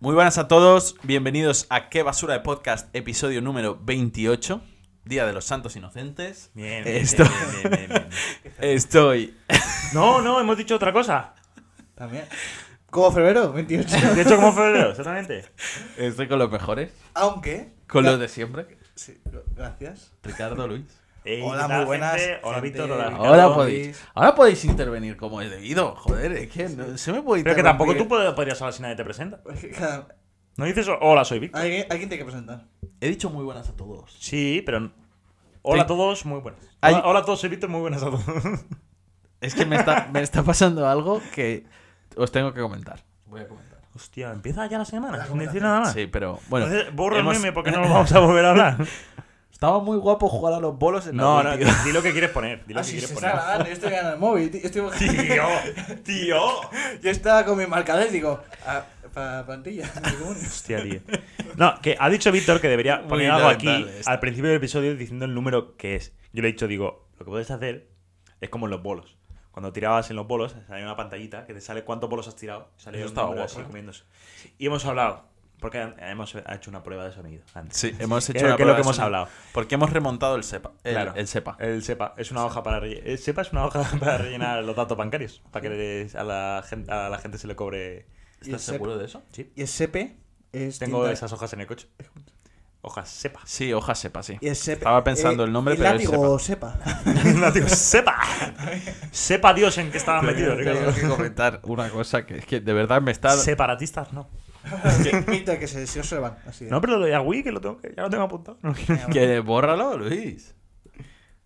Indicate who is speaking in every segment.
Speaker 1: Muy buenas a todos, bienvenidos a Qué Basura de Podcast, episodio número 28, Día de los Santos Inocentes.
Speaker 2: Bien, bien,
Speaker 1: Esto,
Speaker 2: bien, bien, bien, bien.
Speaker 1: estoy...
Speaker 2: No, no, hemos dicho otra cosa.
Speaker 3: También. Como febrero, 28.
Speaker 2: De hecho, como febrero, exactamente.
Speaker 1: Estoy con los mejores,
Speaker 3: Aunque.
Speaker 1: con los de siempre.
Speaker 3: Sí, gracias.
Speaker 1: Ricardo, Luis.
Speaker 2: Ey,
Speaker 3: Hola,
Speaker 2: ¿qué tal,
Speaker 3: muy buenas,
Speaker 2: gente? Hola,
Speaker 3: gente.
Speaker 2: Víctor. Hola,
Speaker 3: Ahora
Speaker 2: Ricardo.
Speaker 1: Ahora
Speaker 3: Luis.
Speaker 1: podéis, ahora podéis intervenir como es debido, joder, es que no- se me puede
Speaker 2: Pero que tampoco tú
Speaker 1: interrumpir.
Speaker 2: pod- podrías hablar si nadie te presenta.
Speaker 3: Porque cada-
Speaker 2: No dices hola, soy Víctor.
Speaker 3: Alguien, alguien tiene que presentar.
Speaker 1: He dicho muy buenas a todos.
Speaker 2: Sí, pero. Hola a todos, muy buenas.
Speaker 1: Hay-
Speaker 2: Hola, hola a todos, soy Víctor, muy buenas a todos.
Speaker 1: Es que me está, me está pasando algo que os tengo que comentar. Voy a comentar.
Speaker 2: Hostia, empieza ya la semana, sin decir nada más.
Speaker 1: Sí, pero bueno.
Speaker 2: Entonces, borra
Speaker 1: hemos-
Speaker 2: el meme porque no lo vamos a volver a hablar.
Speaker 1: Estaba muy guapo jugar a los bolos en
Speaker 2: No,
Speaker 1: la
Speaker 2: no,
Speaker 1: Wii, tío.
Speaker 2: di lo que quieres poner. Di lo
Speaker 3: Ah,
Speaker 2: que
Speaker 3: sí,
Speaker 2: quieres
Speaker 3: se
Speaker 2: poner.
Speaker 3: está grabando, Yo estoy ganando el móvil. tío, yo estoy-
Speaker 2: Tío, tío.
Speaker 3: Yo estaba con mi marcador y digo. ah, para plantilla. digo, bueno.
Speaker 2: Hostia, tío. No, que ha dicho Víctor que debería
Speaker 1: Muy
Speaker 2: poner algo aquí
Speaker 1: lamentable esto.
Speaker 2: al principio del episodio diciendo el número que es. Yo le he dicho, digo, lo que puedes hacer es como en los bolos. Cuando tirabas en los bolos, salía una pantallita que te sale cuántos bolos has tirado. Salía
Speaker 1: Eso
Speaker 2: un
Speaker 1: estaba
Speaker 2: número
Speaker 1: guapo,
Speaker 2: así
Speaker 1: ¿eh?
Speaker 2: comiéndose. Y hemos hablado, porque hemos hecho una prueba de sonido antes.
Speaker 1: Sí, hemos Eh. hecho
Speaker 2: Creo
Speaker 1: una
Speaker 2: que es lo
Speaker 1: prueba de
Speaker 2: que hemos
Speaker 1: sonido.
Speaker 2: hablado.
Speaker 1: Porque hemos remontado el SEPA. El, el SEPA.
Speaker 2: El SEPA. Es una hoja para rellenar. El SEPA es una hoja para rellenar los datos bancarios. Para que les- a, la gente, a la gente se le cobre.
Speaker 3: ¿Y el
Speaker 1: ¿Estás seguro
Speaker 3: SEP?
Speaker 1: de eso?
Speaker 2: Sí.
Speaker 3: Y el SEPE es.
Speaker 2: Tengo
Speaker 3: tinta-
Speaker 2: esas hojas en el coche. Hojas SEPA.
Speaker 1: Sí, hoja SEPA, sí.
Speaker 3: Y el SEPE.
Speaker 1: Estaba pensando
Speaker 3: eh,
Speaker 1: el nombre, pero el
Speaker 3: látigo SEPA.
Speaker 2: No, digo, sepa. Sepa Dios en qué estaba metido, Ricardo.
Speaker 1: Tengo que comentar una cosa que es que de verdad me está...
Speaker 2: Separatistas, no.
Speaker 3: Pinta que se, se observan. Así de-
Speaker 2: No, pero lo de Agui, que lo tengo, que ya lo tengo apuntado.
Speaker 1: Que bórralo, Luis.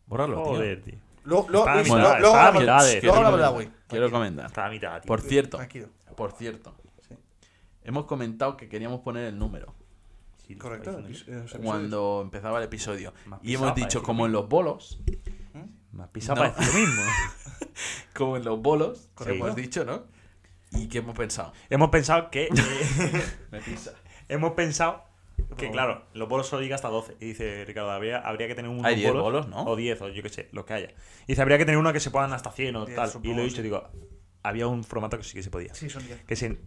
Speaker 1: Bórralo, tío.
Speaker 2: Joder, tío.
Speaker 3: Luego luego-
Speaker 2: Está a
Speaker 3: Luis,
Speaker 2: mitad,
Speaker 3: luego- luego
Speaker 2: está a
Speaker 3: hablamos-
Speaker 2: mitad de-
Speaker 3: luego hablamos de la Wii.
Speaker 1: Quiero comentar.
Speaker 2: Está a mitad, tío.
Speaker 1: Por cierto,
Speaker 3: Tranquilo.
Speaker 1: por cierto.
Speaker 3: Sí.
Speaker 1: Hemos comentado que queríamos poner el número
Speaker 2: Sí,
Speaker 3: Correcto. Eh,
Speaker 2: está diciendo
Speaker 3: los episodios.
Speaker 1: cuando empezaba el episodio.
Speaker 2: Me has
Speaker 1: Y
Speaker 2: pisado
Speaker 1: hemos
Speaker 2: para
Speaker 1: dicho,
Speaker 2: decir
Speaker 1: como en los bolos,
Speaker 3: ¿Mm?
Speaker 2: que- Me has pisado
Speaker 1: No.
Speaker 2: para decir lo mismo.
Speaker 1: como en los bolos, que
Speaker 2: Correcto.
Speaker 1: hemos dicho, ¿no? ¿Y qué hemos pensado?
Speaker 2: hemos pensado que. eh,
Speaker 1: Me pisa.
Speaker 2: hemos pensado que,
Speaker 3: Pero-
Speaker 2: claro, los bolos solo llega hasta 12. Y dice Ricardo, habría, habría que tener unos
Speaker 1: Hay 10 bolos, ¿no?
Speaker 2: O 10, o yo qué sé, lo que haya. Y dice, habría que tener uno que se puedan hasta 100 o
Speaker 3: 10,
Speaker 2: tal. Y
Speaker 3: supongo,
Speaker 2: lo he
Speaker 3: sí.
Speaker 2: dicho, digo, había un formato que sí que se podía.
Speaker 3: Sí, son 10.
Speaker 2: que es en,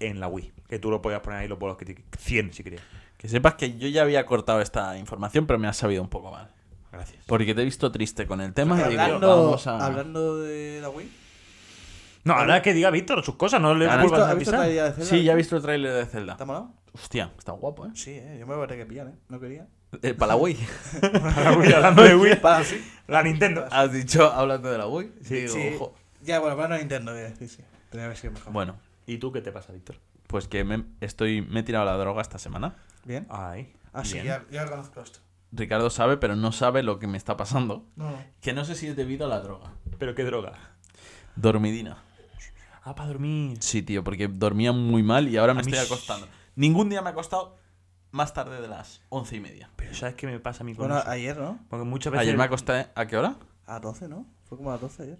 Speaker 2: en la Wii. Que tú lo podías poner ahí los bolos que te- 100 si querías.
Speaker 1: Que sepas que yo ya había cortado esta información, pero me ha sabido un poco mal.
Speaker 2: Gracias.
Speaker 1: Porque te he visto triste con el tema y digo,
Speaker 3: Hablando,
Speaker 1: vamos a...
Speaker 3: hablando de la Wii.
Speaker 2: No, ahora que diga Víctor sus cosas, no le
Speaker 1: Ahora-
Speaker 2: vuelvas
Speaker 3: ¿Has
Speaker 2: a
Speaker 3: visto
Speaker 2: pisar.
Speaker 3: la idea de Zelda?
Speaker 1: Sí, ya he visto el tráiler de Zelda.
Speaker 3: ¿Te ha molado?
Speaker 1: Hostia, está guapo, ¿eh?
Speaker 3: Sí, eh, yo me voy a tener que pillar, ¿eh? No quería.
Speaker 1: El para la Wii.
Speaker 2: La Wii, hablando de Wii.
Speaker 3: Para sí.
Speaker 2: La Nintendo.
Speaker 3: Ah.
Speaker 1: Has dicho, hablando de la Wii.
Speaker 3: Sí,
Speaker 1: digo,
Speaker 3: sí.
Speaker 1: ojo.
Speaker 3: Ya, bueno, para no Nintendo, eh, sí, sí. Tenía que ser mejor.
Speaker 1: Bueno,
Speaker 2: ¿Y tú qué te pasa, Víctor?
Speaker 1: pues que me, estoy, me he tirado la droga esta semana.
Speaker 3: Bien.
Speaker 2: Ay.
Speaker 3: Ah, sí,
Speaker 2: bien.
Speaker 3: ya, ya conozco esto.
Speaker 1: Ricardo sabe, pero no sabe lo que me está pasando.
Speaker 3: No, no.
Speaker 1: Que no sé si es debido a la droga.
Speaker 2: Pero qué droga.
Speaker 1: Dormidina.
Speaker 2: Ah, para dormir.
Speaker 1: Sí, tío, porque dormía muy mal y ahora me
Speaker 2: A mí
Speaker 1: estoy
Speaker 2: sí.
Speaker 1: acostando. Ningún día me he acostado más tarde de las once y media.
Speaker 2: Pero ¿sabes qué me pasa a mí con
Speaker 3: Bueno, eh,
Speaker 2: eso?
Speaker 3: ayer, ¿no?
Speaker 2: Porque muchas veces.
Speaker 1: Ayer me acosté, ¿a qué hora?
Speaker 3: A 12, ¿no? Fue como a 12 ayer.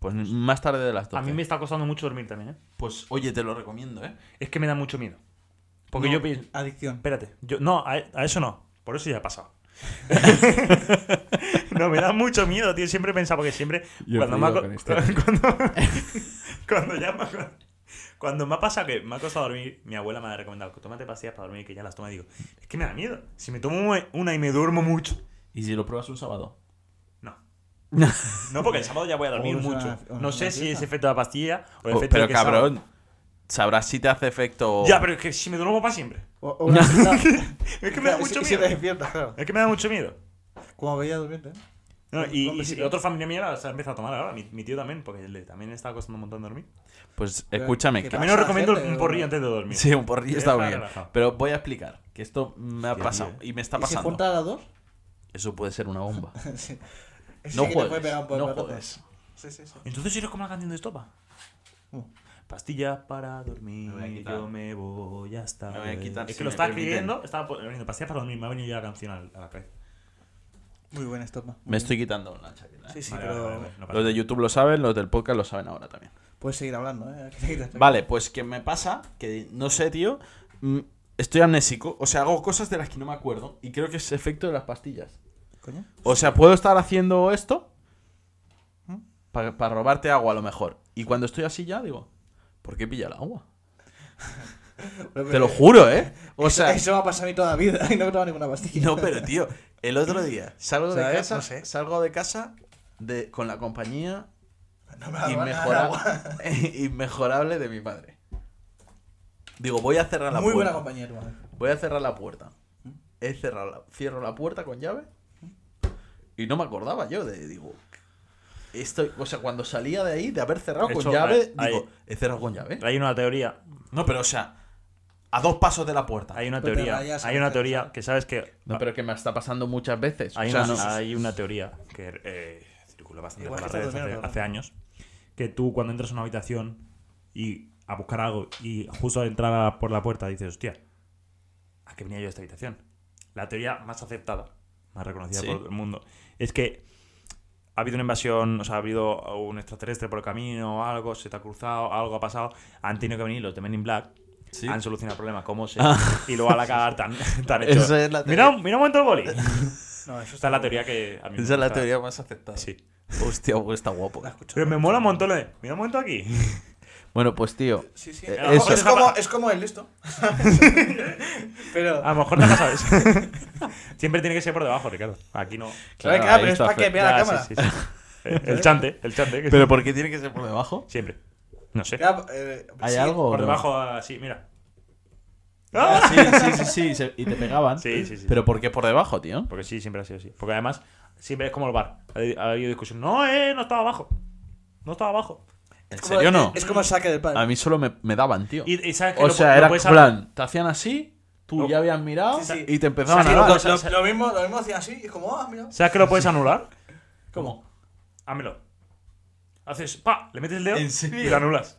Speaker 1: Pues más tarde de las 12.
Speaker 2: A mí me está costando mucho dormir también, ¿eh?
Speaker 1: Pues oye, te lo recomiendo, ¿eh?
Speaker 2: Es que me da mucho miedo. Porque
Speaker 3: No,
Speaker 2: yo pienso.
Speaker 3: Adicción.
Speaker 2: Espérate, yo, no, a, a eso no. Por eso ya he pasado. no, me da mucho miedo, tío. Siempre he pensado, porque siempre.
Speaker 1: Yo
Speaker 2: cuando, me ha,
Speaker 1: flipo
Speaker 2: co-
Speaker 1: con este.
Speaker 2: cuando, cuando ya me ha- cuando me ha pasado que me ha costado dormir, mi abuela me ha recomendado que tómate pastillas para dormir, que ya las toma. Y digo, es que me da miedo. Si me tomo una y me duermo mucho.
Speaker 1: ¿Y si lo pruebas un sábado?
Speaker 2: No. No, porque el sábado ya voy a dormir
Speaker 3: O es una-
Speaker 2: mucho.
Speaker 3: o es
Speaker 2: no
Speaker 3: una
Speaker 2: sé si
Speaker 3: fiesta.
Speaker 2: es efecto de la pastilla o el
Speaker 1: Oh,
Speaker 2: efecto
Speaker 1: pero
Speaker 2: de que
Speaker 1: cabrón, sabrás si te hace efecto.
Speaker 2: sábado. Ya, pero es que si me duermo para siempre.
Speaker 3: O, o una cita.
Speaker 2: Es que me da mucho
Speaker 3: Si te
Speaker 2: miedo.
Speaker 3: despiertas, claro.
Speaker 2: Es que me da mucho miedo.
Speaker 3: Como veía durmiente, ¿eh?
Speaker 2: No,
Speaker 3: Un-
Speaker 2: y,
Speaker 3: un
Speaker 2: y si-
Speaker 3: besito.
Speaker 2: otro familiar mío ahora se ha empezado a tomar ahora, mi, mi tío también, porque le, también le está costando un montón dormir.
Speaker 1: Pues escúchame,
Speaker 3: ¿qué
Speaker 1: que
Speaker 3: pasa?
Speaker 2: También os recomiendo
Speaker 3: gente,
Speaker 2: un
Speaker 3: o-
Speaker 2: porrillo antes de dormir.
Speaker 1: Sí, un porrillo
Speaker 2: Te
Speaker 1: está
Speaker 2: deja
Speaker 1: bien.
Speaker 2: relajado.
Speaker 1: Pero voy a explicar que esto me ha
Speaker 2: Hostia,
Speaker 1: pasado
Speaker 2: tío.
Speaker 1: y me está
Speaker 3: ¿Y se
Speaker 1: pasando.
Speaker 3: junta a las 2?
Speaker 1: Eso puede ser una bomba.
Speaker 3: sí. Ese
Speaker 1: No
Speaker 3: que te puede
Speaker 1: juegues,
Speaker 3: pegar un poco
Speaker 1: no
Speaker 3: de patatas.
Speaker 1: juegues.
Speaker 3: Sí, sí, sí.
Speaker 2: Entonces eres como la canción de Estopa.
Speaker 3: Uh.
Speaker 2: Pastillas para dormir,
Speaker 1: Me voy a quitar.
Speaker 2: yo me voy hasta.
Speaker 1: Me voy a quitar,
Speaker 2: Es
Speaker 1: si
Speaker 2: que lo
Speaker 1: me
Speaker 2: estaba
Speaker 1: permiten.
Speaker 2: escribiendo, estaba poniendo pastillas para dormir, me ha venido ya la canción al- a la cabeza.
Speaker 3: Muy buena estopa. muy
Speaker 1: Me
Speaker 3: bien.
Speaker 1: estoy quitando la chaqueta. ¿eh?
Speaker 3: Sí, sí,
Speaker 2: Vale,
Speaker 3: pero.
Speaker 2: vale, vale, no pasa
Speaker 1: Los de
Speaker 2: nada.
Speaker 1: YouTube lo saben, los del podcast lo saben ahora también.
Speaker 3: Puedes seguir hablando, ¿eh? Que te quitas-
Speaker 1: Vale, pues que me pasa que no sé, tío. mm, Estoy amnésico, o sea, hago cosas de las que no me acuerdo y creo que es efecto de las pastillas.
Speaker 3: Coño.
Speaker 1: O sea, puedo estar haciendo esto para robarte agua a lo mejor. Y cuando estoy así ya digo, ¿por qué pilla el agua? Te lo juro, ¿eh? O sea,
Speaker 3: Eso va a pasar a mí toda la vida y no me he tomado ninguna pastilla.
Speaker 1: no, pero tío, el otro día salgo de
Speaker 3: ¿Sabes?
Speaker 1: casa,
Speaker 3: No sé.
Speaker 1: salgo de casa de, con la compañía
Speaker 3: No me va a dar agua.
Speaker 1: inmejora- inmejorable de mi padre. Digo, voy a cerrar la
Speaker 3: Muy buena
Speaker 1: puerta.
Speaker 3: compañía, tu madre.
Speaker 1: Voy a cerrar la puerta. He cerrado la- cierro la puerta con llave. Y no me acordaba yo de, digo, esto, o sea, cuando salía de ahí, de haber cerrado
Speaker 2: De
Speaker 1: con
Speaker 2: hecho,
Speaker 1: llave,
Speaker 2: hay-
Speaker 1: digo, he cerrado con llave.
Speaker 2: Hay una teoría.
Speaker 1: No, pero o sea, a dos pasos de la puerta.
Speaker 2: Hay una
Speaker 3: Pero te
Speaker 2: teoría.
Speaker 3: rayas
Speaker 2: Hay
Speaker 3: antes,
Speaker 2: una
Speaker 3: ¿sabes?
Speaker 2: teoría que sabes que.
Speaker 1: No, pero que me está pasando muchas veces.
Speaker 2: Hay,
Speaker 1: o sea,
Speaker 2: una,
Speaker 1: no-
Speaker 2: hay una teoría que eh, circula bastante
Speaker 3: Igual
Speaker 2: por las
Speaker 3: que
Speaker 2: redes
Speaker 3: estás
Speaker 2: hace,
Speaker 3: durmiendo,
Speaker 2: hace años. Que tú cuando entras a una habitación y a buscar algo y justo al entrar a- por la puerta dices, hostia, ¿a qué venía yo a esta habitación? La teoría más aceptada, más reconocida
Speaker 1: Sí.
Speaker 2: por todo el mundo, es que ha habido una invasión, o sea, ha habido un extraterrestre por el camino o algo, se te ha cruzado, algo ha pasado, han tenido que venir los de Men in Black,
Speaker 1: Sí. Ah.
Speaker 2: han solucionado el problema, como se... Y luego a la cagar tan, tan hecho.
Speaker 1: Esa es la
Speaker 2: mira,
Speaker 1: teoría.
Speaker 2: un- mira un momento el boli.
Speaker 3: No, eso
Speaker 2: Esta es la teoría que a mí me
Speaker 1: Esa es la
Speaker 2: gusta.
Speaker 1: teoría más aceptada.
Speaker 2: Sí.
Speaker 1: Hostia, pues está guapo.
Speaker 3: La escucho.
Speaker 2: Pero me mola un montón lo de. Mira un momento aquí.
Speaker 1: Bueno, pues tío.
Speaker 3: Sí, sí.
Speaker 1: Eh,
Speaker 3: A lo
Speaker 1: eso.
Speaker 3: mejor Es, como, es como el listo. pero.
Speaker 2: A lo mejor no la sabes. Siempre tiene que ser por debajo, Ricardo. Aquí no.
Speaker 1: Claro,
Speaker 3: Claro, claro,
Speaker 1: ahí
Speaker 3: pero es
Speaker 1: está
Speaker 3: para que
Speaker 1: Fer.
Speaker 3: vea la
Speaker 2: Ya,
Speaker 3: cámara.
Speaker 2: sí, sí, sí. Eh, El chante, el chante. que-
Speaker 1: ¿Pero por qué tiene que ser por debajo?
Speaker 2: Siempre. No sé.
Speaker 3: Claro, eh,
Speaker 1: ¿Hay
Speaker 3: sí,
Speaker 1: algo? o
Speaker 2: Por
Speaker 1: no?
Speaker 2: debajo, así, mira.
Speaker 1: Ah, sí, sí, sí, sí, se- y te pegaban.
Speaker 2: Sí, sí, sí.
Speaker 1: Pero ¿por qué por debajo, tío?
Speaker 2: Porque sí, siempre ha sido así. Porque además, siempre es como el bar. Ha ha habido discusión. No, eh, no estaba abajo. No estaba abajo.
Speaker 1: ¿En
Speaker 3: como-
Speaker 1: serio no?
Speaker 3: Es como el saque del padre.
Speaker 1: A mí solo me, me daban, tío.
Speaker 2: Y, y sabes que
Speaker 1: O
Speaker 2: lo-
Speaker 1: sea,
Speaker 2: lo
Speaker 1: era
Speaker 2: puedes
Speaker 1: en
Speaker 2: hablar.
Speaker 1: plan, te hacían así, tú
Speaker 2: Lo-
Speaker 1: ya habías mirado
Speaker 3: Sí, sí.
Speaker 1: y te empezaban
Speaker 3: Sí,
Speaker 1: a
Speaker 3: lo,
Speaker 1: dar.
Speaker 3: lo-
Speaker 1: O sea,
Speaker 3: lo- lo mismo, lo mismo hacía así, y es como, ah, mira.
Speaker 2: ¿Sabes que lo puedes anular?
Speaker 1: ¿Cómo?
Speaker 2: Hámelo. Haces, pa, le metes el dedo
Speaker 1: ¿En serio?
Speaker 2: y lo anulas.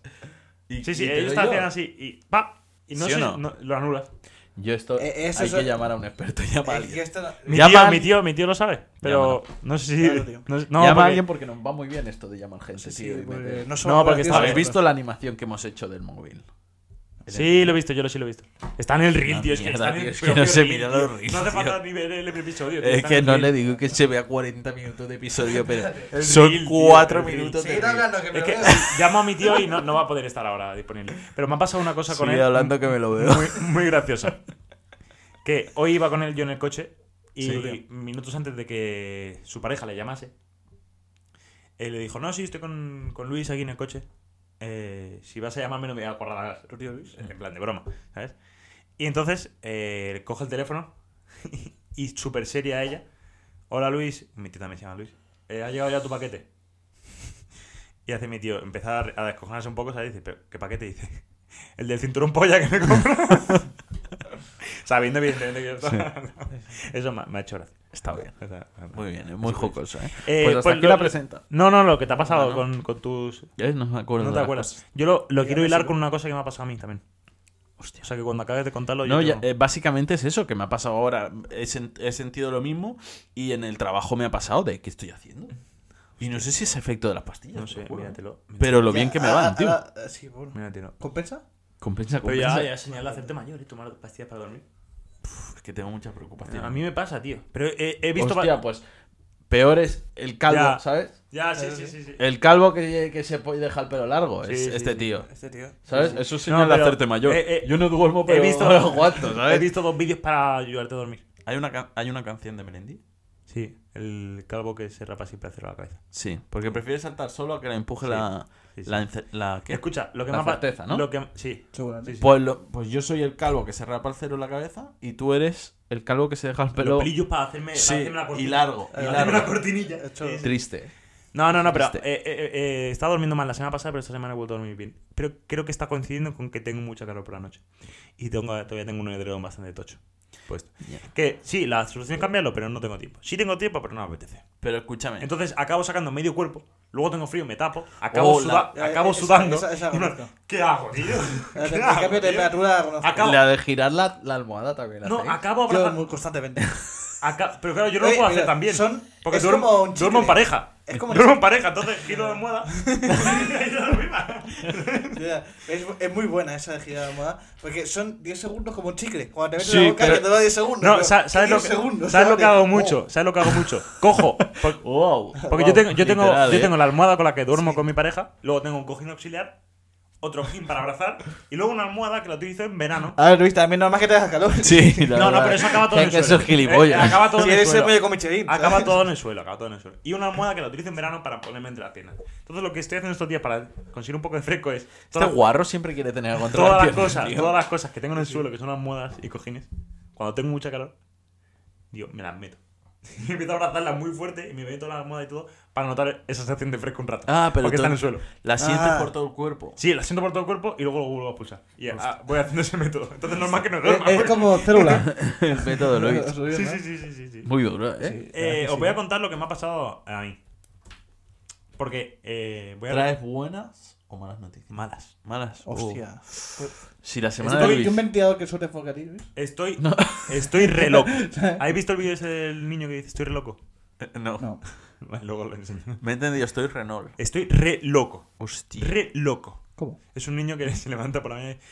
Speaker 1: Y-
Speaker 2: Sí, sí,
Speaker 1: y te
Speaker 2: ellos
Speaker 1: doy yo.
Speaker 2: hacían así y pa, y no
Speaker 1: ¿Sí o
Speaker 2: sé,
Speaker 1: no?
Speaker 2: no- lo anulas.
Speaker 1: Yo esto
Speaker 3: Eh, eso
Speaker 1: hay
Speaker 3: es-
Speaker 1: que llamar a un experto, llama a
Speaker 3: Eh, que
Speaker 1: alguien.
Speaker 3: esto no-
Speaker 2: Mi
Speaker 1: Llama
Speaker 2: tío,
Speaker 1: al-
Speaker 2: mi tío, mi tío lo sabe, pero no sé si
Speaker 3: Claro, tío.
Speaker 2: no, sé- no,
Speaker 1: llama a
Speaker 2: porque- pues,
Speaker 1: alguien porque nos va muy bien esto de llamar gente,
Speaker 3: Sí, sí,
Speaker 1: tío. y
Speaker 3: porque
Speaker 1: meter-
Speaker 3: no
Speaker 2: No, porque está-
Speaker 1: ¿Habéis
Speaker 2: bien.
Speaker 1: visto la animación que hemos hecho del móvil?
Speaker 2: Sí, lo he visto, yo lo sí lo he visto. Está en el reel,
Speaker 1: Una
Speaker 2: tío, es que
Speaker 1: mierda,
Speaker 2: está en
Speaker 1: tío,
Speaker 2: el
Speaker 1: es que no
Speaker 2: propio
Speaker 1: sé
Speaker 2: reel,
Speaker 1: mirar
Speaker 2: tío.
Speaker 1: los reels,
Speaker 2: No hace falta
Speaker 1: tío.
Speaker 2: ni ver el episodio, tío,
Speaker 1: Es
Speaker 2: está
Speaker 1: que
Speaker 2: en el
Speaker 1: no le
Speaker 2: reel.
Speaker 1: digo que se vea 40 minutos de episodio, pero
Speaker 2: El
Speaker 1: son
Speaker 2: reel, tío,
Speaker 1: 4
Speaker 2: el reel.
Speaker 1: minutos de
Speaker 3: Seguid
Speaker 1: reel.
Speaker 3: hablando que
Speaker 2: Es
Speaker 3: me lo
Speaker 2: que
Speaker 3: veo.
Speaker 2: llamo a mi tío y no, no va a poder estar ahora disponible. Pero me ha pasado una cosa con
Speaker 1: Sigue
Speaker 2: él.
Speaker 1: hablando que me lo veo.
Speaker 2: muy, muy graciosa. Que hoy iba con él yo en el coche y
Speaker 1: Sí, tío.
Speaker 2: minutos antes de que su pareja le llamase, él le dijo, no, sí, estoy con, con Luis aquí en el coche. Eh, si vas a llamarme no me voy a acordar. En plan de broma, ¿sabes? Y entonces eh, coge el teléfono y súper seria ella. Hola Luis, mi tío también se llama Luis. "Eh, ha llegado ya tu paquete. Y hace mi tío, empieza a, re- a descojonarse un poco, ¿sabes? Dice, ¿pero qué paquete? Dice, el del cinturón polla que me compró. Sabiendo, evidentemente, que yo estaba- Eso me, me ha hecho gracia.
Speaker 1: Está bien.
Speaker 2: O sea,
Speaker 1: Muy bien, es muy jocoso, ¿eh?
Speaker 2: Eh,
Speaker 1: Pues hasta
Speaker 2: pues
Speaker 1: aquí
Speaker 2: lo-
Speaker 1: la presenta.
Speaker 2: No, no, lo que te ha pasado
Speaker 1: Ah, ¿no?
Speaker 2: con, con tus.
Speaker 1: ¿Ves? No me acuerdo.
Speaker 2: No
Speaker 1: de
Speaker 2: te
Speaker 1: las
Speaker 2: acuerdas.
Speaker 1: cosas.
Speaker 2: Yo lo, lo quiero
Speaker 3: me
Speaker 2: hilar
Speaker 3: sigo.
Speaker 2: con una cosa que me ha pasado a mí también. Hostia. O sea, que cuando acabes de contarlo, yo.
Speaker 1: No, ya,
Speaker 2: tengo-
Speaker 1: eh, básicamente es eso que me ha pasado ahora. He, sen- he sentido lo mismo y en el trabajo me ha pasado de qué estoy haciendo. Y no sé si es efecto de las pastillas.
Speaker 2: no
Speaker 1: te
Speaker 2: sé,
Speaker 1: lo juro.
Speaker 2: míratelo.
Speaker 1: Pero lo
Speaker 3: Ya,
Speaker 1: bien que me
Speaker 3: ah,
Speaker 1: van,
Speaker 3: ah,
Speaker 1: tío.
Speaker 3: ah, ah, sí, bueno.
Speaker 2: Míratelo.
Speaker 3: ¿Compensa?
Speaker 1: Compensa,
Speaker 2: Pero ya,
Speaker 1: compensa.
Speaker 2: ya señala hacerte mayor y tomar pastillas para dormir.
Speaker 1: Es que tengo muchas preocupaciones.
Speaker 2: A mí me pasa, tío. Pero he, he visto.
Speaker 1: Hostia, pues peor es el calvo,
Speaker 2: Ya.
Speaker 1: ¿sabes?
Speaker 2: Ya, sí, sí, sí. sí.
Speaker 1: El calvo que, que se puede dejar el pelo largo es
Speaker 2: Sí, sí,
Speaker 1: este
Speaker 2: sí.
Speaker 1: tío.
Speaker 3: Este tío.
Speaker 1: ¿Sabes?
Speaker 2: Sí, sí.
Speaker 1: Eso es
Speaker 2: No,
Speaker 1: señal de
Speaker 2: pero-
Speaker 1: hacerte mayor.
Speaker 2: eh, eh,
Speaker 1: Yo no duermo, pero
Speaker 2: visto-
Speaker 1: aguanto,
Speaker 2: He
Speaker 1: ¿sabes?
Speaker 2: visto dos vídeos para ayudarte a dormir.
Speaker 1: ¿Hay, una ca- ¿Hay una canción de Melendi?
Speaker 2: Sí, el calvo que se rapa siempre hacia la cabeza.
Speaker 1: Sí, porque prefiere saltar solo a que la empuje
Speaker 2: Sí,
Speaker 1: la,
Speaker 2: sí, sí.
Speaker 1: la ence- la- ¿qué?
Speaker 2: Escucha, lo que
Speaker 1: La
Speaker 2: me ha pa-
Speaker 1: certeza, ¿no?
Speaker 2: Lo que, sí.
Speaker 3: Seguramente.
Speaker 2: Sí, sí.
Speaker 1: Pues, lo- pues yo soy el calvo que se rapa el cero en la cabeza y tú eres el calvo que se deja el pelo
Speaker 2: Los pelillos para hacerme,
Speaker 1: Sí,
Speaker 2: para eh, hacerme la cortinilla.
Speaker 1: y largo, y
Speaker 2: Para
Speaker 1: largo.
Speaker 2: hacerme la cortinilla.
Speaker 3: Hecho-
Speaker 2: Sí, sí.
Speaker 1: triste.
Speaker 2: No, no, no, pero
Speaker 1: Triste.
Speaker 2: eh, eh, eh, estaba durmiendo mal la semana pasada, pero esta semana he vuelto a dormir bien. Pero creo que está coincidiendo con que tengo mucha calor por la noche. Y tengo, todavía tengo un edredón bastante tocho. Pues,
Speaker 1: Ya.
Speaker 2: que sí, la solución es cambiarlo, pero no tengo tiempo. Sí tengo tiempo, pero no me apetece.
Speaker 1: Pero escúchame.
Speaker 2: Entonces acabo sacando medio cuerpo, luego tengo frío, me tapo, acabo,
Speaker 1: Oh, la-
Speaker 2: suda- acabo
Speaker 3: Eh, esa-
Speaker 2: sudando.
Speaker 3: esa- esa
Speaker 2: y no-
Speaker 3: conozco.
Speaker 2: ¿Qué hago, tío?
Speaker 3: Eh,
Speaker 2: ¿Qué
Speaker 3: El cambio
Speaker 2: hago,
Speaker 3: de
Speaker 2: tío?
Speaker 3: temperatura conozco.
Speaker 2: Acabo-
Speaker 1: La de girar la, la almohada también la
Speaker 2: No,
Speaker 1: hacéis.
Speaker 2: acabo
Speaker 3: Yo
Speaker 2: abrazando.
Speaker 3: muy constantemente.
Speaker 2: Aca- Pero claro, yo no lo
Speaker 3: Oye,
Speaker 2: puedo hacer
Speaker 3: mira,
Speaker 2: también.
Speaker 3: son-
Speaker 2: porque
Speaker 3: es
Speaker 2: duermo,
Speaker 3: como un
Speaker 2: duermo en
Speaker 3: chicle.
Speaker 2: pareja.
Speaker 3: Es como un
Speaker 2: duermo
Speaker 3: chicle.
Speaker 2: en pareja, entonces giro la almohada. y yo dormida.
Speaker 3: Ya, es, es muy buena esa de girar la almohada. Porque son 10 segundos como un chicle. Cuando te metes
Speaker 1: Sí,
Speaker 3: en la boca
Speaker 1: pero-
Speaker 3: que te da 10 segundos.
Speaker 2: no,
Speaker 3: pero
Speaker 2: sa- ¿sabes, lo
Speaker 3: 10
Speaker 2: que,
Speaker 3: segundos,
Speaker 2: ¿sabes lo que hago
Speaker 3: Oh.
Speaker 2: mucho? ¿Sabes lo que hago mucho? Cojo. por-
Speaker 1: Wow.
Speaker 2: Porque
Speaker 1: wow,
Speaker 2: yo, tengo, yo, tengo,
Speaker 1: literal,
Speaker 2: yo
Speaker 1: ¿eh?
Speaker 2: tengo la almohada con la que duermo con mi pareja, luego tengo un cojín auxiliar, otro gin para abrazar y luego una almohada que la utilizo en verano.
Speaker 3: A ver, Luis, también normal que te hagas calor.
Speaker 1: Sí, la
Speaker 2: No, no,
Speaker 1: verdad.
Speaker 2: pero eso acaba todo en
Speaker 1: Es
Speaker 2: el
Speaker 1: que
Speaker 2: suelo.
Speaker 1: eso es gilipollas.
Speaker 2: Eh, acaba todo
Speaker 3: Si
Speaker 2: en el
Speaker 3: eres el
Speaker 2: suelo.
Speaker 3: medio con Michelin. pues
Speaker 2: Acaba todo en el suelo, acaba todo en el suelo. Y una almohada que la utilizo en verano para ponerme entre las piernas. Entonces lo que estoy haciendo estos días para conseguir un poco de fresco es
Speaker 1: Este
Speaker 2: toda-
Speaker 1: guarro siempre quiere tener algo entre
Speaker 2: todas las
Speaker 1: piernas,
Speaker 2: cosas,
Speaker 1: tío.
Speaker 2: todas las cosas que tengo en el suelo, que son almohadas y cojines, cuando tengo mucha calor, digo, me las meto. Y empiezo a abrazarlas muy fuerte y me meto la almohada y todo para notar esa sensación de fresco un rato.
Speaker 1: Ah, pero
Speaker 2: porque
Speaker 1: tú-
Speaker 2: está en el suelo.
Speaker 1: La sientes
Speaker 3: Ah.
Speaker 1: por todo el cuerpo.
Speaker 2: Sí, la siento por todo el cuerpo y luego lo vuelvo a pulsar. Y ah, voy haciendo ese método. Entonces normal que no
Speaker 3: Es,
Speaker 2: duerma. pues.
Speaker 3: es como célula.
Speaker 1: el método de Luis.
Speaker 2: Sí, sí, sí, sí, sí, sí.
Speaker 1: Muy duro, ¿eh?
Speaker 3: Sí.
Speaker 2: Eh, os voy a contar lo que me ha pasado a mí. Porque eh, voy a...
Speaker 1: ¿Traes buenas o malas noticias?
Speaker 2: Malas.
Speaker 1: Malas.
Speaker 3: Hostia.
Speaker 1: Si la semana de
Speaker 3: Estoy,
Speaker 1: Luis...
Speaker 3: yo un ventilador que suele enfocar a ti, Luis.
Speaker 2: Estoy, estoy re loco. ¿Habéis visto el vídeo ese del niño que dice estoy re loco?
Speaker 1: No.
Speaker 3: No.
Speaker 2: Vale, luego lo enseño.
Speaker 1: Me he entendido, estoy Renault.
Speaker 2: Estoy re loco.
Speaker 1: Hostia.
Speaker 2: Re loco.
Speaker 3: ¿Cómo?
Speaker 2: Es un niño que se levanta por la mañana y dice,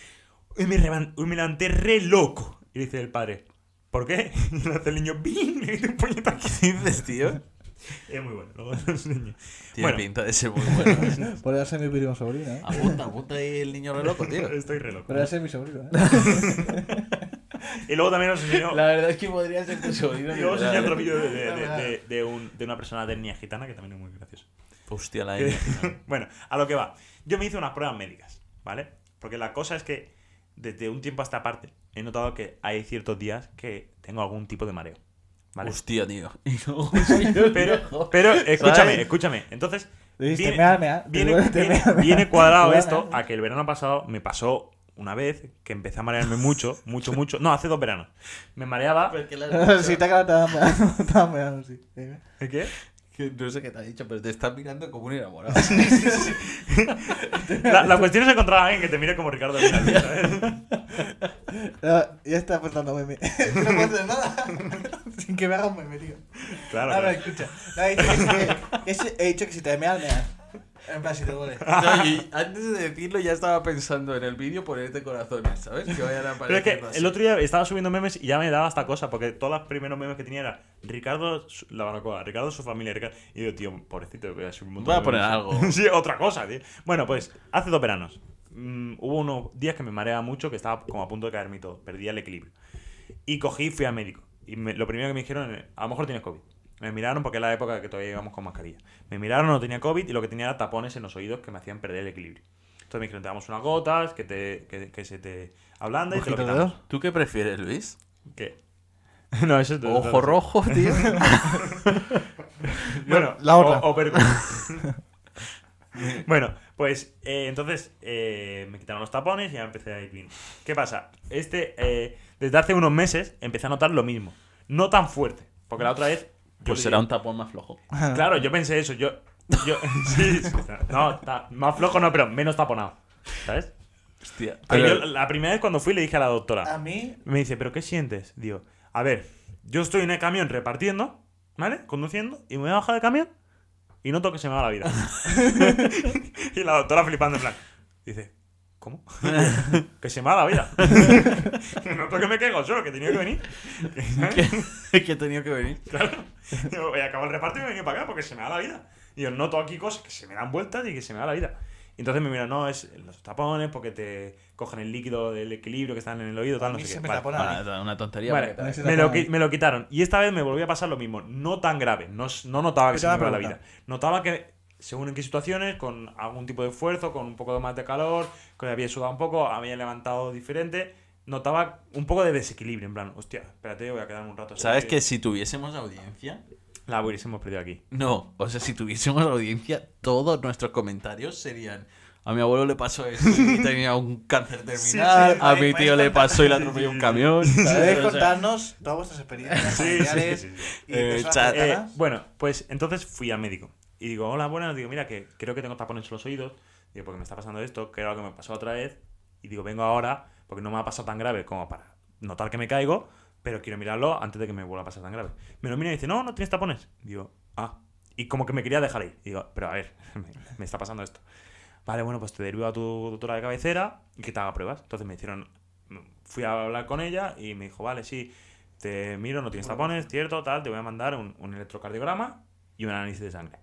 Speaker 2: hoy me, revan- hoy me levanté re loco. Y dice el padre, ¿por qué? Y le hace el niño, ¡bing! Le mete un puñetazo.
Speaker 1: ¿Qué dices, tío?
Speaker 2: Es muy bueno, luego lo enseño.
Speaker 1: Tiene
Speaker 2: Bueno.
Speaker 1: pinta de ser muy bueno.
Speaker 3: Por ser mi primo sobrino,
Speaker 2: Ah.
Speaker 3: ¿eh?
Speaker 1: apunta, apunta ahí el niño re loco, tío.
Speaker 2: Estoy re loco.
Speaker 3: Podría ser mi sobrino, ¿eh?
Speaker 2: Y luego también os enseño,
Speaker 1: verdad es que podría ser tu sobrino.
Speaker 2: y luego os enseño otro vídeo de, de-
Speaker 1: La verdad.
Speaker 2: de- de- de un- de una persona de etnia gitana que también es muy gracioso.
Speaker 1: Hostia, la
Speaker 2: Que-
Speaker 1: N.
Speaker 2: bueno, a lo que va. Yo me hice unas pruebas médicas, ¿vale? Porque la cosa es que desde un tiempo a esta parte he notado que hay ciertos días que tengo algún tipo de mareo. ¿Vale?
Speaker 1: Hostia, tío. Y no,
Speaker 2: Pero, pero escúchame, escúchame. Entonces,
Speaker 3: Le dijiste,
Speaker 2: Viene-
Speaker 3: mea, mea, te
Speaker 2: viene,
Speaker 3: duele, te
Speaker 2: viene-
Speaker 3: mea, mea.
Speaker 2: viene cuadrado
Speaker 3: Te duele,
Speaker 2: esto
Speaker 3: mea.
Speaker 2: a que el verano pasado me pasó una vez que empecé a marearme mucho, mucho, mucho. No, hace dos veranos. Me mareaba.
Speaker 4: Porque la verdad-
Speaker 3: Sí, te acabas te estaba- te estaba mirando, sí.
Speaker 2: ¿El qué?
Speaker 1: que no sé qué te ha dicho, pero te estás mirando como un enamorado.
Speaker 2: La, la cuestión es encontrar a alguien que te mire como Ricardo. Villalba, ¿sabes?
Speaker 3: No, Ah, ya está aportando meme. no puedo hacer nada. Sin que me haga un meme, tío.
Speaker 2: Claro.
Speaker 3: A
Speaker 2: claro.
Speaker 3: ver, escucha. No, he, dicho que, que si- he dicho que si te meas, meas. En plan, si te duele.
Speaker 1: No, y antes de decirlo ya estaba pensando en el vídeo ponerte corazones, ¿sabes? Que vayan a
Speaker 2: Pero es
Speaker 1: aparecer
Speaker 2: que el otro día estaba subiendo memes y ya me daba esta cosa, porque todos los primeros memes que tenía era Ricardo su- la baracoa, Ricardo su familia, Ricardo... Y yo, tío, pobrecito, voy a subir un montón
Speaker 1: Voy a
Speaker 2: de
Speaker 1: poner
Speaker 2: memes.
Speaker 1: algo.
Speaker 2: sí, otra cosa, tío. Bueno, pues, hace dos veranos mm, hubo unos días que me mareaba mucho, que estaba como a punto de caerme y todo, perdía el equilibrio. Y cogí y fui al médico. Y me- lo primero que me dijeron, eh, a lo mejor tienes COVID. Me miraron porque era la época que todavía íbamos con mascarilla. Me miraron, no tenía COVID y lo que tenía era tapones en los oídos que me hacían perder el equilibrio. Entonces me dijeron, te damos unas gotas, que, te, que, que se te ablanda y te lo
Speaker 3: Ojito de
Speaker 2: quitamos.
Speaker 1: ¿Tú qué prefieres, Luis?
Speaker 2: ¿Qué? No, eso es
Speaker 1: Ojo rojo, tío.
Speaker 2: Bueno,
Speaker 3: La otra.
Speaker 2: o- o per- bueno, pues eh, entonces eh, me quitaron los tapones y ya empecé a ir bien. ¿Qué pasa? Este, eh, desde hace unos meses empecé a notar lo mismo. No tan fuerte, porque la otra vez. yo
Speaker 1: Pues
Speaker 2: le
Speaker 1: será
Speaker 2: dije-
Speaker 1: un tapón más flojo.
Speaker 3: Ah.
Speaker 2: Claro, yo pensé eso. Yo. yo- sí, sí, no, está- más flojo no, pero menos taponado. ¿Sabes?
Speaker 1: Hostia.
Speaker 2: Que
Speaker 1: Pero-
Speaker 2: yo la primera vez cuando fui le dije a la doctora.
Speaker 3: A mí.
Speaker 2: Me dice, ¿pero qué sientes? Digo, a ver, yo estoy en el camión repartiendo, ¿vale? Conduciendo, y me voy a bajar del camión y noto que se me va la vida. y la doctora flipando en plan, dice, ¿cómo? que se me va la vida. Que noto que me caigo solo, que tenía que venir.
Speaker 1: que he tenido que venir.
Speaker 2: ¿Eh? Claro. Yo voy a acabar el reparto y me he venido para acá porque se me da la vida. Y yo noto aquí cosas que se me dan vueltas y que se me da la vida. Y entonces me miran, no, es los tapones porque te cogen el líquido del equilibrio que están en el oído, tal,
Speaker 3: A
Speaker 2: no
Speaker 3: mí
Speaker 2: sé
Speaker 3: se
Speaker 2: qué.
Speaker 3: me
Speaker 2: Vale.
Speaker 3: tapona.
Speaker 1: Vale, Ah, una tontería.
Speaker 2: Vale,
Speaker 1: porque-
Speaker 3: Ese
Speaker 2: me lo,
Speaker 3: tapón.
Speaker 2: qui- me lo quitaron. Y esta vez me volvió a pasar lo mismo. No tan grave. No, s- no notaba que
Speaker 3: Te
Speaker 2: se
Speaker 3: iba
Speaker 2: me
Speaker 3: a
Speaker 2: iba la vida.
Speaker 3: preguntar.
Speaker 2: Notaba que, según en qué situaciones, con algún tipo de esfuerzo, con un poco más de calor, que había sudado un poco, había levantado diferente, notaba un poco de desequilibrio. En plan, hostia, espérate, voy a quedarme un rato. así
Speaker 1: ¿Sabes que si tuviésemos audiencia?
Speaker 2: La hubiésemos perdido aquí.
Speaker 1: No, o sea, si tuviésemos audiencia, todos nuestros comentarios serían. A mi abuelo le pasó eso y tenía un cáncer terminal.
Speaker 3: sí,
Speaker 1: a
Speaker 3: podéis-
Speaker 1: mi tío
Speaker 3: podéis
Speaker 1: le
Speaker 3: contar-
Speaker 1: pasó y le
Speaker 2: sí,
Speaker 1: atropelló
Speaker 2: sí,
Speaker 1: un
Speaker 2: sí.
Speaker 1: camión. ¿sabes?
Speaker 3: Podéis
Speaker 1: O sea,
Speaker 3: contarnos todas vuestras
Speaker 2: Sí,
Speaker 3: experiencias
Speaker 2: sí,
Speaker 3: familiares
Speaker 2: sí, sí, sí.
Speaker 3: y
Speaker 1: Eh,
Speaker 3: personas
Speaker 1: chat.
Speaker 2: Eh,
Speaker 3: cercanas.
Speaker 2: bueno, pues entonces fui al médico. Y digo, hola, buenas. Digo, mira, que creo que tengo tapones en los oídos. Digo, porque me está pasando esto, que era lo que me pasó otra vez. Y digo, vengo ahora, porque no me ha pasado tan grave como para notar que me caigo, pero quiero mirarlo antes de que me vuelva a pasar tan grave. Me lo mira y dice, no, no tienes tapones. Digo, ah. Y como que me quería dejar ahí. Digo, pero a ver, me, me está pasando esto. Vale, bueno, pues te derivo a tu doctora de cabecera y que te haga pruebas. Entonces me hicieron. Fui a hablar con ella y me dijo, vale, sí, te miro, no tienes tapones, cierto, tal, te voy a mandar un, un electrocardiograma y un análisis de sangre.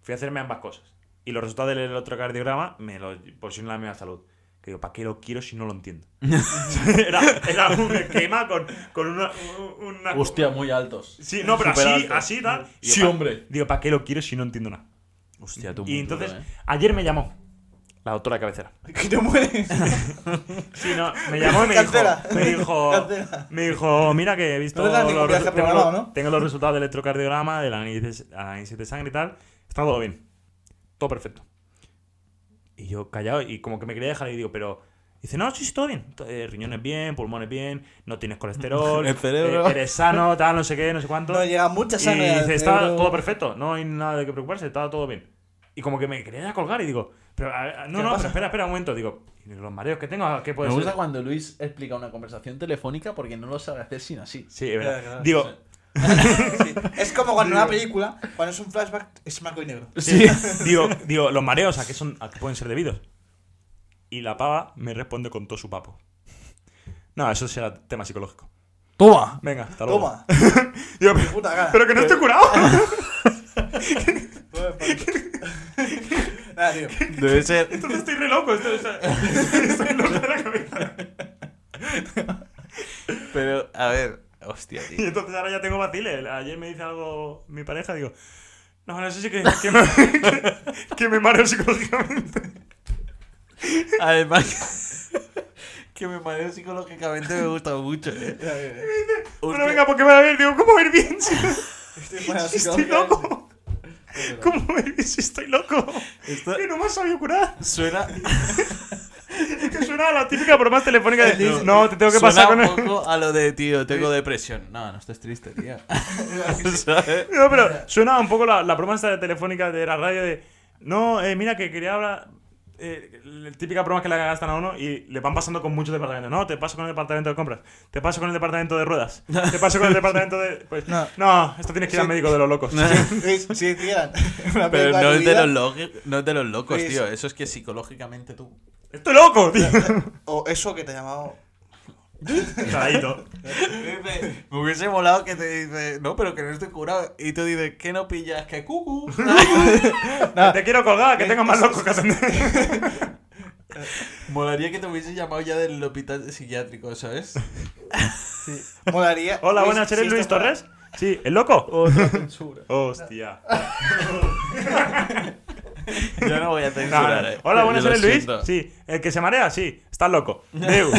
Speaker 2: Fui a hacerme ambas cosas. Y los resultados del electrocardiograma me lo pusieron en la misma salud. Que digo, ¿para qué lo quiero si no lo entiendo? era, era un esquema con, con una, una-
Speaker 1: Hostia, muy altos.
Speaker 2: Sí, no, pero
Speaker 1: Súper
Speaker 2: así,
Speaker 1: altos.
Speaker 2: así, tal. Y
Speaker 1: Sí,
Speaker 2: digo, pa-
Speaker 1: hombre.
Speaker 2: Digo, ¿para qué lo quiero si no entiendo nada?
Speaker 4: Hostia, tú.
Speaker 2: Y entonces, ayer me llamó la doctora de cabecera.
Speaker 3: Que te mueres.
Speaker 2: Sí, no, me llamó y me dijo,
Speaker 3: Cancela.
Speaker 2: me dijo,
Speaker 3: Cancela.
Speaker 2: me dijo, mira que he visto
Speaker 3: No le das ningún
Speaker 2: los,
Speaker 3: viaje
Speaker 2: resu- tengo,
Speaker 3: programado,
Speaker 2: los-
Speaker 3: ¿no?
Speaker 2: tengo los resultados del electrocardiograma, del análisis, análisis de sangre y tal, está todo bien, todo perfecto. Y yo callado y como que me quería dejar y digo, pero dice, no, sí, sí, todo bien, to- eh, riñones bien, pulmones bien, no tienes colesterol,
Speaker 4: El cerebro.
Speaker 2: eh, eres sano, tal, no sé qué, no sé cuánto.
Speaker 3: No llega mucha sangre.
Speaker 2: Y
Speaker 3: al
Speaker 2: dice, está
Speaker 3: cerebro.
Speaker 2: todo perfecto, no hay nada de que preocuparse, está todo bien. Y como que me quería ya colgar y digo, pero a- a- no,
Speaker 3: ¿Qué
Speaker 2: no,
Speaker 3: pasa?
Speaker 2: pero espera, espera un momento, digo, "¿Y los mareos que tengo, ah, ¿qué
Speaker 1: Me
Speaker 2: puede
Speaker 1: gusta
Speaker 2: ser?
Speaker 1: cuando Luis explica una conversación telefónica porque no lo sabe hacer sin así.
Speaker 2: Sí, es verdad.
Speaker 3: Claro, claro.
Speaker 2: digo,
Speaker 3: Sí. Es como cuando en una película, cuando es un flashback, es blanco y negro.
Speaker 2: sí, digo, digo, los mareos a qué son, a qué pueden ser debidos. Y la pava me responde con todo su papo. No, eso será tema psicológico.
Speaker 4: ¡Toma!
Speaker 2: Venga, hasta luego.
Speaker 3: Toma.
Speaker 2: Digo,
Speaker 3: de
Speaker 2: pero,
Speaker 3: puta cara.
Speaker 2: pero que no estoy curado.
Speaker 3: Nada, tío.
Speaker 4: Debe ser.
Speaker 2: Entonces estoy re loco. Estoy, o sea, estoy loco de la cabeza.
Speaker 4: Pero, a ver. Hostia, tío.
Speaker 2: Y entonces ahora ya tengo vaciles. Ayer me dice algo mi pareja, digo, no, no sé si que, que me, que, que me mareo psicológicamente.
Speaker 4: Además, que me mareo psicológicamente me gusta mucho, ¿eh?
Speaker 3: Mira, mira, mira.
Speaker 2: Bueno, venga, porque me va a ver. Digo, ¿cómo va a ir bien? Si,
Speaker 3: Estoy mal
Speaker 2: si estoy
Speaker 3: psicológicamente.
Speaker 2: loco. ¿Cómo va a ir bien si estoy loco?
Speaker 4: Esto
Speaker 2: Que no me has sabido curar.
Speaker 4: suena,
Speaker 2: Es que suena a la típica broma telefónica de
Speaker 4: No.
Speaker 2: no, te tengo que
Speaker 4: suena
Speaker 2: pasar con
Speaker 4: un
Speaker 2: él.
Speaker 4: poco a lo de, tío, tengo depresión. No, no estés triste, tío. ¿Sabes?
Speaker 2: No, pero suena un poco la, la broma esta de telefónica de la radio de. No, eh, mira, que quería hablar. eh, la típica broma que le gastan a uno y le van pasando con muchos departamentos. No, te paso con el departamento de compras, te paso con el departamento de ruedas, te paso con el departamento de. Pues, no.
Speaker 3: No.
Speaker 2: esto tienes que ir al médico de los locos.
Speaker 3: Luis, Si hicieran una
Speaker 4: Pero
Speaker 3: película
Speaker 4: no
Speaker 3: de
Speaker 4: es,
Speaker 3: tu
Speaker 4: de
Speaker 3: vida,
Speaker 4: los lo- no es de los locos,
Speaker 3: Luis.
Speaker 4: tío. Eso es que psicológicamente tú.
Speaker 2: ¡Estoy loco, tío!
Speaker 3: O eso que te llamaba.
Speaker 2: Caladito.
Speaker 4: Dice, Me hubiese molado que te dice, no, pero que no estoy curado. Y tú dices, ¿qué no pillas? Que cucu.
Speaker 2: Te quiero colgar, que tengo más locos que atender.
Speaker 4: Molaría que te hubiese llamado ya del hospital psiquiátrico, ¿sabes?
Speaker 3: Molaría.
Speaker 2: Hola,
Speaker 3: Luis,
Speaker 2: buenas, ¿eres
Speaker 3: si
Speaker 2: Luis
Speaker 3: esto fuera-
Speaker 2: Torres? Sí, ¿el loco?
Speaker 1: Otra censura.
Speaker 2: Hostia.
Speaker 4: Yo no voy a
Speaker 2: No, no.
Speaker 4: censurar, eh.
Speaker 2: Hola, buenas,
Speaker 4: Lo
Speaker 2: ¿eres Luis?
Speaker 4: siento.
Speaker 2: Sí. ¿El que se marea? Sí. Estás loco. Deu.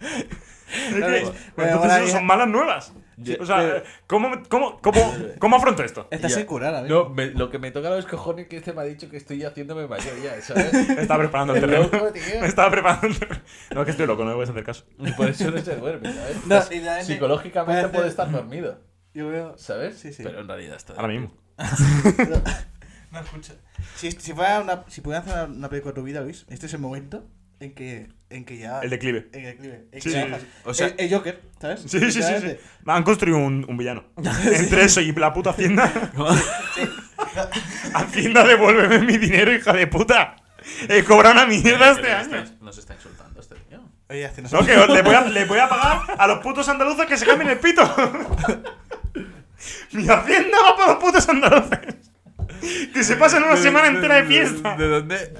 Speaker 2: Es que,
Speaker 3: No,
Speaker 2: pues,
Speaker 3: no,
Speaker 2: entonces
Speaker 3: ahora
Speaker 2: eso
Speaker 3: ya-
Speaker 2: son malas nuevas.
Speaker 1: Ya-
Speaker 2: O sea, ¿cómo, cómo, cómo, cómo afronto esto?
Speaker 3: Estás
Speaker 1: Ya.
Speaker 3: sin curar, amigo.
Speaker 1: No, me- lo que me toca a los cojones que este me ha dicho que estoy haciéndome mayor ya, ¿sabes?
Speaker 2: Me estaba preparando el
Speaker 1: El
Speaker 2: terreno.
Speaker 1: loco, tío.
Speaker 2: Me estaba preparando el terreno. No, que estoy loco, no me puedes hacer caso.
Speaker 1: Y por eso no se duerme, ¿sabes?
Speaker 3: No,
Speaker 1: Estás-
Speaker 3: y la-
Speaker 1: psicológicamente
Speaker 3: parece-
Speaker 1: puede estar dormido,
Speaker 3: Yo veo.
Speaker 1: ¿sabes?
Speaker 3: Sí, sí.
Speaker 1: Pero en realidad está.
Speaker 2: Ahora mismo.
Speaker 3: No, escucha. Si, si, fuera una, si pudieras hacer una, una película de tu vida, Luis, este es el momento en que, en que ya.
Speaker 2: El declive.
Speaker 3: En el declive. En
Speaker 2: Sí,
Speaker 3: que ya bajas.
Speaker 4: o sea-
Speaker 3: el, el Joker, ¿sabes?
Speaker 2: Sí, sí, sí, sí.
Speaker 3: Literalmente.
Speaker 2: Me han construido un, un villano. Entre eso y la puta Hacienda. Hacienda, devuélveme mi dinero, hija de puta. He cobrado una mierda este
Speaker 1: Pero
Speaker 2: año.
Speaker 1: está- Nos está insultando este niño.
Speaker 3: Oye, hace no sé-
Speaker 2: No, que le voy, a, le voy a pagar a los putos andaluces que se cambien el pito. Mi hacienda va para los putos andaluces. Que se pasan una semana entera de fiesta.
Speaker 4: ¿De dónde? ¿De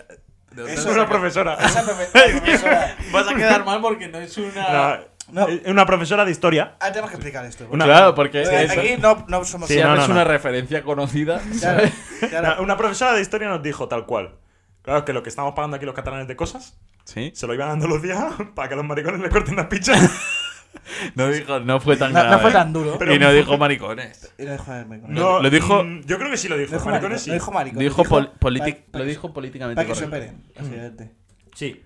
Speaker 4: dónde
Speaker 2: Es
Speaker 4: lo
Speaker 2: una
Speaker 4: sacas?
Speaker 2: profesora.
Speaker 3: Esa profe- la profesora.
Speaker 4: Vas a quedar mal porque no es una.
Speaker 2: No,
Speaker 3: No.
Speaker 2: Es una profesora de historia.
Speaker 3: Ah, tenemos que explicar esto.
Speaker 2: Una-
Speaker 1: Claro, porque
Speaker 3: Eh,
Speaker 1: es-
Speaker 3: aquí no, no somos.
Speaker 2: Sí,
Speaker 1: si
Speaker 2: no,
Speaker 1: haces
Speaker 2: no, no.
Speaker 1: una referencia conocida,
Speaker 3: Claro,
Speaker 1: ¿sabes?
Speaker 3: claro.
Speaker 2: Una profesora de historia nos dijo tal cual. Claro que lo que estamos pagando aquí los catalanes de cosas
Speaker 4: Sí.
Speaker 2: se lo iban a Andalucía para que a los maricones le corten las pichas.
Speaker 4: No dijo, no fue tan
Speaker 3: No,
Speaker 4: grave.
Speaker 3: no
Speaker 1: eh.
Speaker 3: fue tan duro.
Speaker 2: Pero-
Speaker 4: y no dijo maricones.
Speaker 3: Y no dijo maricones.
Speaker 2: No,
Speaker 4: lo dijo-
Speaker 2: mm, Yo creo que sí lo dijo.
Speaker 3: No dijo
Speaker 2: maricones
Speaker 3: maricones.
Speaker 2: sí.
Speaker 3: No dijo maricones.
Speaker 4: Dijo pol- politic-
Speaker 3: pa- pa-
Speaker 1: Lo dijo políticamente
Speaker 3: Para que se
Speaker 1: correcto.
Speaker 3: operen. básicamente.
Speaker 2: Sí.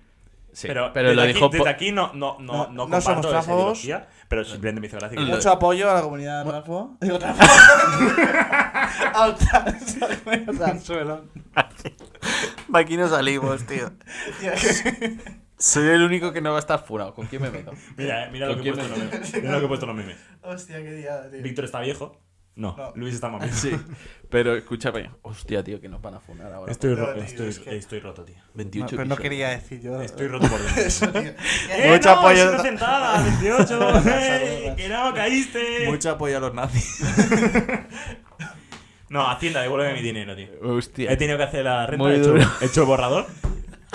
Speaker 4: Sí,
Speaker 2: Pero,
Speaker 4: pero
Speaker 2: desde
Speaker 4: lo
Speaker 2: aquí,
Speaker 4: dijo. po-
Speaker 2: desde aquí no, no, no, no,
Speaker 3: No, no
Speaker 2: comparto
Speaker 3: somos
Speaker 2: esa
Speaker 3: trafos.
Speaker 2: ideología, pero simplemente me hizo gracia. que-
Speaker 3: Mucho apoyo a la comunidad trafo. Digo trafo. Al trans- al transuelo.
Speaker 4: De aquí no salimos, tío.
Speaker 1: Soy el único que no va a estar furado. ¿Con quién me meto?
Speaker 2: Mira, eh, mira, lo
Speaker 1: ¿Con
Speaker 2: que he
Speaker 1: quién
Speaker 2: puesto en los memes. mira lo que he puesto en los memes.
Speaker 3: Hostia, qué día, tío.
Speaker 2: Víctor está viejo. No,
Speaker 3: No.
Speaker 2: Luis está más viejo.
Speaker 1: Sí. Pero escúchame. Hostia, tío, que nos van a funar ahora.
Speaker 2: Estoy, ro-
Speaker 3: No, tío,
Speaker 2: estoy,
Speaker 3: es que-
Speaker 2: estoy roto, tío.
Speaker 4: 28
Speaker 3: pero no
Speaker 4: episodios.
Speaker 3: quería decir yo.
Speaker 2: Estoy roto por dentro.
Speaker 3: Eso, tío.
Speaker 2: ¡Eh,
Speaker 4: Mucho
Speaker 2: no,
Speaker 4: apoyo.
Speaker 2: siendo sentada, 28!
Speaker 3: Saludos.
Speaker 2: ¡Eh, ¡Que no, caíste!
Speaker 4: Mucho apoyo a los nazis.
Speaker 2: No, Hacienda, devuélveme mi dinero, tío. He
Speaker 1: Hostia.
Speaker 2: tenido que hacer la renta,
Speaker 1: Muy
Speaker 2: he hecho,
Speaker 1: duro.
Speaker 2: he hecho el borrador.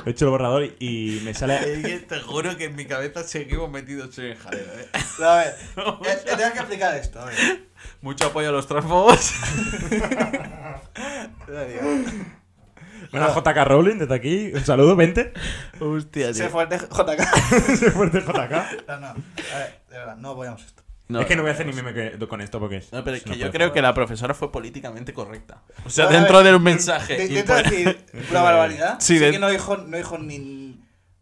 Speaker 2: He hecho el borrador y me sale.
Speaker 1: Es que te juro que en mi cabeza seguimos metidos en jaleo, ¿eh?
Speaker 3: No, a ver, eh, eh, tengo que explicar esto. A ver.
Speaker 1: Mucho apoyo a los transfobos.
Speaker 3: Lo digo.
Speaker 2: Bueno, JK Rowling, desde aquí, un saludo, vente.
Speaker 1: Hostia,
Speaker 3: Se
Speaker 1: tío.
Speaker 3: fue de JK.
Speaker 2: Sé fuerte, JK.
Speaker 3: No, no. A ver, de verdad, no apoyamos esto.
Speaker 2: es que no voy a hacer ni meme que- con esto porque es.
Speaker 1: No, pero es
Speaker 2: no
Speaker 1: que yo
Speaker 2: puede
Speaker 1: creo
Speaker 2: ser.
Speaker 1: que la profesora fue políticamente correcta. O sea,
Speaker 3: No, a ver,
Speaker 1: dentro del mensaje.
Speaker 3: De-
Speaker 1: y
Speaker 3: Intento
Speaker 1: fuera.
Speaker 3: decir una barbaridad.
Speaker 1: Sí,
Speaker 3: Sí,
Speaker 1: de-
Speaker 3: que no dijo, no dijo ni.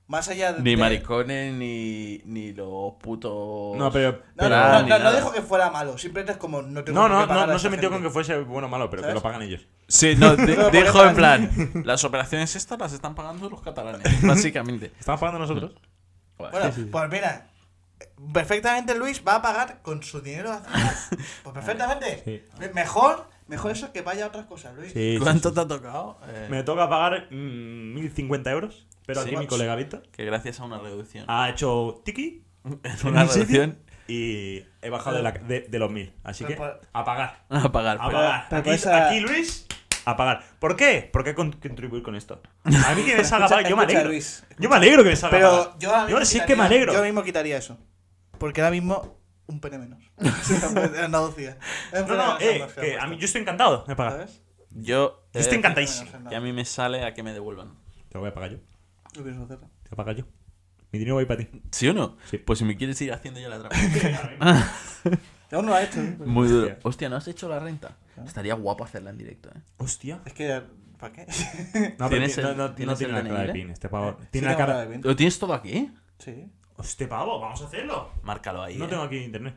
Speaker 3: Más allá de.
Speaker 1: Ni maricones, ni, ni los putos.
Speaker 2: No, pero.
Speaker 3: No, no,
Speaker 1: Nada,
Speaker 3: no,
Speaker 1: ni
Speaker 3: no, no
Speaker 1: nada.
Speaker 3: dijo que fuera malo. Simplemente es como no tengo
Speaker 2: No,
Speaker 3: que
Speaker 2: no,
Speaker 3: pagar
Speaker 2: no,
Speaker 3: a
Speaker 2: no
Speaker 3: esta
Speaker 2: se metió con
Speaker 3: gente.
Speaker 2: que fuese bueno o malo, pero que
Speaker 3: ¿Sabes?
Speaker 2: lo pagan ellos.
Speaker 1: Sí, no, di-
Speaker 3: No, porque
Speaker 1: dijo en
Speaker 3: para-
Speaker 1: plan: las operaciones estas las están pagando los catalanes, básicamente.
Speaker 2: ¿Estamos pagando nosotros?
Speaker 3: Bueno, pues mira. Perfectamente Luis va a pagar con su dinero a Hacienda. Pues perfectamente.
Speaker 2: Sí.
Speaker 3: Me- Mejor, mejor eso que vaya a otras cosas, Luis.
Speaker 2: Sí.
Speaker 1: ¿Cuánto te ha tocado? Eh,
Speaker 2: Me toca pagar mm, 1050 euros, pero
Speaker 1: Sí.
Speaker 2: aquí mi colega Víctor
Speaker 1: Que gracias a una reducción.
Speaker 2: ha hecho tiki
Speaker 1: una
Speaker 2: ¿en serio?
Speaker 1: reducción
Speaker 2: y he bajado de, la- de- de los 1000. Así que,
Speaker 3: Pero por-
Speaker 2: a pagar.
Speaker 1: a pagar.
Speaker 2: A
Speaker 1: pues.
Speaker 2: pagar.
Speaker 3: pero
Speaker 2: Aquí,
Speaker 3: por esa-
Speaker 2: aquí, Luis, a pagar. ¿Por qué? ¿Por qué con- contribuir con esto? A mí que me salga
Speaker 3: Escucha,
Speaker 2: pagar, yo me
Speaker 3: escucha,
Speaker 2: alegro.
Speaker 3: Luis,
Speaker 2: Yo me alegro que me salga
Speaker 3: Pero
Speaker 2: pagar.
Speaker 3: yo ahora mismo
Speaker 2: sí que
Speaker 3: quitaría-
Speaker 2: me alegro.
Speaker 3: Yo mismo quitaría eso. Porque ahora mismo un pene menos. en Andalucía.
Speaker 2: No, no, eh, que a mí, yo estoy encantado de pagar.
Speaker 3: ¿Sabes?
Speaker 1: Yo.
Speaker 2: Yo estoy
Speaker 1: eh,
Speaker 2: encantadísimo.
Speaker 3: Menos en
Speaker 1: Y a mí me sale a que me devuelvan.
Speaker 2: Te lo voy a pagar yo. Te
Speaker 3: Yo pienso hacerlo.
Speaker 2: lo voy a pagar yo. Mi dinero va a ir para ti.
Speaker 1: ¿Sí o no?
Speaker 2: Sí.
Speaker 1: Pues si me quieres ir haciendo yo la trampa.
Speaker 3: Aún no lo ha hecho. ¿eh?
Speaker 1: Muy duro. Hostia, ¿no has hecho la renta? Estaría guapo hacerla en directo, ¿eh?
Speaker 2: Hostia.
Speaker 3: Es que, ¿para qué?
Speaker 2: No, pero
Speaker 1: ¿Tienes
Speaker 2: ti- no,
Speaker 1: el-
Speaker 2: no, no
Speaker 1: tienes
Speaker 2: tiene
Speaker 1: el
Speaker 2: la cara de
Speaker 1: DNI,
Speaker 2: pin, este pavo.
Speaker 3: Eh, Sí,
Speaker 2: Tiene la
Speaker 3: tengo
Speaker 2: cara.
Speaker 3: de bien.
Speaker 1: ¿Lo tienes todo aquí?
Speaker 3: Sí.
Speaker 2: Hostia, pavo, vamos a hacerlo.
Speaker 1: Márcalo ahí.
Speaker 2: No
Speaker 1: ¿eh?
Speaker 2: tengo aquí internet.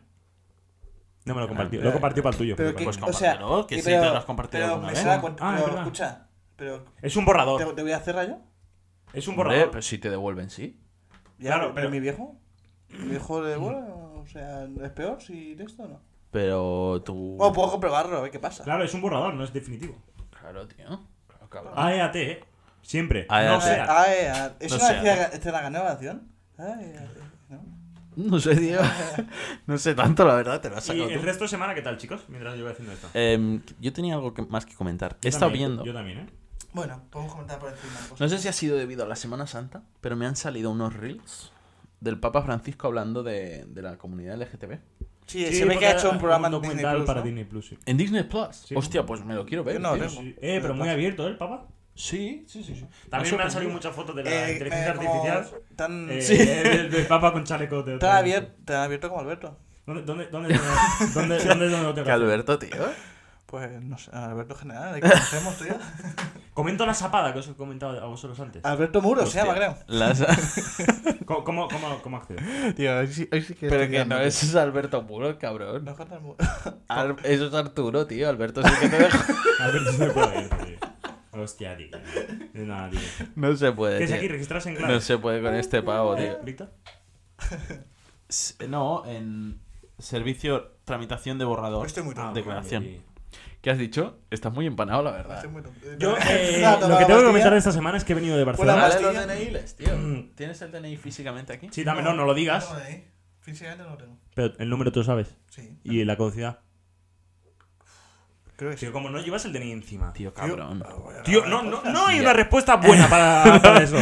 Speaker 2: No me lo compartí.
Speaker 1: Ah,
Speaker 2: Lo he compartido para el tuyo.
Speaker 3: Pero
Speaker 2: pero
Speaker 3: que,
Speaker 2: bueno.
Speaker 1: pues
Speaker 3: o sea,
Speaker 1: compártelo, que
Speaker 3: sí,
Speaker 1: sí te lo has compartido
Speaker 3: pero
Speaker 1: alguna
Speaker 3: me
Speaker 1: vez.
Speaker 3: será con-
Speaker 2: Ah, es
Speaker 3: pero
Speaker 2: verdad. Oh.
Speaker 3: escucha, pero
Speaker 2: Es un
Speaker 3: ¿te,
Speaker 2: borrador.
Speaker 3: te voy a cerrar yo?
Speaker 2: Es un
Speaker 1: Hombre,
Speaker 2: borrador.
Speaker 1: pues si te devuelven, sí.
Speaker 3: Ya,
Speaker 2: Claro,
Speaker 3: pero,
Speaker 2: pero- Mm.
Speaker 3: mi viejo, mi viejo de bueno, o sea, es peor si de esto o no.
Speaker 1: Pero tú.
Speaker 3: Bueno, puedo comprobarlo, a ver qué pasa.
Speaker 2: Claro, es un borrador, no es definitivo.
Speaker 1: Claro, tío. Claro, cabrón.
Speaker 2: AEAT, eh. Siempre.
Speaker 1: AEAT.
Speaker 2: No sea.
Speaker 3: Ah, eh, ah,
Speaker 1: No
Speaker 3: eso no
Speaker 1: sea.
Speaker 3: decía esta era la nueva canción. Ay, ay, eh, ¿no?
Speaker 1: No sé, tío. no sé tanto, la verdad, te lo has
Speaker 2: Y
Speaker 1: sacado
Speaker 2: el
Speaker 1: tú.
Speaker 2: resto de semana, ¿qué tal, chicos? Mientras yo voy haciendo esto.
Speaker 1: Em, yo tenía algo que- más que comentar. He
Speaker 2: Yo
Speaker 1: estado
Speaker 2: también,
Speaker 1: viendo.
Speaker 2: Yo también, ¿eh?
Speaker 3: Bueno, podemos comentar por encima cosas.
Speaker 1: No sé si ha sido debido a la Semana Santa, pero me han salido unos reels del Papa Francisco hablando de, de la comunidad LGTB.
Speaker 3: Sí,
Speaker 2: Sí,
Speaker 3: se ve
Speaker 2: porque
Speaker 3: que ha hecho un programa en Disney
Speaker 2: documental
Speaker 3: Plus,
Speaker 2: para
Speaker 3: ¿no?
Speaker 2: Disney Plus. Sí.
Speaker 1: En Disney Plus.
Speaker 2: Sí.
Speaker 1: Hostia, pues me lo quiero ver.
Speaker 3: Yo no lo
Speaker 1: tío.
Speaker 3: tengo.
Speaker 2: Sí. Eh, pero muy abierto, ¿eh, el papa?
Speaker 1: Sí, sí, sí. sí.
Speaker 2: También me han
Speaker 1: sorprendido.
Speaker 2: salido muchas fotos de la
Speaker 3: Eh, mm,
Speaker 2: inteligencia
Speaker 3: eh, como
Speaker 2: artificial.
Speaker 3: Tan,
Speaker 2: Eh,
Speaker 3: sí.
Speaker 2: eh, del, del papa con chaleco de
Speaker 3: tan, abierto, tan abierto como Alberto.
Speaker 2: ¿Dónde, dónde, dónde, dónde, dónde, dónde, dónde lo tengo?
Speaker 1: Que Alberto, tío.
Speaker 3: Pues no sé, Alberto General, le conocemos, tío.
Speaker 2: Comento la zapada que os he comentado a vosotros antes.
Speaker 3: Alberto Muro se llama,
Speaker 1: Hostia,
Speaker 3: creo.
Speaker 1: las-
Speaker 2: ¿Cómo, cómo, cómo, cómo accedo?
Speaker 3: Tío, hoy sí, hoy sí que.
Speaker 1: Pero
Speaker 3: estoy
Speaker 1: que no
Speaker 3: dando,
Speaker 1: es Alberto puro, cabrón.
Speaker 3: tío. No cuenta el muro.
Speaker 1: Ar- Eso es Arturo, tío. Alberto sí que te dejo.
Speaker 2: Alberto se me puede ir, tío. Hostia, tío. Nada, tío.
Speaker 1: No se puede.
Speaker 2: ¿Qué es
Speaker 1: Eh, tío.
Speaker 2: aquí? ¿Registrarse en clave?
Speaker 1: No se puede con este pavo,
Speaker 2: Eh,
Speaker 1: tío.
Speaker 2: ¿Víctor?
Speaker 1: S- No, en servicio tramitación Ah, de borrador.
Speaker 2: Pues,
Speaker 3: Estoy muy
Speaker 2: eh,
Speaker 3: tonto.
Speaker 1: Declaración.
Speaker 2: vale,
Speaker 1: ¿Qué has dicho? Estás muy empanado, la verdad.
Speaker 3: Estoy muy tonto.
Speaker 2: tío. Yo, eh,
Speaker 3: Nada,
Speaker 2: lo
Speaker 3: tomaba
Speaker 2: que tengo que comentar
Speaker 3: pastilla.
Speaker 2: esta semana es que he venido de
Speaker 3: Una
Speaker 2: Barcelona.
Speaker 3: pastilla.
Speaker 1: Dale los DNIs, tío.
Speaker 2: Mm.
Speaker 1: ¿Tienes el DNI físicamente aquí?
Speaker 2: Sí, dame, no, no lo digas.
Speaker 3: No, eh. Físicamente no lo tengo.
Speaker 2: Pero el número tú lo sabes.
Speaker 3: Sí,
Speaker 2: Y la caducidad.
Speaker 3: creo que sí.
Speaker 2: Tío, como no llevas el DNI encima.
Speaker 1: Tío, cabrón.
Speaker 2: Tío, no, no, no hay una respuesta buena para, para eso.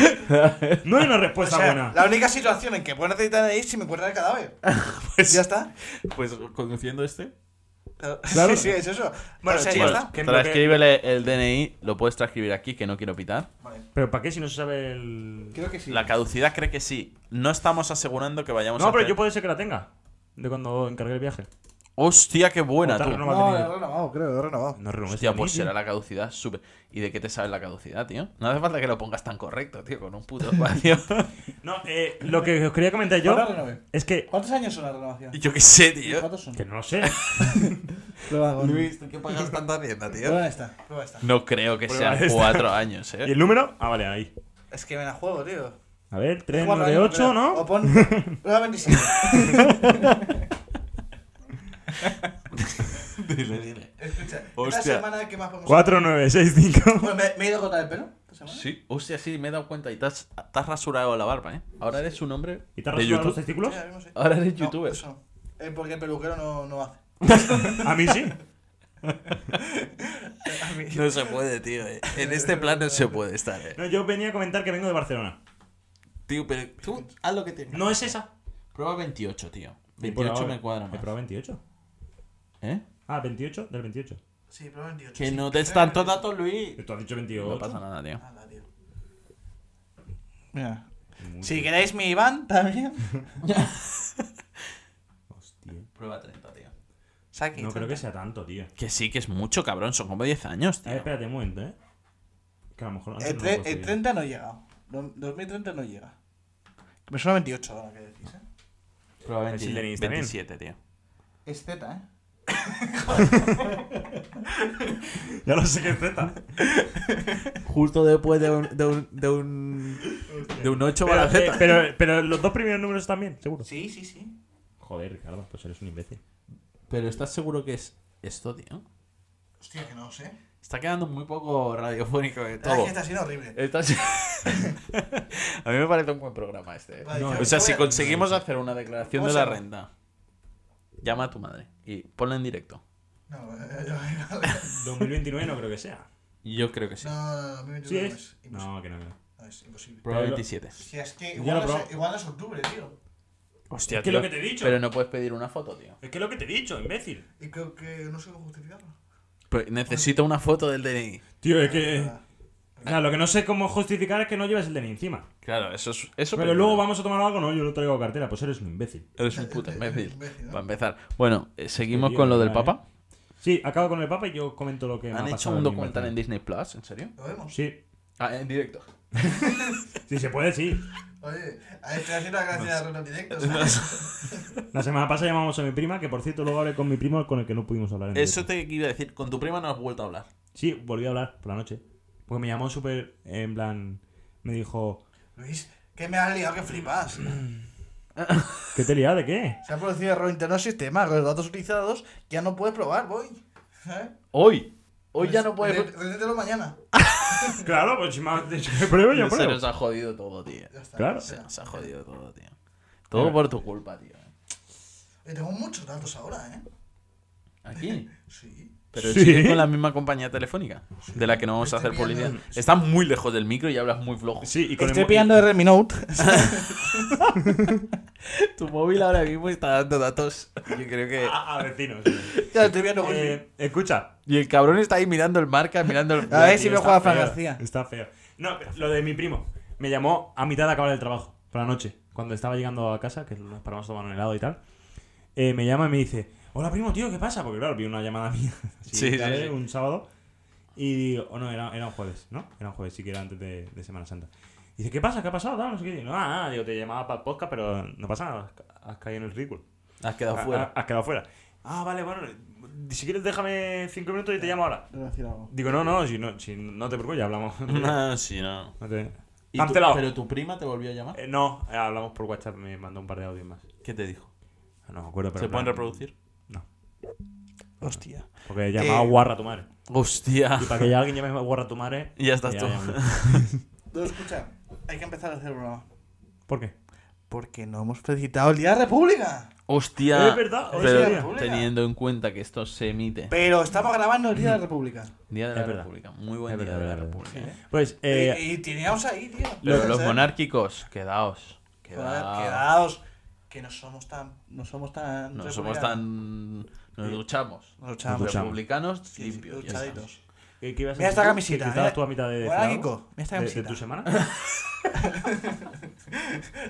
Speaker 2: No hay una
Speaker 3: O
Speaker 2: respuesta
Speaker 3: sea,
Speaker 2: buena.
Speaker 3: la única situación en que puedo necesitar es si me encuentran el cadáver. ya está.
Speaker 1: Pues conduciendo este.
Speaker 3: Claro.
Speaker 2: Claro.
Speaker 3: Sí, sí, es eso.
Speaker 2: Bueno,
Speaker 3: o sea, ya
Speaker 2: chicos,
Speaker 3: está.
Speaker 2: que-
Speaker 1: Transcríbele el DNI, lo puedes transcribir aquí, que no quiero pitar.
Speaker 3: Vale,
Speaker 2: Pero ¿para qué si no se sabe el...?
Speaker 3: creo que sí.
Speaker 1: La caducidad cree que sí. No estamos asegurando que vayamos a.
Speaker 2: No, pero
Speaker 1: hacer-
Speaker 2: yo puede ser que la tenga. De cuando encargué el viaje.
Speaker 1: Hostia, qué buena,
Speaker 2: O tal,
Speaker 1: tú.
Speaker 2: no
Speaker 3: No,
Speaker 2: me ha
Speaker 3: lo
Speaker 2: tenido.
Speaker 3: he renovado, creo, lo he renovado.
Speaker 2: No renoves
Speaker 1: Hostia,
Speaker 2: el DNI,
Speaker 1: pues
Speaker 2: tío.
Speaker 1: será la caducidad súper. ¿Y de qué te sabe la caducidad, tío? No hace falta que lo pongas tan correcto, tío, con un puto espacio.
Speaker 2: No, eh, lo que os quería comentar yo
Speaker 3: Ahora renové.
Speaker 2: es que...
Speaker 3: ¿Cuántos años son la renovación?
Speaker 1: yo qué sé, tío.
Speaker 3: ¿Cuántos son?
Speaker 2: Que no lo sé.
Speaker 3: Prueba con...
Speaker 1: ¿tú qué pagas tanta hacienda, tío?
Speaker 3: Prueba esta, prueba esta.
Speaker 1: No creo que
Speaker 2: Prueba
Speaker 1: sean
Speaker 2: esta.
Speaker 1: cuatro años, eh.
Speaker 2: ¿Y el número? Ah, vale, ahí.
Speaker 3: Es que me la juego, tío.
Speaker 2: A ver, 3,
Speaker 3: Cuatro
Speaker 2: 9,
Speaker 3: años,
Speaker 2: 8,
Speaker 3: prueba.
Speaker 2: ¿no?
Speaker 3: O pon... Prueba 27.
Speaker 1: Dile, dile.
Speaker 3: Escucha,
Speaker 1: Hostia.
Speaker 3: ¿es la semana que más vamos
Speaker 2: 4, 9, 6, 5.
Speaker 3: Bueno, me, me he ido a cortar el pelo esta semana.
Speaker 1: Sí, hostia, sí, me he dado cuenta. Y te has, te has rasurado la barba, ¿eh? Ahora eres un hombre
Speaker 2: ¿Y te has
Speaker 1: de
Speaker 2: rasurado
Speaker 1: YouTube.
Speaker 2: los testículos?
Speaker 3: Sí, ahora mismo sí.
Speaker 1: Ahora eres
Speaker 3: No,
Speaker 1: youtuber.
Speaker 3: eso no. Eh, porque el peluquero no, no hace.
Speaker 2: A mí sí.
Speaker 3: A mí-
Speaker 1: No se puede, tío. eh. En este plan no se puede estar, eh.
Speaker 2: No, yo venía a comentar que vengo de Barcelona.
Speaker 1: Tío, pero tú haz lo que tengas.
Speaker 2: No es esa.
Speaker 1: Prueba 28, tío.
Speaker 2: He probado-
Speaker 1: 28 me cuadra
Speaker 2: He
Speaker 1: más.
Speaker 2: probado 28.
Speaker 1: ¿Eh?
Speaker 2: Ah, 28 del 28.
Speaker 3: Sí, pero 28.
Speaker 1: Que
Speaker 3: sí.
Speaker 1: no des tantos datos, Luis.
Speaker 2: Tú has dicho 28.
Speaker 1: No pasa nada, tío.
Speaker 3: Nada, tío. Mira. Si
Speaker 2: que...
Speaker 3: queréis mi Iván también.
Speaker 2: Hostia.
Speaker 1: Prueba 30, tío.
Speaker 3: Saki.
Speaker 2: No creo que sea tanto, tío.
Speaker 1: Que sí, que es mucho, cabrón. Son como 10 años,
Speaker 2: A ver,
Speaker 1: tío.
Speaker 2: espérate un momento, ¿eh? Que a lo mejor antes
Speaker 3: El,
Speaker 2: no
Speaker 3: Eh, tre-
Speaker 2: lo
Speaker 3: el
Speaker 2: conseguí.
Speaker 3: 30 no llega. Do- 2030 no llega. Me suena 28 ahora que decís, ¿eh?
Speaker 1: Prueba
Speaker 2: El
Speaker 1: 20,
Speaker 2: Sildenins también.
Speaker 1: 27, tío.
Speaker 3: Es Z, ¿eh?
Speaker 2: Ya lo sé que es Z.
Speaker 4: Justo después de un. de un. de un, de un 8
Speaker 2: Pero,
Speaker 4: va la
Speaker 2: eh,
Speaker 4: Z.
Speaker 2: pero, pero los dos primeros números están bien, seguro.
Speaker 3: Sí, sí, sí.
Speaker 2: Joder, Ricardo, pues eres un imbécil.
Speaker 1: Pero ¿estás seguro que es esto, tío?
Speaker 3: Hostia, que no sé.
Speaker 1: Está quedando muy poco radiofónico eh. de
Speaker 3: La
Speaker 1: todo.
Speaker 3: que está siendo horrible.
Speaker 1: Estás- a mí me parece un buen programa este. eh.
Speaker 3: Vale,
Speaker 2: No,
Speaker 3: yo-
Speaker 1: O sea,
Speaker 3: yo
Speaker 1: si
Speaker 3: voy a-
Speaker 1: conseguimos hacer una declaración
Speaker 3: ¿Cómo
Speaker 1: de la
Speaker 3: se llama?
Speaker 1: renta, llama a tu madre y ponla en directo.
Speaker 3: No, eh, no, no, no.
Speaker 2: 2029 no creo que sea.
Speaker 1: Yo creo que sí.
Speaker 3: No, no, no,
Speaker 2: ¿Sí
Speaker 3: 2029 no
Speaker 2: es?
Speaker 3: es imposible.
Speaker 2: No, que no. que no.
Speaker 3: No, es imposible.
Speaker 1: Prueba
Speaker 2: Pero lo-
Speaker 1: 27.
Speaker 3: Hostia, es que
Speaker 2: Ya
Speaker 3: igual,
Speaker 2: lo
Speaker 3: no
Speaker 2: probo-
Speaker 3: es, igual no es octubre, tío.
Speaker 1: Hostia,
Speaker 2: es que
Speaker 1: tío,
Speaker 2: lo que te he dicho.
Speaker 1: Pero no puedes pedir una foto, tío.
Speaker 2: Es que lo que te he dicho, imbécil.
Speaker 3: Y creo que no sé cómo justificarlo.
Speaker 1: Pero Pues necesito una foto del DNI.
Speaker 2: Tío, es que. Claro, lo que no sé cómo justificar es que no lleves el DNI encima.
Speaker 1: Claro, eso es. Eso
Speaker 2: Pero luego vamos a tomar algo, no, yo no traigo cartera, pues eres un imbécil.
Speaker 1: Eres un puto imbécil.
Speaker 3: Imbécil, ¿no?
Speaker 1: Para empezar. Bueno, eh, seguimos
Speaker 2: tío,
Speaker 1: con lo del
Speaker 2: ¿verdad,
Speaker 1: Papa.
Speaker 2: Sí, acabo con el Papa y yo comento lo que me ha
Speaker 1: Han hecho
Speaker 2: pasado
Speaker 1: un
Speaker 2: en mi
Speaker 1: documental en
Speaker 2: infancia.
Speaker 1: Disney Plus, ¿en serio?
Speaker 3: Lo vemos.
Speaker 2: Sí,
Speaker 1: Ah, en directo.
Speaker 2: sí, se puede, sí.
Speaker 3: Oye, ahí estoy haciendo la gracia de Ronald directo. ¿sabes?
Speaker 2: La semana pasada llamamos a mi prima, que por cierto luego hablé con mi primo con el que no pudimos hablar. En
Speaker 1: Eso
Speaker 2: directo.
Speaker 1: te iba a decir. Con tu prima no has vuelto a hablar.
Speaker 2: Sí, volví a hablar por la noche. Porque me llamó súper, en plan, me dijo,
Speaker 3: Luis, que me has liado, que flipas. Se
Speaker 2: ¿qué te lias de qué?
Speaker 3: ha producido error interno al sistema. Los datos utilizados ya no puedes probar, voy. ¿Eh?
Speaker 4: Hoy. Hoy ya no
Speaker 3: Re-
Speaker 4: puedes.
Speaker 3: Retételo mañana.
Speaker 2: Claro, pues si me has dicho que pruebe, yo
Speaker 1: Se
Speaker 2: pruebo.
Speaker 1: nos ha jodido todo, tío.
Speaker 3: Ya está.
Speaker 2: Claro.
Speaker 3: o sea.
Speaker 1: Se ha jodido todo, tío. Todo
Speaker 2: Mira.
Speaker 1: por tu culpa, tío.
Speaker 3: Eh, tengo muchos datos ahora, ¿eh?
Speaker 1: Aquí.
Speaker 3: Sí.
Speaker 1: Pero
Speaker 2: Sí.
Speaker 1: sigue con la misma compañía telefónica, de la que no vamos a
Speaker 3: Estoy
Speaker 1: hacer publicidad.
Speaker 3: pillando.
Speaker 1: Estás muy lejos del micro y hablas muy flojo.
Speaker 2: Sí, y con el mo-
Speaker 3: de Redmi Note.
Speaker 1: Tu móvil ahora mismo está dando datos. Yo creo que.
Speaker 2: A, a vecinos.
Speaker 3: ya estoy viendo wifi.
Speaker 2: Eh, escucha,
Speaker 1: Y el cabrón está ahí mirando el marca, mirando el.
Speaker 3: A ver
Speaker 2: Tío,
Speaker 3: si me
Speaker 2: está
Speaker 3: juega Fran
Speaker 2: feo,
Speaker 3: García.
Speaker 2: Está feo. No, pero lo de mi primo. Me llamó a mitad de acabar el trabajo, por la noche, cuando estaba llegando a casa, que nos paramos a tomar un helado y tal. Eh, me llama y me dice, hola primo, tío, ¿qué pasa? Porque claro, vi una llamada mía así,
Speaker 1: Sí,
Speaker 2: tarde,
Speaker 1: sí, sí.
Speaker 2: un sábado. Y digo, o no, era, era un jueves, ¿no? Era un jueves, sí que era antes de, de Semana Santa. Y dice, ¿qué pasa? ¿Qué ha pasado? Tal, no sé qué. Y digo, ah, ah, digo, te llamaba para el podcast, pero no pasa nada, has ca- has caído en el ridículo.
Speaker 1: Has quedado
Speaker 2: Ha-
Speaker 1: fuera.
Speaker 2: ha- Has quedado fuera. Ah, vale, bueno, si quieres déjame cinco minutos y te llamo ahora.
Speaker 3: Debo decir algo.
Speaker 2: Digo, no, no, si no, si no te preocupes, ya hablamos. No
Speaker 1: No, Ah, sí, no.
Speaker 2: te-
Speaker 1: ¿Y tu-
Speaker 2: Cancelado.
Speaker 1: pero tu prima te volvió a llamar.
Speaker 2: Eh, no, eh, hablamos por WhatsApp, me mandó un par de audios más.
Speaker 1: ¿Qué te dijo?
Speaker 2: No me acuerdo, pero.
Speaker 1: ¿Se
Speaker 2: en plan-
Speaker 1: pueden reproducir?
Speaker 2: No.
Speaker 3: Hostia.
Speaker 2: Porque llamaba
Speaker 3: Eh,
Speaker 2: guarra a tu madre.
Speaker 1: Hostia.
Speaker 2: Y para que ya alguien llame guarra a tu madre.
Speaker 1: Ya estás
Speaker 2: ya
Speaker 1: tú.
Speaker 2: llamo.
Speaker 3: No, escucha. Hay que empezar a hacer el programa.
Speaker 2: ¿Por qué?
Speaker 3: Porque no hemos felicitado el Día de la República.
Speaker 1: Hostia.
Speaker 2: Es verdad, hoy
Speaker 1: Pero
Speaker 2: es el
Speaker 3: día.
Speaker 1: teniendo en cuenta que esto se emite.
Speaker 3: Pero estamos grabando el Día de la República.
Speaker 1: Día de la
Speaker 2: Es verdad.
Speaker 1: República. Muy buen
Speaker 2: Es
Speaker 1: día
Speaker 2: verdad,
Speaker 1: de la
Speaker 2: es verdad.
Speaker 1: República. ¿eh?
Speaker 2: Pues, eh,
Speaker 3: y, y teníamos ahí, tío.
Speaker 1: Pero los
Speaker 3: ¿eh?
Speaker 1: monárquicos, quedaos.
Speaker 3: Joder,
Speaker 1: Quedaos.
Speaker 3: Quedaos. Que no somos tan. No somos tan.
Speaker 1: No
Speaker 3: republicanos.
Speaker 1: somos tan. Nos duchamos.
Speaker 3: Nos luchamos.
Speaker 2: duchamos.
Speaker 1: republicanos
Speaker 3: Sí, sí,
Speaker 1: limpios. ya
Speaker 3: duchaditos.
Speaker 1: está.
Speaker 2: ¿qué, qué ibas a decir
Speaker 3: Mira esta
Speaker 2: tú?
Speaker 3: camiseta,
Speaker 2: Que estabas
Speaker 3: mira.
Speaker 2: tú a mitad de.
Speaker 3: Hola,
Speaker 2: de-
Speaker 3: Kiko. Mira esta
Speaker 2: de-
Speaker 3: camiseta.
Speaker 2: de tu semana?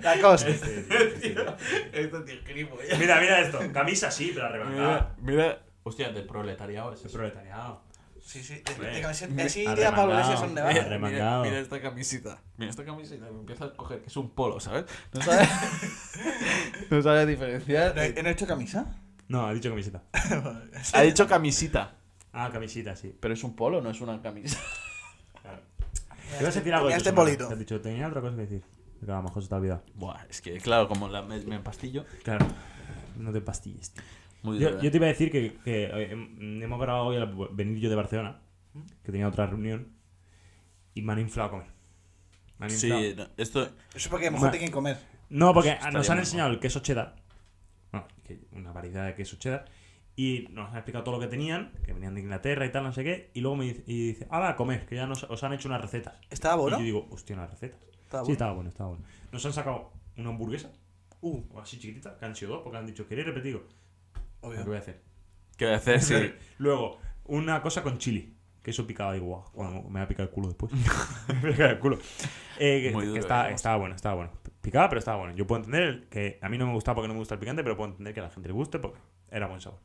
Speaker 3: La cosa.
Speaker 1: Eh, Esto te escribo, eh.
Speaker 2: mira, mira esto. Camisa sí, pero
Speaker 1: Mira,
Speaker 2: arrebatada.
Speaker 1: mira. Hostia, del proletariado es
Speaker 2: Es
Speaker 1: eso.
Speaker 2: proletariado.
Speaker 3: Sí, sí.
Speaker 2: Hombre,
Speaker 3: De, de camiseta. Así iría
Speaker 2: arremangado.
Speaker 3: Pablo Iglesias a un
Speaker 1: Mira,
Speaker 3: Nevada.
Speaker 2: Eh.
Speaker 1: mira,
Speaker 2: Remangado.
Speaker 1: mira esta camisita. Mira esta camisita. Me empieza a coger que es un polo, ¿sabes? No sabes, no sabes diferenciar.
Speaker 3: ¿eh, ¿No no he hecho camisa?
Speaker 2: No, ha dicho camiseta.
Speaker 1: Ha dicho camisita.
Speaker 2: Ah, camisita, sí.
Speaker 1: Pero es un polo, no es una camisa.
Speaker 2: Claro. ¿Te ibas a decir algo? de
Speaker 3: Tenía
Speaker 2: tu
Speaker 3: este
Speaker 2: semana?
Speaker 3: polito.
Speaker 2: Te has dicho, tenía otra cosa que decir. Que a lo mejor se te ha olvidado.
Speaker 1: Buah, es que claro, como la, me, me pastillo.
Speaker 2: Claro. No te pastilles, tío.
Speaker 1: Muy
Speaker 2: Yo,
Speaker 1: dura.
Speaker 2: yo te iba a decir que, que, eh, hem- hemos grabado hoy al venir yo de Barcelona, que tenía otra reunión, y me han inflado a comer. Me han inflado.
Speaker 1: Sí, no, esto.
Speaker 3: Eso porque a lo mejor
Speaker 2: Ma-
Speaker 3: tienen que comer.
Speaker 2: No, porque nos
Speaker 1: bien,
Speaker 2: han
Speaker 1: ¿no?
Speaker 2: enseñado el queso cheddar, bueno, que- una variedad de queso cheddar, Y nos han explicado todo lo que tenían, que venían de Inglaterra y tal, no sé qué. Y luego me dice, y dice ahora a comer, que ya nos, os han hecho unas recetas.
Speaker 3: ¿Estaba bueno?
Speaker 2: Y yo digo, hostia, unas recetas.
Speaker 3: Estaba
Speaker 2: sí,
Speaker 3: bueno.
Speaker 2: estaba bueno, estaba bueno. Nos han sacado una hamburguesa,
Speaker 3: Uh,
Speaker 2: o así chiquitita, que han sido dos, porque han dicho, ¿queréis repetir? Digo, ¿Qué
Speaker 3: obvio.
Speaker 2: voy a hacer?
Speaker 1: ¿Qué voy a hacer? Sí.
Speaker 2: Luego, una cosa con chili. Que eso picaba digo, guau, bueno, me va a picar el culo después. me pica el culo. Eh, que-
Speaker 1: Muy
Speaker 2: que
Speaker 1: duro,
Speaker 2: estaba-
Speaker 1: digamos.
Speaker 2: estaba bueno, estaba bueno. Picaba, pero estaba bueno. Yo puedo entender el- que a mí no me gustaba porque no me gusta el picante, pero puedo entender que a la gente le guste porque era buen sabor.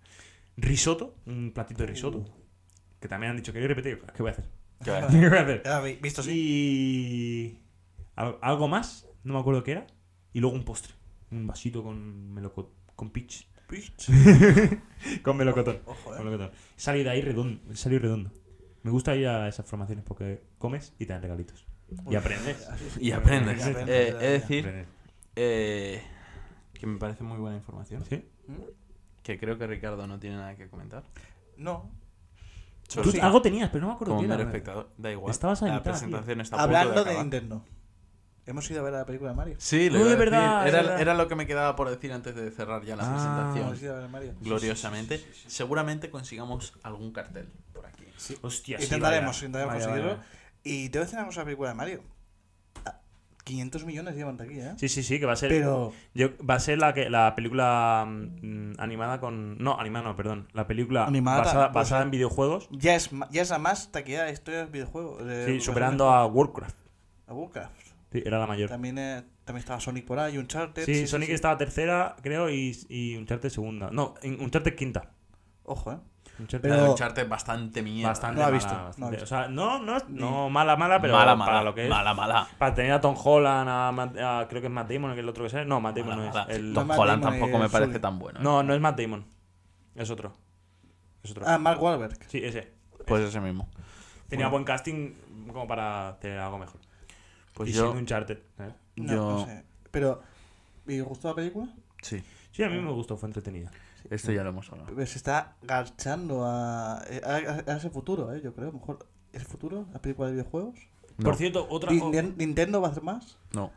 Speaker 2: Risotto, un platito de risotto. Que también han dicho, quería repetir. Digo, ¿Qué voy a hacer?
Speaker 1: ¿Qué voy a hacer?
Speaker 2: ¿Qué voy a hacer?
Speaker 3: Ya habéis visto, sí.
Speaker 2: Y al- algo más, no me acuerdo qué era. Y luego un postre. Un vasito con melocotón. Con peach. con melocotón.
Speaker 3: Ojo,
Speaker 2: con
Speaker 3: eh.
Speaker 2: melocotón. Salí de ahí redondo. Salí redondo. Me gusta ir a esas formaciones porque comes y te dan regalitos. Y aprendes.
Speaker 1: Y aprendes.
Speaker 3: Y
Speaker 1: Eh,
Speaker 3: aprendes,
Speaker 1: he
Speaker 3: ya,
Speaker 1: de
Speaker 3: ya.
Speaker 1: decir
Speaker 2: Aprendes.
Speaker 1: eh, que me parece muy buena información.
Speaker 2: ¿Sí?
Speaker 1: Que creo que Ricardo no tiene nada que comentar.
Speaker 3: No.
Speaker 1: Solo
Speaker 2: Tú
Speaker 1: sí,
Speaker 2: algo tenías, pero no me acuerdo
Speaker 1: como
Speaker 2: qué
Speaker 1: mero
Speaker 2: era.
Speaker 1: espectador. Da igual.
Speaker 2: Estabas a
Speaker 1: la
Speaker 2: mitad,
Speaker 1: presentación está a punto
Speaker 3: Hablando
Speaker 1: de,
Speaker 3: de
Speaker 1: acabar.
Speaker 3: Nintendo. Hemos ido a ver la película de Mario.
Speaker 1: Sí, lo
Speaker 2: Uy,
Speaker 1: iba a
Speaker 2: es verdad,
Speaker 1: decir.
Speaker 2: es
Speaker 1: Era,
Speaker 2: verdad.
Speaker 1: era lo que me quedaba por decir antes de cerrar ya la
Speaker 2: Ah,
Speaker 1: presentación.
Speaker 3: Hemos ido a ver a Mario.
Speaker 1: gloriosamente. Seguramente consigamos algún cartel por aquí.
Speaker 2: Hostia, sí,
Speaker 3: intentaremos,
Speaker 2: vaya.
Speaker 3: intentaremos
Speaker 2: Vaya,
Speaker 3: conseguirlo.
Speaker 2: vaya.
Speaker 3: Y te voy a decir una cosa de la película de Mario. Ah, 500 millones llevan de aquí, ¿eh?
Speaker 2: Sí, sí, sí, que va a ser.
Speaker 3: Pero
Speaker 2: Yo, va a ser la que la película mm, animada con. No, animada no, perdón. La película
Speaker 3: Animada,
Speaker 2: basada,
Speaker 3: pues,
Speaker 2: basada en videojuegos.
Speaker 3: ya es, ma- ya es la más taquillada de historia de los videojuegos. de-
Speaker 2: Sí, superando a Warcraft.
Speaker 3: a Warcraft.
Speaker 2: Sí, era la mayor.
Speaker 3: También, eh, también estaba Sonic por ahí, Uncharted.
Speaker 2: Sí, Sonic estaba tercera, creo, y, y Uncharted segunda. No, en- Uncharted quinta.
Speaker 3: Ojo, ¿eh?
Speaker 2: Uncharted
Speaker 1: La de
Speaker 3: Pero-
Speaker 1: Uncharted es bastante mierda.
Speaker 2: bastante
Speaker 3: No la he
Speaker 2: mala,
Speaker 3: visto,
Speaker 2: bastante.
Speaker 3: no la he visto.
Speaker 2: O sea, no, no, es- no mala, mala, pero
Speaker 1: mala,
Speaker 2: para
Speaker 1: mala.
Speaker 2: lo que es.
Speaker 1: Mala, mala.
Speaker 2: Para tener a Tom Holland, a, Matt- a- creo que es Matt Damon, que el otro que sea. No, Matt Damon
Speaker 1: mala,
Speaker 2: no
Speaker 1: mala.
Speaker 2: es. el-
Speaker 1: Tom
Speaker 3: Matt
Speaker 1: Holland
Speaker 3: Damon
Speaker 1: tampoco
Speaker 3: es
Speaker 1: me parece
Speaker 3: Sully.
Speaker 1: tan bueno. ¿eh?
Speaker 2: no, no es Matt Damon. Es otro. Es otro.
Speaker 3: Ah, Mark Wahlberg.
Speaker 2: Sí, ese.
Speaker 1: Pues ese mismo.
Speaker 2: Tenía buen casting como para tener algo mejor.
Speaker 1: Pues
Speaker 2: y
Speaker 1: yo.
Speaker 2: siendo Uncharted. ¿sabes?
Speaker 3: No,
Speaker 1: Yo-
Speaker 3: no sé. Pero, ¿y os gustó la película?
Speaker 1: Sí,
Speaker 2: Sí, a mí me gustó, fue entretenida.
Speaker 1: esto ya lo hemos hablado.
Speaker 3: Pero se Pues está garchando a, eh, a- a ese futuro, ¿eh? Yo creo, a lo mejor. ¿Es el futuro? ¿La película de videojuegos?
Speaker 1: No.
Speaker 2: Por cierto, otra. o-
Speaker 3: Ninten- ¿Nintendo va a hacer más?
Speaker 1: No.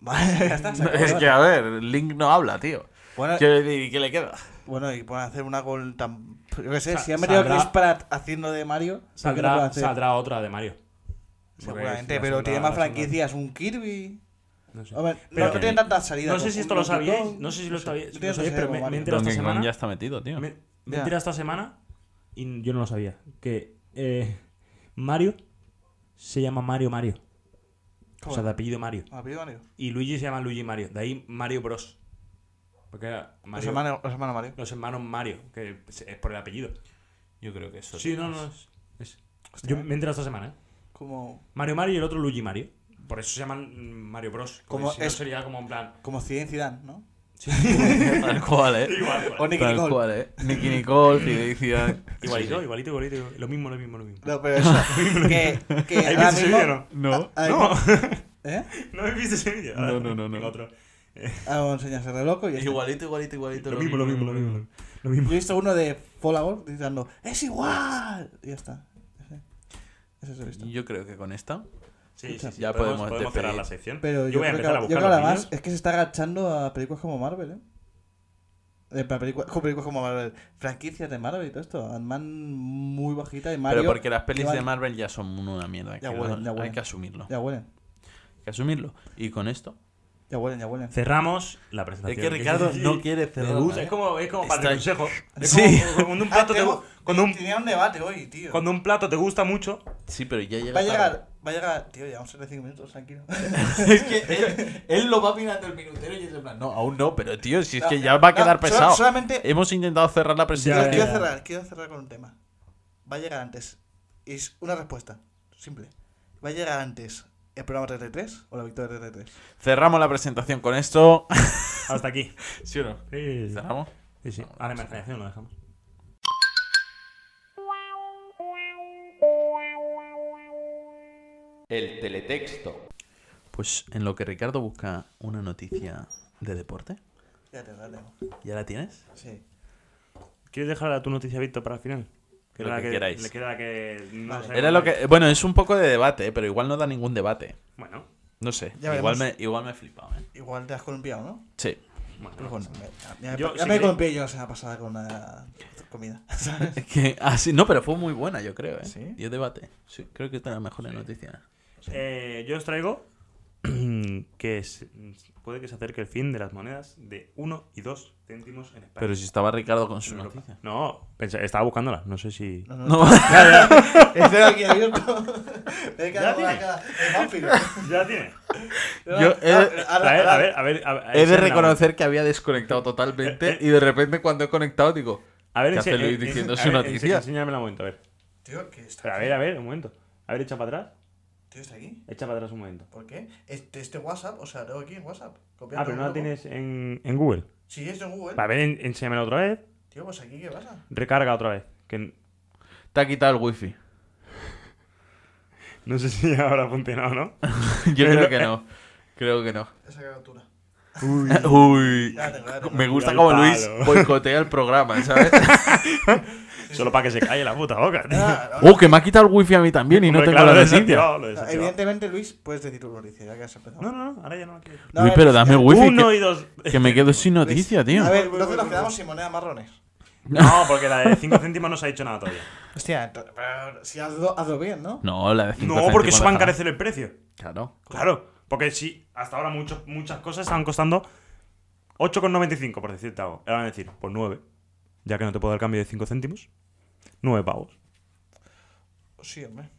Speaker 3: Vale, ya está. se acabó.
Speaker 1: Es que a ver, Link no habla, tío.
Speaker 3: Bueno,
Speaker 1: ¿Qué, y qué le queda?
Speaker 3: bueno, y pueden hacer una con tan. Yo qué sé,
Speaker 2: Sa-
Speaker 3: si han metido a
Speaker 2: saldrá-
Speaker 3: Chris Pratt haciendo de Mario, ¿por qué no pueden
Speaker 2: Saldrá,
Speaker 3: hacer?
Speaker 2: saldrá otra de Mario. Porque
Speaker 3: Seguramente,
Speaker 2: si
Speaker 3: pero
Speaker 2: la
Speaker 3: tiene
Speaker 2: saldrá-
Speaker 3: más
Speaker 2: la saldrá-
Speaker 3: franquicias. Un Kirby.
Speaker 2: No sé.
Speaker 3: A ver,
Speaker 2: Pero
Speaker 3: no
Speaker 2: que-
Speaker 3: tienen tantas salidas.
Speaker 2: No sé si
Speaker 3: como
Speaker 2: esto lo
Speaker 3: Donkey
Speaker 2: sabíais.
Speaker 3: Kong.
Speaker 2: No sé si lo sabíais,
Speaker 3: No
Speaker 2: lo
Speaker 3: tiene
Speaker 2: sabíis,
Speaker 3: tantas
Speaker 2: pero me,
Speaker 3: salidas como
Speaker 2: me he
Speaker 3: Mario.
Speaker 2: enterado esta
Speaker 1: Donkey Kong ya
Speaker 2: semana.
Speaker 1: está metido, tío.
Speaker 2: Me, me he
Speaker 3: Ya.
Speaker 2: enterado esta semana y yo no lo sabía. Que eh, Mario se llama Mario Mario. O sea, de
Speaker 3: Joder.
Speaker 2: apellido Mario.
Speaker 3: Ah, pidió Mario.
Speaker 2: Y Luigi se llama Luigi Mario. De ahí Mario Bros. Porque era
Speaker 3: Los
Speaker 2: Mario-
Speaker 3: hermanos, los hermanos Mario.
Speaker 2: los hermanos Mario, que es es por el apellido.
Speaker 1: Yo creo que eso.
Speaker 2: Sí, no, no. es- es- Yo me he enterado esta semana, ¿eh?
Speaker 3: Como,
Speaker 2: Mario Mario y el otro Luigi Mario. Por eso se llaman mm, Mario Bros. Como
Speaker 3: Como
Speaker 2: si no
Speaker 3: es-
Speaker 2: sería como en plan.
Speaker 3: como Zidane y Zidane, ¿no?
Speaker 1: Tal cual, eh.
Speaker 2: Igual,
Speaker 3: O Nicky
Speaker 1: Tal
Speaker 3: Nicole.
Speaker 1: cual, eh. Nicky Nicole, Fidei Zidane.
Speaker 2: Igualito, igualito, igualito, igualito. Lo mismo, lo mismo, lo mismo.
Speaker 3: No, pero eso. que que
Speaker 2: ¿Habéis
Speaker 3: ahora
Speaker 2: visto ese
Speaker 3: mismo-
Speaker 2: vídeo o no?
Speaker 1: No.
Speaker 3: ahora
Speaker 2: No.
Speaker 3: mismo- ¿Eh?
Speaker 2: ¿No habéis visto ese vídeo?
Speaker 1: No, no, no, no.
Speaker 2: El Ah, otro.
Speaker 3: Ahora vamos a enseñarse loco y ya está.
Speaker 1: Igualito, igualito, igualito.
Speaker 2: Lo mismo, lo mismo, lo mismo. Lo
Speaker 3: Yo
Speaker 2: mismo.
Speaker 3: he visto uno de Fallout gritando ¡Es igual! Y ya está. Ese- Ese es el visto.
Speaker 1: Yo creo que con esta.
Speaker 2: Sí, sí, sí.
Speaker 1: Ya podemos despedir.
Speaker 2: cerrar la sección.
Speaker 3: Pero yo,
Speaker 2: yo voy a
Speaker 3: creo que,
Speaker 2: empezar a buscar
Speaker 3: ahora- yo creo que
Speaker 2: los
Speaker 3: además
Speaker 2: vídeos.
Speaker 3: es que se está agachando a películas como Marvel, ¿eh? Eh, para películas, con películas como Marvel, franquicias de Marvel y todo esto. Ant-Man muy bajita y Mario.
Speaker 1: Pero porque las pelis
Speaker 3: Iván-
Speaker 1: de Marvel ya son una mierda.
Speaker 3: Ya
Speaker 1: que
Speaker 3: huelen,
Speaker 1: no-
Speaker 3: ya
Speaker 1: hay
Speaker 3: huelen.
Speaker 1: que asumirlo.
Speaker 3: Ya huelen,
Speaker 1: Hay que asumirlo. Y con esto.
Speaker 3: ya huelen, ya huelen.
Speaker 2: Cerramos la presentación.
Speaker 1: Es que Ricardo no quiere cerrar,
Speaker 2: Le gusta,
Speaker 1: ¿eh?
Speaker 2: Es como, es como para
Speaker 1: Está-
Speaker 2: el consejo. Es
Speaker 1: Sí.
Speaker 2: como cuando un plato te gu- cuando un-
Speaker 3: Ah, Tenía un debate hoy, tío.
Speaker 2: cuando un plato te gusta mucho,
Speaker 1: Sí, pero ya llega.
Speaker 3: Va a
Speaker 1: tarde.
Speaker 3: llegar, va a llegar. Tío, llevamos 35 minutos, tranquilo.
Speaker 1: es que él, él lo va mirando el minutero y es en plan. No, aún no, pero tío, si es que
Speaker 3: No,
Speaker 1: ya va a
Speaker 3: no,
Speaker 1: quedar
Speaker 3: solo-
Speaker 1: pesado.
Speaker 3: solamente
Speaker 1: Hemos intentado cerrar la presentación.
Speaker 2: Ya,
Speaker 3: Quiero,
Speaker 2: ya,
Speaker 3: quiero
Speaker 2: ya.
Speaker 3: cerrar, quiero cerrar con un tema. Va a llegar antes. Es una respuesta. Simple. ¿Va a llegar antes el programa 33 o la victoria 33?
Speaker 1: Cerramos la presentación con esto.
Speaker 2: hasta aquí.
Speaker 1: ¿Sí o no?
Speaker 2: Sí,
Speaker 1: ¿Cerramos?
Speaker 2: sí, sí. A la imaginación lo dejamos.
Speaker 5: El teletexto.
Speaker 1: Pues en lo que Ricardo busca una noticia de deporte.
Speaker 3: Ya te lo tengo.
Speaker 1: ¿Ya la tienes?
Speaker 3: Sí.
Speaker 2: ¿Quieres dejar a tu noticia, Víctor, para el final?
Speaker 1: Lo
Speaker 2: era
Speaker 1: que queráis.
Speaker 2: le queda la que no
Speaker 3: Vale.
Speaker 2: sabemos
Speaker 1: Era lo
Speaker 2: nada.
Speaker 1: que. Bueno, es un poco de debate, eh, pero igual no da ningún debate.
Speaker 2: Bueno,
Speaker 1: No sé.
Speaker 3: Ya
Speaker 1: Igual
Speaker 3: veremos.
Speaker 1: me, igual me he flipado, ¿eh?
Speaker 3: Igual te has columpiado, ¿no?
Speaker 1: Sí.
Speaker 2: Bueno,
Speaker 3: Pero bueno, me- ya,
Speaker 2: Yo,
Speaker 3: ya
Speaker 2: si
Speaker 3: me
Speaker 2: queréis-
Speaker 3: compré yo esa pasada con una comida. ¿sabes?
Speaker 4: Es que, ah, sí, no, pero fue muy buena, yo creo, ¿eh?
Speaker 3: ¿Sí?
Speaker 4: Yo debate. Sí, creo que está la mejor noticia.
Speaker 2: Eh, yo os traigo que es- puede que se acerque el fin de las monedas de 1 y 2 céntimos en España.
Speaker 1: Pero si estaba Ricardo con su
Speaker 2: En Europa.
Speaker 1: noticia.
Speaker 2: No, pensé- estaba buscándola, no sé si...
Speaker 3: No, no,
Speaker 1: No,
Speaker 3: Estoy aquí abierto. Me he quedado
Speaker 2: Ya
Speaker 3: con la
Speaker 2: tiene.
Speaker 3: cara. El vampiro.
Speaker 2: Ya tiene.
Speaker 4: Yo
Speaker 1: eh,
Speaker 4: he-
Speaker 2: A ver, a ver, a ver... a- a-
Speaker 1: he de
Speaker 2: examina-
Speaker 1: reconocer que había desconectado totalmente y de repente cuando he conectado digo,
Speaker 2: A ver,
Speaker 1: ¿Qué hace
Speaker 2: ense-
Speaker 1: Luis
Speaker 2: en- en-
Speaker 1: diciendo
Speaker 2: a
Speaker 1: su
Speaker 2: ver, ense-
Speaker 1: noticia?
Speaker 2: Enséñamela un momento, a ver.
Speaker 3: Tío, ¿qué está
Speaker 2: Pero a
Speaker 3: aquí?
Speaker 2: ver, a ver, un momento. A ver, echa para atrás.
Speaker 3: Tío, ¿está aquí?
Speaker 2: Echa para atrás un momento.
Speaker 3: ¿Por qué? Este, este WhatsApp, o sea, tengo aquí en WhatsApp. copiando
Speaker 2: Ah, pero no la
Speaker 3: algo.
Speaker 2: tienes en, en Google.
Speaker 3: Sí, es de Google.
Speaker 2: A ver, en- enséñamela otra vez.
Speaker 3: Tío, pues aquí, ¿qué pasa?
Speaker 2: Recarga otra vez. Que
Speaker 1: te ha quitado el wifi.
Speaker 2: no sé si ahora ha funcionado, ¿no?
Speaker 1: Yo creo que no. Creo que no.
Speaker 3: Esa captura.
Speaker 1: Uy.
Speaker 3: Ya la tengo, ya la tengo.
Speaker 1: Me gusta
Speaker 2: al
Speaker 1: como
Speaker 2: palo.
Speaker 1: Luis boicotea el programa, ¿sabes?
Speaker 2: Solo para que se calle la puta boca, tío.
Speaker 3: Ah, ahora-
Speaker 1: Oh, que me ha quitado el wifi a mí también y no
Speaker 2: Hombre,
Speaker 1: tengo
Speaker 2: claro,
Speaker 1: la
Speaker 2: lo he
Speaker 1: noticia.
Speaker 2: desactivado, lo he
Speaker 3: No,
Speaker 2: desactivado.
Speaker 3: Ah, Evidentemente, Luis, puedes decir tu noticia, ya que has empezado.
Speaker 2: No, no, no, ahora ya no la quiero.
Speaker 3: No, a
Speaker 1: Uy,
Speaker 3: ver,
Speaker 1: pero dame wifi.
Speaker 2: Uno
Speaker 1: que-
Speaker 2: y dos.
Speaker 1: Que me quedo sin
Speaker 3: Luis,
Speaker 1: noticia, tío.
Speaker 3: A ver,
Speaker 2: Voy, voy,
Speaker 3: entonces
Speaker 2: voy,
Speaker 3: nos
Speaker 2: voy,
Speaker 3: quedamos sin monedas marrones.
Speaker 2: No, porque la de 5 céntimos no se ha dicho nada todavía.
Speaker 3: Hostia, ento- pero si hazlo, hazlo bien, ¿no?
Speaker 1: No, la de cinco
Speaker 2: No, porque
Speaker 1: céntimos
Speaker 2: eso va a
Speaker 1: déjala.
Speaker 2: encarecer el precio.
Speaker 1: Claro.
Speaker 2: Claro, porque sí, hasta ahora muchos- muchas cosas estaban costando 8,95, por decirte algo. Ahora van a decir, pues 9, ya que no te puedo dar cambio de 5 céntimos. 9 pavos.
Speaker 3: Sí, hombre.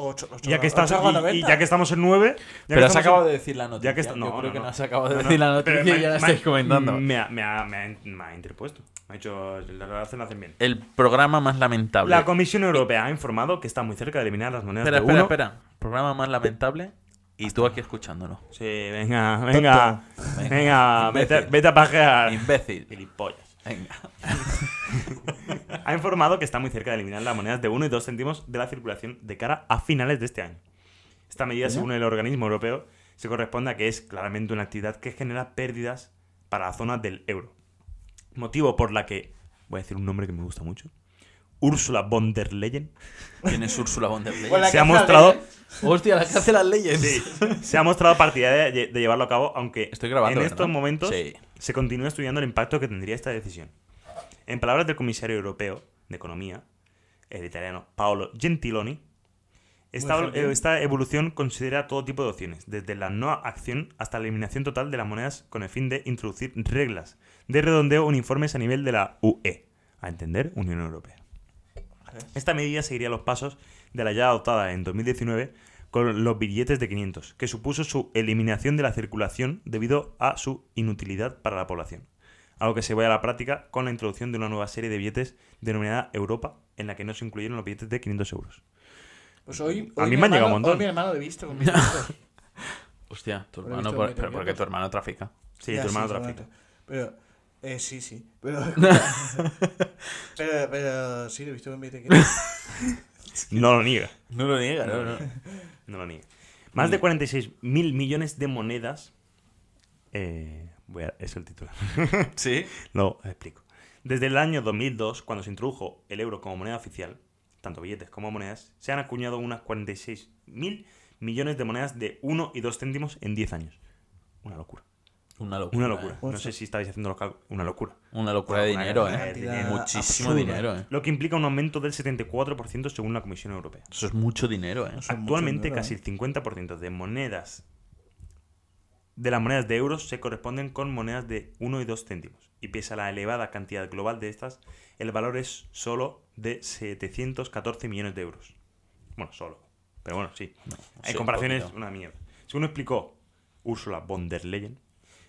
Speaker 3: Ocho, ocho,
Speaker 2: Y ya que estás
Speaker 3: ocho con
Speaker 2: y- y,
Speaker 3: 90.
Speaker 2: ya que estamos en 9,
Speaker 1: Pero has acabado de decir la noticia.
Speaker 2: ya que está- no,
Speaker 1: Yo creo
Speaker 2: no,
Speaker 1: que
Speaker 2: no.
Speaker 1: no has acabado de
Speaker 2: No, no,
Speaker 1: decir la
Speaker 2: pero mm.
Speaker 1: noticia
Speaker 2: me-
Speaker 1: y ya la
Speaker 2: me-
Speaker 1: estáis comentando.
Speaker 2: Me ha, me ha- me ha- me ha interpuesto. Me ha dicho, la hacen, la hacen bien.
Speaker 1: El programa más lamentable.
Speaker 2: La Comisión Europea ha informado que está muy cerca de eliminar las monedas
Speaker 1: Espera,
Speaker 2: de
Speaker 1: espera,
Speaker 2: uno.
Speaker 1: espera. Programa más lamentable y tú aquí escuchándolo.
Speaker 2: Sí, venga, venga, venga, vete, vete a pajear.
Speaker 1: Imbécil.
Speaker 2: Gilipollas.
Speaker 1: Venga.
Speaker 2: Ha informado que está muy cerca de eliminar las monedas de 1 y 2 céntimos de la circulación de cara a finales de este año. Esta medida, según el organismo europeo, se corresponde a que es claramente una actividad que genera pérdidas para la zona del euro. Motivo por la que, voy a decir un nombre que me gusta mucho, Úrsula von der Leyen
Speaker 1: ¿Quién es Úrsula von der Leyen?
Speaker 3: Con la
Speaker 2: se ha
Speaker 3: caja de-
Speaker 2: mostrado,
Speaker 1: Hostia, la que hace las leyes.
Speaker 2: sí, se ha mostrado partidaria de, de llevarlo a cabo, aunque
Speaker 1: Estoy grabando,
Speaker 2: en
Speaker 1: ¿verdad?
Speaker 2: estos momentos
Speaker 1: Sí.
Speaker 2: se continúa estudiando el impacto que tendría esta decisión. En palabras del comisario europeo de Economía, el italiano Paolo Gentiloni, esta,
Speaker 3: Muy gentil.
Speaker 2: esta evolución considera todo tipo de opciones, desde la no acción hasta la eliminación total de las monedas con el fin de introducir reglas de redondeo uniformes a nivel de la UE, a entender, Unión Europea. Esta medida seguiría los pasos de la ya adoptada en 2019 con los billetes de 500, que supuso su eliminación de la circulación debido a su inutilidad para la población. Algo que se va a la práctica con la introducción de una nueva serie de billetes denominada Europa, en la que no se incluyeron los billetes de 500 euros.
Speaker 3: Pues hoy,
Speaker 2: A
Speaker 3: hoy
Speaker 2: mí
Speaker 3: mi
Speaker 2: me han llegado
Speaker 3: hermano-
Speaker 2: un montón.
Speaker 3: Hoy mi hermano lo he visto con mis hijos.
Speaker 1: Hostia, tu
Speaker 3: Lo he
Speaker 1: hermano.
Speaker 3: visto
Speaker 1: por-
Speaker 3: muy
Speaker 1: pero
Speaker 3: bien.
Speaker 1: porque tu hermano trafica.
Speaker 2: Sí,
Speaker 3: Ya,
Speaker 2: tu hermano
Speaker 3: seguramente.
Speaker 2: trafica.
Speaker 3: Pero, eh, sí, sí. Pero, pero, pero sí, lo he visto con mi tequila.
Speaker 2: No lo niega.
Speaker 1: No lo niega,
Speaker 2: no, no. No lo niega. Más de 46 mil millones de monedas. eh, voy a- es el título.
Speaker 1: Sí.
Speaker 2: Lo explico. Desde el año 2002, cuando se introdujo el euro como moneda oficial, tanto billetes como monedas, se han acuñado unas 46.000 millones de monedas de 1 y 2 céntimos en 10 años. Una locura.
Speaker 1: Una locura. ¿eh?
Speaker 2: Una locura. No sé si estáis haciendo los cálculos. Una locura.
Speaker 1: Una locura de
Speaker 2: Una
Speaker 1: dinero,
Speaker 2: cantidad
Speaker 1: eh.
Speaker 2: de dinero.
Speaker 1: Muchísimo
Speaker 3: absurda.
Speaker 1: dinero, eh.
Speaker 2: Lo que implica un aumento del 74% según la Comisión Europea.
Speaker 1: Eso es mucho dinero, eh.
Speaker 3: Eso es mucho
Speaker 2: Actualmente
Speaker 3: dinero,
Speaker 2: casi
Speaker 3: ¿eh?
Speaker 2: el 50% de monedas de las monedas de euros se corresponden con monedas de 1 y 2 céntimos. Y pese a la elevada cantidad global de estas, el valor es solo de 714 millones de euros. Bueno, solo. Pero bueno, sí.
Speaker 1: sí,
Speaker 2: Hay
Speaker 1: un
Speaker 2: comparaciones,
Speaker 1: poquito.
Speaker 2: una mierda. Según explicó Ursula von der Leyen,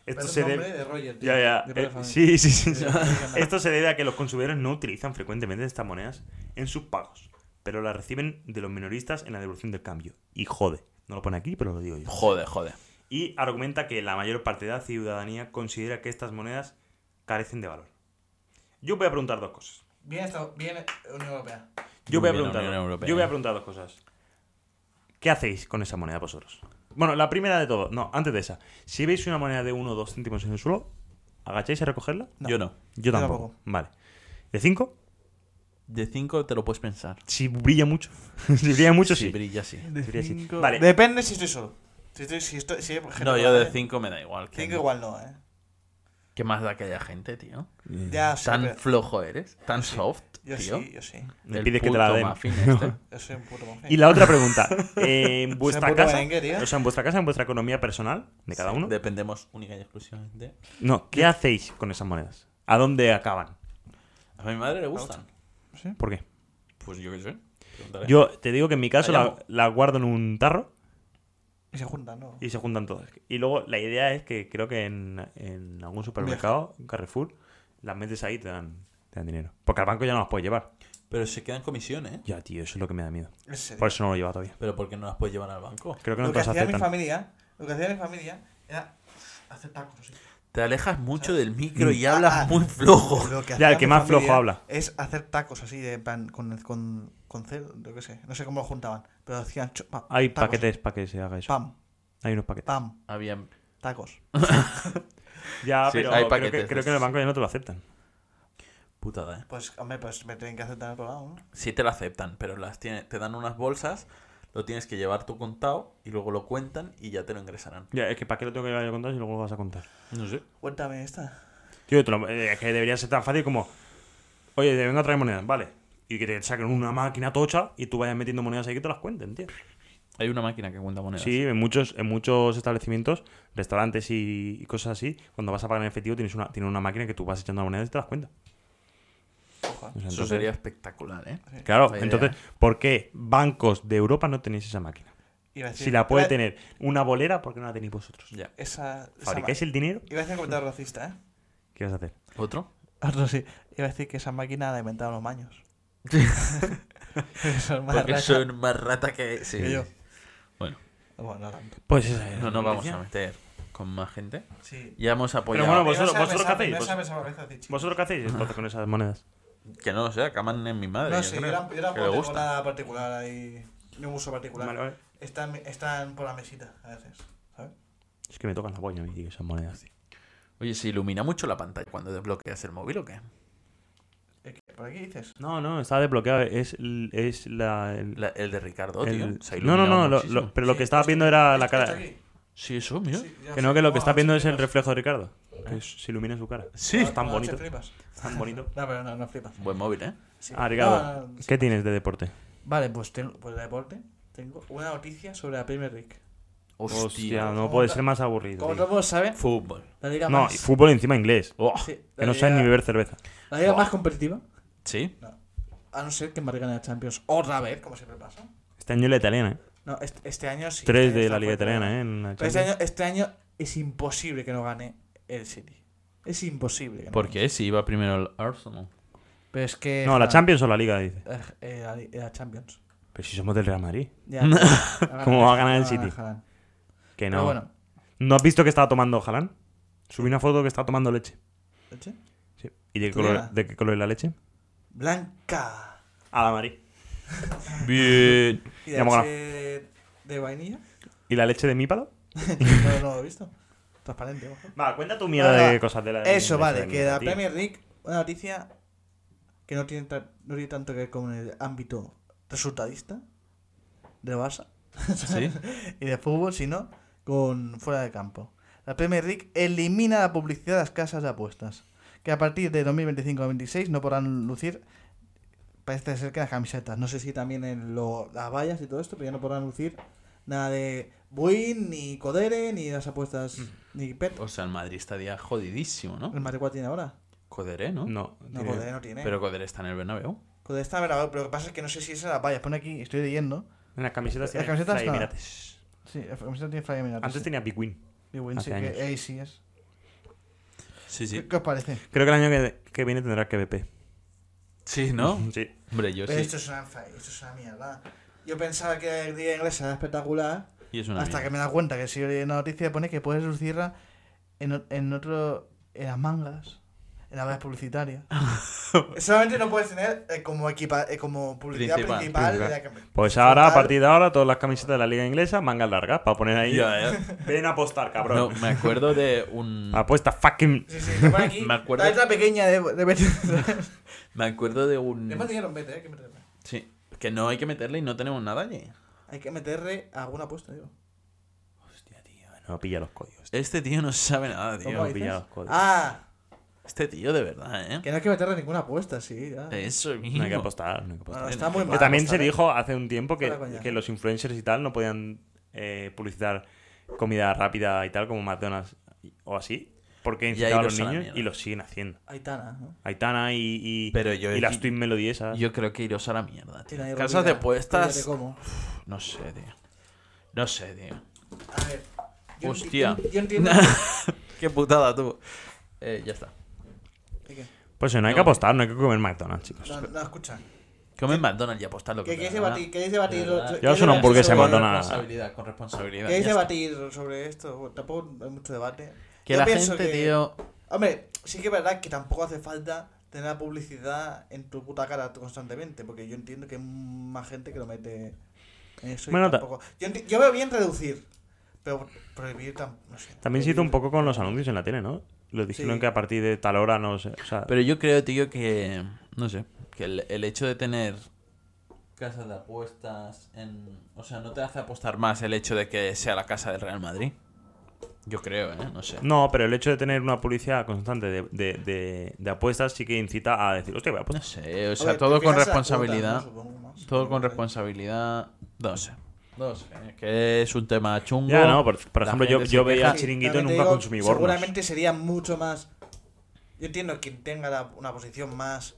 Speaker 2: esto
Speaker 3: Pero
Speaker 2: se
Speaker 3: es
Speaker 2: debe...
Speaker 3: nombre de Roger, tío,
Speaker 2: Ya, ya.
Speaker 3: de padre
Speaker 2: Eh,
Speaker 3: familia.
Speaker 2: sí, sí, sí.
Speaker 3: De padre familia.
Speaker 2: Esto se debe a que los consumidores no utilizan frecuentemente estas monedas en sus pagos, pero las reciben de los minoristas en la devolución del cambio. Y jode. No lo pone aquí, pero lo digo yo.
Speaker 1: Joder, joder.
Speaker 2: Y argumenta que la mayor parte de la ciudadanía considera que estas monedas carecen de valor. Yo voy a preguntar dos cosas.
Speaker 3: Bien, esto, bien, eh, Unión Europea.
Speaker 2: Yo
Speaker 1: Muy
Speaker 2: voy a
Speaker 1: bien,
Speaker 2: preguntar,
Speaker 1: Unión Europea.
Speaker 2: yo voy a preguntar dos cosas. ¿Qué hacéis con esa moneda vosotros? Bueno, la primera de todo, no, antes de esa. Si veis una moneda de 1 o 2 céntimos en el suelo, ¿agacháis a recogerla?
Speaker 3: No.
Speaker 1: Yo no.
Speaker 2: Yo
Speaker 3: Yo
Speaker 2: tampoco.
Speaker 3: tampoco.
Speaker 2: Vale. ¿De 5?
Speaker 1: De 5 te lo puedes pensar.
Speaker 2: Si brilla mucho. si brilla mucho,
Speaker 1: Si
Speaker 2: sí.
Speaker 1: brilla, sí.
Speaker 2: Brilla, sí. Vale.
Speaker 3: Depende si estoy solo. Si estoy, si estoy, si hay gente
Speaker 1: No, yo de
Speaker 3: con-
Speaker 1: 5 me da igual. que-
Speaker 3: Cinco igual no, eh.
Speaker 4: ¿Qué más da que haya gente, tío?
Speaker 2: Mm.
Speaker 1: Ah,
Speaker 3: Ya, sí,
Speaker 4: Tan
Speaker 3: pero-
Speaker 4: flojo eres, tan soft,
Speaker 3: Yo
Speaker 4: tío.
Speaker 3: sí, yo sí.
Speaker 2: Me
Speaker 4: El
Speaker 2: pide que te
Speaker 4: puto
Speaker 2: la den.
Speaker 4: muffin este.
Speaker 3: Yo soy un puto monje.
Speaker 2: Y la otra pregunta. eh, en vuestra
Speaker 3: puto
Speaker 2: casa.
Speaker 3: merengue, tío.
Speaker 2: O sea, en vuestra casa, en vuestra economía personal, de cada uno.
Speaker 1: Dependemos única y exclusivamente.
Speaker 2: No, ¿qué hacéis con esas monedas? ¿A dónde acaban?
Speaker 1: A mi madre le gustan.
Speaker 2: ¿Por qué?
Speaker 1: Pues yo qué sé. Preguntaré.
Speaker 2: Yo te digo que en mi caso
Speaker 1: La
Speaker 2: la, la guardo en un tarro
Speaker 3: Y se juntan, ¿no?
Speaker 2: y se juntan todas. Y luego la idea es que creo que en, en algún supermercado, en Carrefour, las metes ahí y te dan, te dan dinero. Porque al banco ya no las puedes llevar.
Speaker 1: Pero se quedan comisión, ¿eh?
Speaker 2: Ya, tío, eso es lo que me da miedo.
Speaker 3: En serio.
Speaker 2: Por eso no lo lleva todavía.
Speaker 1: Pero ¿por qué no las puedes llevar al banco?
Speaker 2: Creo que no
Speaker 3: lo que
Speaker 2: todas
Speaker 3: hacía mi
Speaker 2: aceptan.
Speaker 3: familia, lo que hacía mi familia era hacer tacos así.
Speaker 4: Te alejas mucho del micro y
Speaker 3: Ah,
Speaker 4: hablas
Speaker 3: ah.
Speaker 4: muy flojo.
Speaker 3: Lo que
Speaker 2: Ya,
Speaker 3: hacía
Speaker 2: el que
Speaker 3: mi
Speaker 2: más flojo
Speaker 3: familia
Speaker 2: habla.
Speaker 3: Es hacer tacos así, de pan, con, con, con cel, yo qué sé. No sé cómo lo juntaban, pero hacían. cho- pa-
Speaker 2: Hay
Speaker 3: tacos.
Speaker 2: paquetes para que se haga eso.
Speaker 3: Pam,
Speaker 2: Hay unos paquetes.
Speaker 3: pam,
Speaker 4: Habían
Speaker 3: tacos.
Speaker 2: Ya,
Speaker 4: Sí,
Speaker 2: pero
Speaker 4: hay
Speaker 2: creo, que,
Speaker 4: paquetes.
Speaker 2: creo que en el banco ya no te lo aceptan.
Speaker 1: Putada, ¿eh?
Speaker 3: Pues, hombre, pues me tienen que aceptar por lado, ¿no?
Speaker 1: Sí te la aceptan, pero las tiene, te dan unas bolsas, lo tienes que llevar tú contado y luego lo cuentan y ya te lo ingresarán.
Speaker 2: Ya, es que ¿para qué lo tengo que llevar yo a contar si luego lo vas a contar?
Speaker 1: No sé.
Speaker 3: Cuéntame esta.
Speaker 2: Tío, te lo- eh, que debería ser tan fácil como, oye, te vengo a traer monedas, vale. Y que te saquen una máquina tocha y tú vayas metiendo monedas ahí que te las cuenten, tío.
Speaker 4: Hay una máquina que cuenta monedas.
Speaker 2: Sí, en muchos, en muchos establecimientos, restaurantes y, y cosas así, cuando vas a pagar en efectivo tienes una, tiene una máquina que tú vas echando monedas y te las cuenta.
Speaker 3: Ojo,
Speaker 2: O sea,
Speaker 4: Eso
Speaker 2: entonces-
Speaker 4: sería espectacular, ¿eh?
Speaker 2: claro,
Speaker 4: la idea.
Speaker 2: entonces, ¿por qué bancos de Europa no tenéis esa máquina?
Speaker 3: Iba a decir-
Speaker 2: Si la puede
Speaker 3: iba-
Speaker 2: tener una bolera, ¿por qué no la tenéis vosotros?
Speaker 1: Ya.
Speaker 3: Esa. esa
Speaker 2: ¿Fabricáis
Speaker 3: ma-
Speaker 2: el dinero?
Speaker 3: Iba a decir un comentario racista, ¿eh?
Speaker 2: ¿Qué vas a hacer?
Speaker 4: ¿Otro?
Speaker 3: Ah, No sé. Iba a decir que esa máquina la inventaron los maños. Son más
Speaker 4: Porque
Speaker 3: raras.
Speaker 4: soy más rata que... Sí.
Speaker 3: Que yo.
Speaker 4: Bueno.
Speaker 3: Bueno, no tanto.
Speaker 2: Pues esa es
Speaker 4: No
Speaker 2: la
Speaker 4: nos vamos
Speaker 2: noticia.
Speaker 4: a meter con más gente.
Speaker 3: Sí.
Speaker 4: Ya hemos apoyado...
Speaker 2: Pero bueno,
Speaker 3: Primero
Speaker 2: vosotros-
Speaker 3: se ha
Speaker 2: vosotros qué
Speaker 3: besado-
Speaker 2: hacéis,
Speaker 3: primero se ha
Speaker 2: vos-
Speaker 3: besado la cabeza, así, chico.
Speaker 2: ¿Vosotros qué hacéis entonces con esas monedas?
Speaker 4: Que no lo sé, acaban en mi madre.
Speaker 3: No
Speaker 4: yo
Speaker 3: sé, yo
Speaker 4: creo,
Speaker 3: la- yo
Speaker 4: que le
Speaker 3: tampoco tengo
Speaker 4: gusta.
Speaker 3: nada particular ahí. Ni un uso particular.
Speaker 2: Vale, vale.
Speaker 3: Están, están por la mesita a veces, ¿sabes?
Speaker 2: Es que me tocan la polla a mí, tío, esas monedas.
Speaker 4: Oye, ¿se ilumina mucho la pantalla cuando desbloqueas el móvil o qué?
Speaker 3: Es que ¿Por aquí dices?
Speaker 2: No, no, estaba desbloqueado. Es, l- es la. el-
Speaker 4: La- el de Ricardo,
Speaker 2: el-
Speaker 4: tío. Se ha
Speaker 2: no, no,
Speaker 4: iluminado
Speaker 2: no, lo- lo-
Speaker 4: muchísimo.
Speaker 2: pero lo
Speaker 3: Sí,
Speaker 2: que estaba
Speaker 3: esto-
Speaker 2: viendo era Ah, la
Speaker 3: esto
Speaker 2: cara.
Speaker 3: está aquí.
Speaker 4: Sí, eso, mira.
Speaker 3: Sí, ya
Speaker 2: Que
Speaker 3: sé.
Speaker 2: no, que lo que
Speaker 3: Buah,
Speaker 2: está viendo
Speaker 3: sí Ah.
Speaker 2: es el
Speaker 3: flipas.
Speaker 2: reflejo de Ricardo. Que es- se ilumina su cara.
Speaker 4: Sí.
Speaker 2: tan
Speaker 3: Buenas noches,
Speaker 2: bonito.
Speaker 3: flipas.
Speaker 2: Tan bonito.
Speaker 3: No, pero no, no flipas.
Speaker 4: Buen móvil, ¿eh?
Speaker 2: Ah, Ricardo,
Speaker 3: No, no, no,
Speaker 2: ¿qué tienes de deporte?
Speaker 3: Vale, pues, tengo, pues de deporte tengo una noticia sobre la Premier League.
Speaker 4: Hostia.
Speaker 2: Hostia, no
Speaker 3: ¿Cómo
Speaker 2: puede
Speaker 3: ta-
Speaker 2: ser más aburrido.
Speaker 3: Como
Speaker 2: tío.
Speaker 3: todo el mundo sabe,
Speaker 4: Fútbol.
Speaker 3: la liga
Speaker 2: No,
Speaker 3: más,
Speaker 2: y fútbol encima inglés. Oh,
Speaker 3: sí, la
Speaker 2: que no
Speaker 3: liga-
Speaker 2: saben ni beber cerveza.
Speaker 3: la liga más competitiva,
Speaker 4: Sí.
Speaker 3: a no ser que Madrid gane la Champions otra vez, como siempre pasa.
Speaker 2: Este año es la italiana, ¿eh?
Speaker 3: No, este, este año sí.
Speaker 2: Tres
Speaker 3: este año
Speaker 2: de
Speaker 3: está
Speaker 2: la liga
Speaker 3: fuerte,
Speaker 2: italiana, ¿eh?
Speaker 3: ¿no?
Speaker 2: En la
Speaker 3: Pero este
Speaker 2: Champions.
Speaker 3: año, este año es imposible que no gane el City. Es imposible que no
Speaker 4: ¿Por
Speaker 3: gane.
Speaker 4: qué? Si iba primero el Arsenal.
Speaker 3: Pero es que...
Speaker 2: No, la
Speaker 3: joder,
Speaker 2: Champions o la liga, dice.
Speaker 3: eh, eh, la, li- la Champions.
Speaker 2: Pero si somos del Real Madrid.
Speaker 3: Ya, pero-
Speaker 2: ¿Cómo va a ganar el
Speaker 3: no
Speaker 2: City?
Speaker 3: Haaland.
Speaker 2: Que
Speaker 3: Pero
Speaker 2: no.
Speaker 3: bueno,
Speaker 2: ¿No has visto que estaba tomando Jalán? Subí una foto que estaba tomando leche.
Speaker 3: leche.
Speaker 2: Sí. ¿Y de qué,
Speaker 3: ¿Tú
Speaker 2: color,
Speaker 3: llegas?
Speaker 2: de qué color es la leche?
Speaker 3: Blanca.
Speaker 2: A la Marí.
Speaker 4: Bien.
Speaker 3: ¿Y
Speaker 2: Ya
Speaker 3: la
Speaker 2: hemos
Speaker 3: leche de vainilla?
Speaker 2: ¿Y la leche de mi palo?
Speaker 3: no, no lo he visto. Transparente, ojo.
Speaker 2: Va, cuenta tu mierda
Speaker 3: Nada.
Speaker 2: de cosas de la
Speaker 3: Eso,
Speaker 2: de
Speaker 3: vale,
Speaker 2: esa
Speaker 3: que
Speaker 2: mierda,
Speaker 3: la
Speaker 2: tío.
Speaker 3: Premier League, una noticia que no tiene, tan- no tiene tanto que ver con el ámbito resultadista de Barça
Speaker 4: Sí.
Speaker 3: y de fútbol, sino con fuera de campo. La Premier League elimina la publicidad de las casas de apuestas, que a partir de 2025-2026 no podrán lucir, parece ser que las camisetas, no sé si también en lo- las vallas y todo esto, pero ya no podrán lucir nada de Win, ni Codere, ni las apuestas, ni Pet.
Speaker 4: O sea, el Madrid estaría jodidísimo, ¿no?
Speaker 3: El Madrid ¿cuál tiene ahora.
Speaker 4: Coderé,
Speaker 1: Eh.
Speaker 4: ¿no?
Speaker 2: No,
Speaker 3: No,
Speaker 2: tiene-
Speaker 3: Codere no tiene.
Speaker 4: Pero Coderé está en el Bernabéu.
Speaker 3: Joder, está grabado, pero lo que pasa es que no sé si es en las vallas. Pone aquí, estoy leyendo.
Speaker 2: En las camisetas tiene
Speaker 3: camisetas
Speaker 2: Fly
Speaker 3: nada.
Speaker 2: Emirates.
Speaker 3: Sí, la camiseta tiene Fly Emirates.
Speaker 2: Antes
Speaker 3: sí.
Speaker 2: tenía Big Win.
Speaker 3: Y Win, sí,
Speaker 2: hace
Speaker 3: que
Speaker 2: años.
Speaker 3: ahí sí es.
Speaker 4: Sí,
Speaker 3: ¿Qué, qué os parece?
Speaker 2: Creo que el año que, que viene tendrá que BP.
Speaker 4: Sí, ¿no?
Speaker 2: Sí.
Speaker 4: Hombre, yo
Speaker 3: Pero Pues
Speaker 4: sí.
Speaker 3: esto, es una, fa- esto es una mierda. Yo pensaba que la liga inglesa era espectacular.
Speaker 4: Y es una
Speaker 3: hasta que
Speaker 4: mierda.
Speaker 3: me da cuenta que si en la noticia pone que puedes lucirla en, o- en otro. en las mangas. En las vallas publicitarias. Solamente no puedes tener eh, como, equipa, eh, como publicidad
Speaker 4: Principal.
Speaker 3: principal. de la que-
Speaker 2: Pues ahora, a
Speaker 3: frontal.
Speaker 2: partir de ahora, todas las camisetas de la liga inglesa, mangas largas, para poner ahí.
Speaker 4: Ya, eh.
Speaker 2: Ven a apostar,
Speaker 4: No,
Speaker 2: cabrón.
Speaker 4: me acuerdo de
Speaker 1: Ah.
Speaker 4: un.
Speaker 2: Apuesta fucking.
Speaker 3: Sí, sí, que pone aquí.
Speaker 4: Me acuerdo-
Speaker 3: La letra pequeña de. de...
Speaker 4: Me acuerdo de un.
Speaker 3: Además dijeron, vete, eh, que me traigo.
Speaker 4: Sí. Que no hay que meterle y no tenemos nada allí.
Speaker 3: Hay que meterle alguna apuesta, digo.
Speaker 2: No pilla los códigos.
Speaker 4: Este tío no sabe nada,
Speaker 3: ¿Cómo
Speaker 4: tío.
Speaker 2: No
Speaker 1: Ah,
Speaker 3: dices?
Speaker 2: pilla los códigos.
Speaker 3: Ah,
Speaker 4: Este tío, de verdad, ¿eh?
Speaker 3: Que no hay que meterle ninguna apuesta, sí. ya.
Speaker 1: Eso
Speaker 2: No
Speaker 1: mismo.
Speaker 2: hay que apostar, no hay que
Speaker 1: pues
Speaker 2: apostar.
Speaker 3: Bueno, está muy
Speaker 2: Que
Speaker 3: mal
Speaker 2: también se
Speaker 3: apostar, ¿eh?
Speaker 2: dijo hace un tiempo que,
Speaker 3: Fuera coña.
Speaker 2: que los influencers y tal no podían eh, publicitar comida rápida y tal como McDonald's y- o así, porque
Speaker 1: ahí
Speaker 2: incitaba a los
Speaker 1: los a la
Speaker 2: niños
Speaker 1: mierda.
Speaker 2: y los siguen haciendo.
Speaker 3: ¿eh?
Speaker 1: ¿eh?
Speaker 3: Aitana, ¿no?
Speaker 2: Aitana y, y,
Speaker 4: Pero yo-
Speaker 2: y las Twin Melody esas.
Speaker 1: Yo creo que iros a la mierda, tío.
Speaker 3: Tiene ahí
Speaker 4: Casas
Speaker 3: Rovira,
Speaker 4: de apuestas.
Speaker 3: fíjate cómo.
Speaker 1: No sé, tío. No sé, tío.
Speaker 3: A ver. yo enti-
Speaker 1: Hostia.
Speaker 3: Yo, entiendo.
Speaker 4: Qué putada, tú. Eh, ya está.
Speaker 3: ¿Qué?
Speaker 2: Pues eso, no hay que apostar, no hay que comer McDonald's, chicos.
Speaker 3: No, no, escucha.
Speaker 1: Comen McDonald's y apostad lo
Speaker 3: Que
Speaker 1: que
Speaker 3: queréis
Speaker 1: te da la
Speaker 3: debatir. Queréis debatir.
Speaker 1: De verdad.
Speaker 2: Yo soy
Speaker 3: lo-
Speaker 2: una
Speaker 3: queréis
Speaker 2: hamburguesa
Speaker 3: debatir
Speaker 2: de
Speaker 3: sobre-
Speaker 2: McDonald's.
Speaker 1: gana. Responsabilidad, con responsabilidad.
Speaker 3: Queréis
Speaker 1: Ya está.
Speaker 3: debatir sobre esto. Tampoco hay mucho debate.
Speaker 1: Que
Speaker 3: Yo
Speaker 1: la
Speaker 3: pienso
Speaker 1: gente,
Speaker 3: que-
Speaker 1: tío.
Speaker 3: Hombre, sí que es verdad que tampoco hace falta tener la publicidad en tu puta cara constantemente, porque yo entiendo que hay más gente que lo mete en eso. y
Speaker 2: Bueno, ta-
Speaker 3: tampoco... yo, enti- yo veo bien reducir, pero prohibir tam- no sé,
Speaker 2: También se hizo un
Speaker 3: prohibir-
Speaker 2: poco con los anuncios en la tele, ¿no? Lo dijeron
Speaker 3: Sí.
Speaker 2: que a partir de tal hora no sé. O sea,
Speaker 1: Pero yo creo, tío, que. No sé. Que el, el hecho de tener. Casas de apuestas. En... O sea, no te hace apostar más el hecho de que sea la casa del Real Madrid. Yo creo, ¿eh? No sé.
Speaker 2: No, pero el hecho de tener una publicidad constante de, de- de- de apuestas sí que incita a decir, hostia, voy a
Speaker 1: No
Speaker 2: apostar.
Speaker 1: sé. O
Speaker 3: Hombre,
Speaker 1: sea,
Speaker 3: te
Speaker 1: todo con
Speaker 3: fijas en las
Speaker 1: responsabilidad.
Speaker 3: cuotas, ¿no? Supongo, más.
Speaker 1: Todo con
Speaker 3: Supongo que-
Speaker 1: responsabilidad. No sé. No sé. Que es un tema chungo.
Speaker 2: Ya, no, por, por
Speaker 1: La
Speaker 2: ejemplo, yo,
Speaker 1: gente
Speaker 2: yo
Speaker 1: se
Speaker 2: veía
Speaker 1: queja.
Speaker 2: el chiringuito y
Speaker 3: también te
Speaker 2: nunca
Speaker 3: digo,
Speaker 2: consumí bornos.
Speaker 3: Seguramente sería mucho más. Yo entiendo quien tenga la- una posición más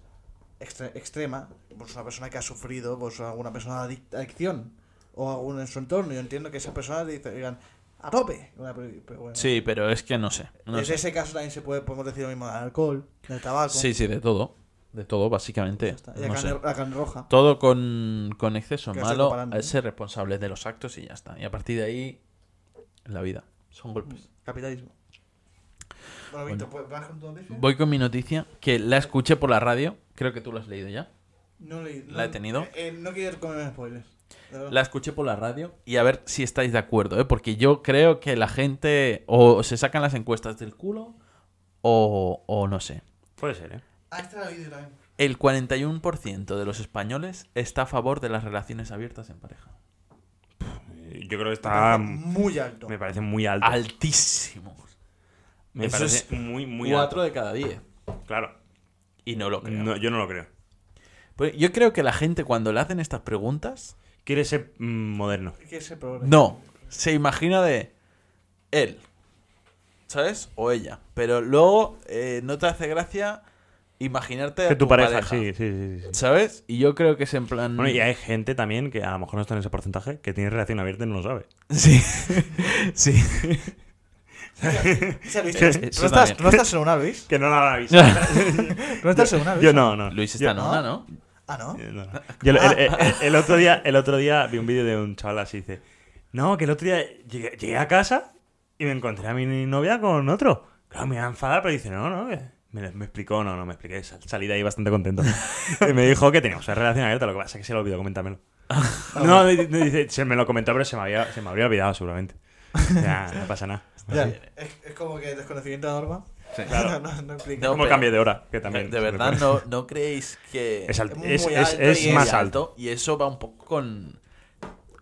Speaker 3: extre- extrema, pues una persona que ha sufrido, pues alguna persona de adic- adicción o alguno en su entorno. Yo entiendo que esas personas le dicen, digan, a tope. Una pre- pero bueno,
Speaker 1: Sí, pero es que no sé. No
Speaker 3: desde
Speaker 1: sé.
Speaker 3: ese caso también se puede, podemos decir lo mismo del alcohol, del tabaco.
Speaker 1: Sí, sí, de todo. De todo, básicamente.
Speaker 3: ya está, y la,
Speaker 1: No
Speaker 3: carne,
Speaker 1: sé.
Speaker 3: la carne roja.
Speaker 1: Todo con, con exceso
Speaker 3: Que lo estoy
Speaker 1: malo,
Speaker 3: comparando,
Speaker 1: a
Speaker 3: ¿eh?
Speaker 1: ser responsables de los actos y ya está. Y a partir de ahí, la vida. Son golpes.
Speaker 3: pues, Capitalismo. Bueno, Víctor, ¿puedes- ¿vas con tu noticia?
Speaker 1: Voy con mi noticia, que la escuché por la radio. Creo que tú la has leído ya.
Speaker 3: No leí-
Speaker 1: ¿La he tenido?
Speaker 3: eh, eh, no quiero comerme spoilers. de verdad.
Speaker 1: La escuché por la radio y a ver si estáis de acuerdo, ¿eh? Porque yo creo que la gente o se sacan las encuestas del culo o, o no sé.
Speaker 2: Puede ser, ¿eh?
Speaker 3: Ah, esta la he oído también.
Speaker 1: El 41% de los españoles está a favor de las relaciones abiertas en pareja.
Speaker 2: Eh, Yo creo que está.
Speaker 3: muy alto.
Speaker 2: Ah, Me parece muy alto.
Speaker 1: Altísimo.
Speaker 2: me
Speaker 1: eso
Speaker 2: parece
Speaker 1: es
Speaker 2: muy, muy alto.
Speaker 1: 4 de cada 10.
Speaker 2: Claro.
Speaker 1: Y no lo creo.
Speaker 2: No, yo no lo creo.
Speaker 1: Pues yo creo que la gente cuando le hacen estas preguntas,
Speaker 2: Quiere ser mm, moderno.
Speaker 3: ¿Qué es el problema?
Speaker 1: no, se imagina de él, ¿sabes? O ella. Pero luego eh, no te hace gracia imaginarte a
Speaker 2: Que tu,
Speaker 1: tu
Speaker 2: pareja, Mm. Sí, sí, sí, sí, sí.
Speaker 1: ¿Sabes? Y yo creo que es en plan...
Speaker 2: Bueno, y hay gente también que a lo mejor no está en ese porcentaje, que tiene relación abierta y no lo sabe.
Speaker 1: Sí, sí.
Speaker 3: O sea, Luis,
Speaker 1: Eso
Speaker 3: ¿no,
Speaker 1: también.
Speaker 3: estás, ¿No estás en una, Luis?
Speaker 2: Que no la habrá visto.
Speaker 3: ¿No estás en una, Luis?
Speaker 2: yo no, no.
Speaker 1: Luis
Speaker 2: Yo-
Speaker 1: está en una, ¿no?
Speaker 3: Ah, ¿no?
Speaker 2: Eh, no. Yo el, el- el- el otro día, el otro día vi un vídeo de un chaval así dice, no, que el otro día llegué, llegué a casa y me encontré a mi novia con otro. Claro, me iba a enfadar, pero dice, no, no, que me, lo- me explicó, no, no, me expliqué, sal- salí de ahí bastante contento. y me dijo que teníamos una relación abierta, lo que pasa es que se le olvidó comentármelo.
Speaker 1: Ah,
Speaker 2: no, di- di- dice, se me lo comentó, pero se me, había, se me habría olvidado seguramente. Ya, no pasa nada.
Speaker 3: Ya, es, es como que desconocimiento de la norma.
Speaker 1: Sí.
Speaker 3: Claro. No, no, no implica.
Speaker 1: No,
Speaker 2: Como
Speaker 1: pero-
Speaker 2: cambio de hora, que también.
Speaker 1: De
Speaker 2: se me
Speaker 1: verdad,
Speaker 2: pone.
Speaker 1: no, no creéis que...
Speaker 2: Es, alt-
Speaker 3: es muy
Speaker 2: es, es-
Speaker 3: alto
Speaker 2: es
Speaker 3: y es
Speaker 2: más alto.
Speaker 1: Y eso va un poco con...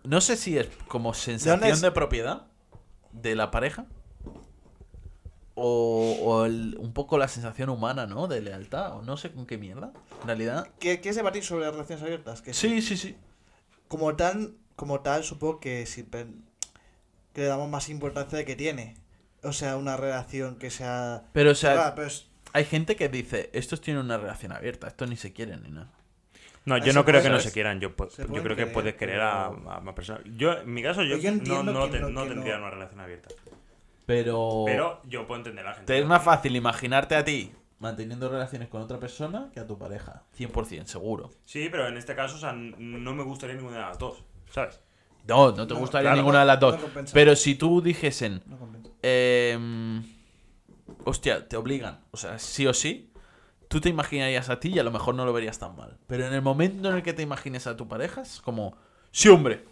Speaker 1: No sé si es como sensación
Speaker 3: ¿De
Speaker 1: de,
Speaker 3: dónde es?
Speaker 1: propiedad de la pareja. O, o el- un poco la sensación humana, ¿no? De lealtad. O no sé con qué mierda. En realidad.
Speaker 3: ¿Qué- ¿Quieres debatir sobre las relaciones abiertas? Que
Speaker 1: Sí, sí, sí.
Speaker 3: Como tal, como tal supongo que, si pen- que le damos más importancia de que tiene. O sea, una relación que sea...
Speaker 1: Pero, o sea,
Speaker 3: Claro, Ah, pero es-
Speaker 1: hay gente que dice, estos tienen una relación abierta, estos ni se quieren ni nada.
Speaker 2: No, yo
Speaker 3: Eso
Speaker 2: no creo
Speaker 3: puede
Speaker 2: que no
Speaker 3: ser.
Speaker 2: se quieran. Yo, pu-
Speaker 3: Se
Speaker 2: yo
Speaker 3: pueden
Speaker 2: creo que
Speaker 3: querer,
Speaker 2: puedes querer a,
Speaker 3: pero-
Speaker 2: a más personas. Yo, en mi caso, yo,
Speaker 3: Pero yo
Speaker 2: no,
Speaker 3: entiendo
Speaker 2: no
Speaker 3: que
Speaker 2: te-
Speaker 3: no-
Speaker 2: no
Speaker 3: que
Speaker 2: tendría
Speaker 3: no.
Speaker 2: una relación abierta.
Speaker 1: Pero,
Speaker 2: Pero yo puedo entender a la gente.
Speaker 1: te es más fácil imaginarte a ti manteniendo relaciones con otra persona que a tu pareja. 100%, seguro.
Speaker 2: Sí, pero en este caso, o sea, n- no me gustaría ninguna de las dos, ¿sabes?
Speaker 1: No, no te
Speaker 3: No,
Speaker 1: gustaría
Speaker 3: claro.
Speaker 1: ninguna de las dos.
Speaker 3: No compensa.
Speaker 1: pero si tú dijesen,
Speaker 3: No compensa.
Speaker 1: Em, hostia, te obligan. O sea, sí o sí. Tú te imaginarías a ti y a lo mejor no lo verías tan mal. Pero en el momento en el que te imagines a tu pareja, es como, sí, hombre.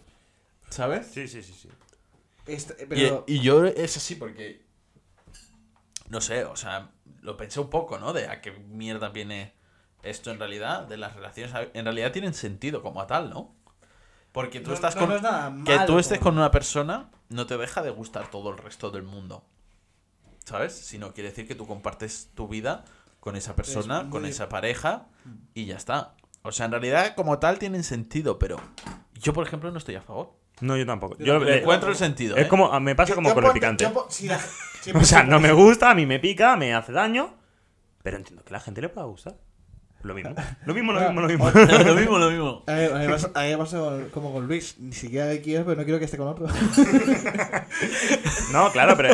Speaker 1: ¿Sabes?
Speaker 2: Sí, sí, sí. sí.
Speaker 3: Este-
Speaker 1: Y-
Speaker 3: pero...
Speaker 1: Y, yo es así porque. No sé, o sea, lo pensé un poco, ¿no? De a qué mierda viene esto en realidad. De las relaciones. a- En realidad tienen sentido como a tal, ¿no? Porque tú
Speaker 3: no-
Speaker 1: estás
Speaker 3: no,
Speaker 1: con.
Speaker 3: no es nada
Speaker 1: Que
Speaker 3: malo,
Speaker 1: tú estés
Speaker 3: como-
Speaker 1: con una persona no te deja de gustar todo el resto del mundo. ¿Sabes? Sino quiere decir que tú compartes tu vida con esa persona,
Speaker 3: muy Mm.
Speaker 1: con
Speaker 3: bien.
Speaker 1: esa pareja y ya está. O sea, en realidad como tal tienen sentido, pero yo, por ejemplo, no estoy a favor.
Speaker 2: No, yo tampoco. Yo,
Speaker 1: Yo
Speaker 2: lo-
Speaker 1: le
Speaker 2: le-
Speaker 1: encuentro el sentido.
Speaker 2: Es
Speaker 1: ¿eh?
Speaker 2: como, me pasa como
Speaker 3: Yo
Speaker 2: con el
Speaker 3: por-
Speaker 2: picante.
Speaker 3: yo por- si la- si-
Speaker 2: O sea, no me gusta, a mí me pica, me hace daño. Pero entiendo que a la gente le pueda gustar. Lo mismo. Lo mismo, lo mismo, lo mismo.
Speaker 1: lo mismo, lo mismo.
Speaker 5: A mí a mí me pasa- a mí me pasa con- como con Luis. Ni siquiera de quiero, pero no quiero que esté con otro.
Speaker 2: No, claro, pero.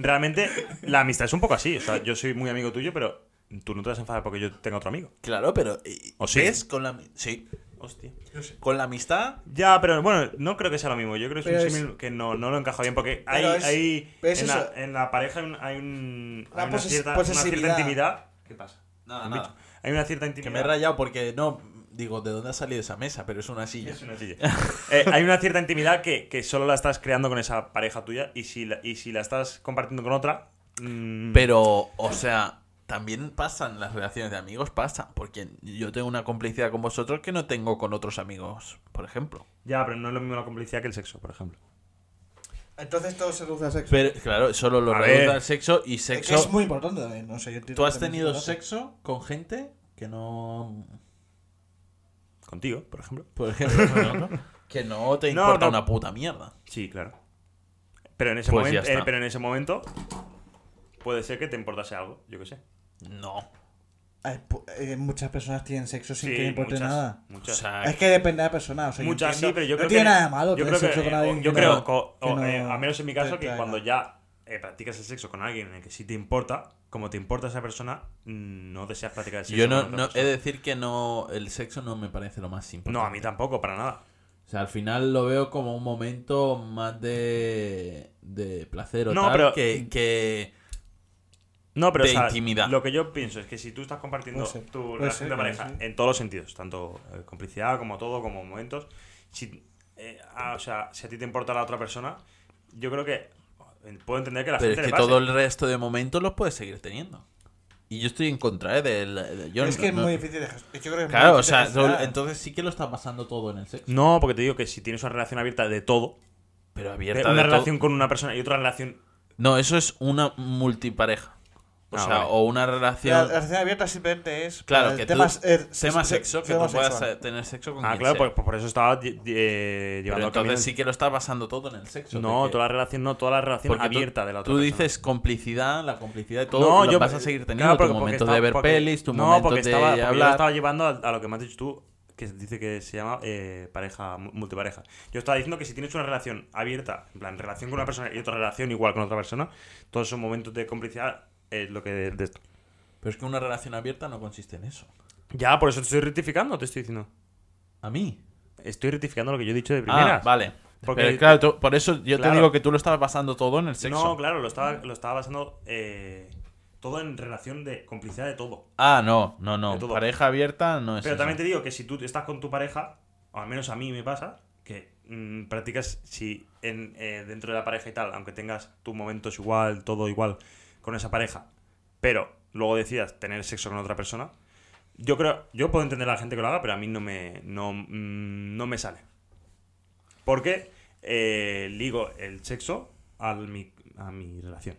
Speaker 2: Realmente la amistad es un poco así. O sea, yo soy muy amigo tuyo, pero tú no te vas a enfadar porque yo tengo otro amigo.
Speaker 1: Claro, pero y-
Speaker 2: ¿O sí?
Speaker 1: ¿ves? Con la, ami- sí.
Speaker 2: Hostia.
Speaker 1: Con la amistad,
Speaker 2: Ya, pero bueno, no creo que sea lo mismo. Yo creo que es
Speaker 5: Pero
Speaker 2: un
Speaker 5: es-
Speaker 2: símil que no, no lo encaja bien. Porque hay.
Speaker 5: Pero es-
Speaker 2: hay-
Speaker 5: pero es
Speaker 2: en, la,
Speaker 5: eso.
Speaker 2: en la pareja hay, un- hay un-
Speaker 5: La
Speaker 2: hay una,
Speaker 5: poses-
Speaker 2: cierta, una cierta
Speaker 5: posesividad.
Speaker 2: intimidad. ¿Qué pasa?
Speaker 1: nada,
Speaker 2: Un
Speaker 1: Ah, nada.
Speaker 2: bicho. Hay una cierta intimidad.
Speaker 1: Que me he rayado porque no, digo, ¿de dónde ha salido esa mesa? Pero es una silla.
Speaker 2: Es una silla. Eh, hay una cierta intimidad que, que solo la estás creando con esa pareja tuya y si la, y si la estás compartiendo con otra... mm,
Speaker 1: Pero, o sea, también pasan las relaciones de amigos, pasan. Porque yo tengo una complicidad con vosotros que no tengo con otros amigos, por ejemplo.
Speaker 2: Ya, pero no es lo mismo la complicidad que el sexo, por ejemplo.
Speaker 5: Entonces todo se reduce a sexo.
Speaker 1: Pero, claro, solo lo
Speaker 2: A
Speaker 1: reduzco
Speaker 2: ver.
Speaker 1: al sexo y
Speaker 5: Es que
Speaker 1: sexo.
Speaker 5: Es muy importante también. No sé, yo entiendo
Speaker 1: ¿Tú has
Speaker 5: que también
Speaker 1: tenido
Speaker 5: es importante.
Speaker 1: sexo con gente que no.
Speaker 2: Contigo, por ejemplo.
Speaker 1: Por ejemplo, ¿no? que no te
Speaker 2: No,
Speaker 1: importa
Speaker 2: no.
Speaker 1: una puta mierda.
Speaker 2: Sí, claro. Pero en ese,
Speaker 1: Pues ya
Speaker 2: momento,
Speaker 1: está.
Speaker 2: eh, pero en ese momento puede ser que te importase algo, yo qué sé.
Speaker 1: No.
Speaker 5: Ay, pu- eh, muchas personas tienen sexo sin
Speaker 2: Sí,
Speaker 5: que le importe
Speaker 2: muchas,
Speaker 5: nada.
Speaker 1: O
Speaker 2: Muchas.
Speaker 1: sea,
Speaker 5: Es que depende de la persona. O sea, yo
Speaker 2: Muchas sí,
Speaker 5: entiendo-
Speaker 2: pero yo creo
Speaker 5: no tiene
Speaker 2: que-
Speaker 5: nada de malo.
Speaker 2: Yo
Speaker 5: tener
Speaker 2: creo que,
Speaker 5: sexo con alguien
Speaker 2: o- yo
Speaker 5: que
Speaker 2: creo,
Speaker 5: no-
Speaker 2: co- o,
Speaker 5: que
Speaker 2: eh,
Speaker 5: no
Speaker 2: a menos en mi caso,
Speaker 5: te
Speaker 2: que
Speaker 5: atrae
Speaker 2: cuando
Speaker 5: nada.
Speaker 2: ya eh, practicas el sexo con alguien en el que sí te importa, como te importa esa persona, mm, no deseas practicar el sexo
Speaker 1: yo
Speaker 2: con
Speaker 1: no,
Speaker 2: otra
Speaker 1: no- he
Speaker 2: persona.
Speaker 1: de decir que no. El sexo no me parece lo más importante.
Speaker 2: No, a mí tampoco, para nada.
Speaker 1: O sea, al final lo veo como un momento más de, de placer o
Speaker 2: No,
Speaker 1: tal
Speaker 2: pero-
Speaker 1: que, que...
Speaker 2: No, pero
Speaker 1: de
Speaker 2: o sea,
Speaker 1: intimidad.
Speaker 2: lo que yo pienso es que si tú estás compartiendo
Speaker 5: Puede ser,
Speaker 2: tu
Speaker 5: puede
Speaker 2: relación
Speaker 5: ser,
Speaker 2: de
Speaker 5: puede
Speaker 2: pareja
Speaker 5: ser.
Speaker 2: en todos los sentidos, tanto eh, complicidad como todo, como momentos, si, eh, ah, o sea, si a ti te importa la otra persona, yo creo que eh, puedo entender que la
Speaker 1: Pero es que
Speaker 2: gente le pase.
Speaker 1: todo el resto de momentos los puedes seguir teniendo. Y yo estoy en contra, ¿eh? Del, de- yo
Speaker 5: Es
Speaker 1: no-
Speaker 5: que es
Speaker 1: no-
Speaker 5: muy difícil de gestionar. Yo creo que es
Speaker 1: Claro,
Speaker 5: muy
Speaker 1: o sea,
Speaker 5: difícil de
Speaker 1: tú-
Speaker 5: gestionar.
Speaker 1: entonces sí que lo está pasando todo en el sexo.
Speaker 2: No, porque te digo que si tienes una relación abierta de todo,
Speaker 1: Pero
Speaker 2: de
Speaker 1: abierta
Speaker 2: una
Speaker 1: de todo-
Speaker 2: relación con una persona y otra relación...
Speaker 1: No, eso es una multipareja. O
Speaker 2: Ah,
Speaker 1: sea,
Speaker 2: vale.
Speaker 1: o una
Speaker 5: La, la
Speaker 1: relación...
Speaker 5: relación abierta simplemente es.
Speaker 1: Claro,
Speaker 5: para
Speaker 1: que tú-
Speaker 5: temas, eh,
Speaker 1: Tema
Speaker 5: se-
Speaker 1: sexo, que
Speaker 5: tema
Speaker 1: tú puedas
Speaker 5: sexual.
Speaker 1: eh, tener sexo con
Speaker 2: Ah,
Speaker 1: quien
Speaker 2: claro,
Speaker 1: sea.
Speaker 2: por, por eso estaba eh, eh,
Speaker 1: Pero
Speaker 2: llevando a
Speaker 1: entonces
Speaker 2: cabo-
Speaker 1: sí que lo está pasando todo en el sexo.
Speaker 2: No,
Speaker 1: de que-
Speaker 2: toda la relación, no, toda la relación
Speaker 1: Porque tú-
Speaker 2: abierta de la otra
Speaker 1: Tú
Speaker 2: persona.
Speaker 1: dices complicidad, la complicidad y todo. lo vas a seguir teniendo
Speaker 2: Claro, porque-
Speaker 1: tu
Speaker 2: porque
Speaker 1: momento
Speaker 2: estaba-
Speaker 1: de ver
Speaker 2: porque-
Speaker 1: pelis, tu
Speaker 2: no,
Speaker 1: momento
Speaker 2: porque
Speaker 1: de
Speaker 2: estaba, porque yo lo
Speaker 1: hablar.
Speaker 2: estaba llevando a, a lo que me has dicho tú, que dice que se llama eh, pareja mu- multipareja. Yo estaba diciendo que si tienes una relación abierta, en plan, relación con una persona y otra relación igual con otra persona, todos esos momentos de complicidad es lo que... de- de-
Speaker 1: Pero es que una relación abierta no consiste en eso.
Speaker 2: Ya, por eso te estoy rectificando, te estoy diciendo.
Speaker 1: A mí.
Speaker 2: Estoy rectificando lo que yo he dicho de primeras.
Speaker 1: Ah, vale.
Speaker 2: Porque-
Speaker 1: Pero claro, tú- por eso yo
Speaker 2: Claro.
Speaker 1: te digo que tú lo estabas pasando todo en el sexo.
Speaker 2: No, claro, lo estaba, lo estaba basando eh, todo en relación de complicidad de todo.
Speaker 1: Ah, no, no, no.
Speaker 2: De todo.
Speaker 1: Pareja abierta no es.
Speaker 2: Pero
Speaker 1: eso.
Speaker 2: también te digo que si tú estás con tu pareja, o al menos a mí me pasa, que mm, practicas si en, eh, dentro de la pareja y tal, aunque tengas tus momentos igual, todo igual con esa pareja, pero luego decidas tener sexo con otra persona, yo creo, yo puedo entender a la gente que lo haga, pero a mí no me, no, mm, no me sale. Porque eh, ligo el sexo al mi- a mi relación.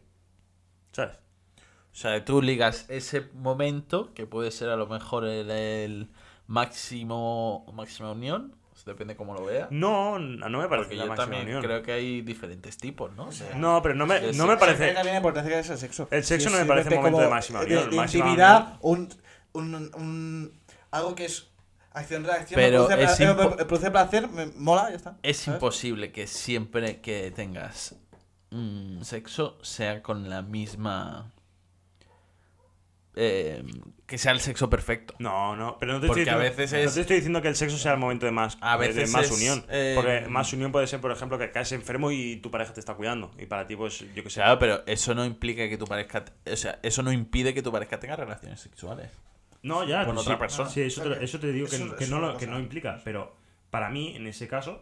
Speaker 2: ¿Sabes?
Speaker 1: O sea, tú ligas ese momento, que puede ser a lo mejor el, el máximo máxima unión, depende cómo lo veas.
Speaker 2: No, no me parece
Speaker 1: Porque
Speaker 2: la
Speaker 1: yo
Speaker 2: máxima
Speaker 1: también
Speaker 2: unión.
Speaker 1: creo que hay diferentes tipos, ¿no? O sea,
Speaker 2: No, pero no me,
Speaker 1: Sí,
Speaker 2: no
Speaker 1: sí.
Speaker 2: me
Speaker 5: Creo que
Speaker 2: parece.
Speaker 5: también la importancia que es el sexo.
Speaker 2: El sexo
Speaker 5: Sí,
Speaker 2: no me
Speaker 5: sí,
Speaker 2: parece
Speaker 5: vete
Speaker 2: un momento
Speaker 5: como
Speaker 2: de máxima
Speaker 5: de-
Speaker 2: unión,
Speaker 5: de
Speaker 2: máxima
Speaker 5: intimidad, un, un, un- algo que es acción-reacción. me
Speaker 1: Pero
Speaker 5: produce
Speaker 1: es
Speaker 5: pla- eh,
Speaker 1: impo-
Speaker 5: me produce placer, me mola, ya está.
Speaker 1: Es
Speaker 5: ¿sabes?
Speaker 1: imposible que siempre que tengas mm, sexo sea con la misma... eh, que sea el sexo perfecto.
Speaker 2: No, no, pero no te,
Speaker 1: Porque
Speaker 2: estoy,
Speaker 1: a
Speaker 2: diciendo,
Speaker 1: veces
Speaker 2: no
Speaker 1: es-
Speaker 2: te estoy diciendo que el sexo sea el momento de más,
Speaker 1: A
Speaker 2: de- de
Speaker 1: veces
Speaker 2: más
Speaker 1: es,
Speaker 2: unión.
Speaker 1: eh,
Speaker 2: Porque más unión puede ser, por ejemplo, que caes enfermo y tu pareja te está cuidando. Y para ti, pues, yo que sé.
Speaker 1: Claro, pero eso no implica que tu pareja... O sea, eso no impide que tu pareja tenga relaciones sexuales.
Speaker 2: no, ya.
Speaker 1: con
Speaker 2: sí,
Speaker 1: otra persona.
Speaker 2: Sí, eso te, eso te digo que,
Speaker 5: Eso-
Speaker 2: que
Speaker 5: eso
Speaker 2: no
Speaker 5: es
Speaker 2: lo-
Speaker 5: otra
Speaker 2: que
Speaker 5: cosa.
Speaker 2: no implica. Pero para mí, en ese caso,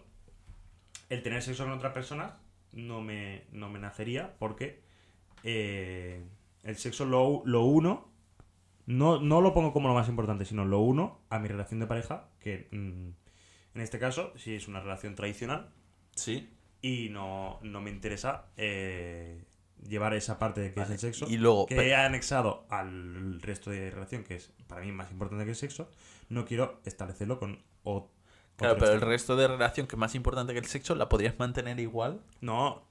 Speaker 2: el tener sexo con otra persona no me, no me nacería porque eh, el sexo lo, lo uno. No, no lo pongo como lo más importante, sino lo uno a mi relación de pareja, que mm, en este caso, si es una relación tradicional,
Speaker 1: Sí.
Speaker 2: y no, no me interesa eh, llevar esa parte que es el sexo,
Speaker 1: y luego-
Speaker 2: que he anexado al resto de relación, que es para mí más importante que el sexo, no quiero establecerlo con o-
Speaker 1: Claro,
Speaker 2: otro
Speaker 1: pero el
Speaker 2: extremo.
Speaker 1: resto de relación que es más importante que el sexo la podrías mantener igual.
Speaker 2: No.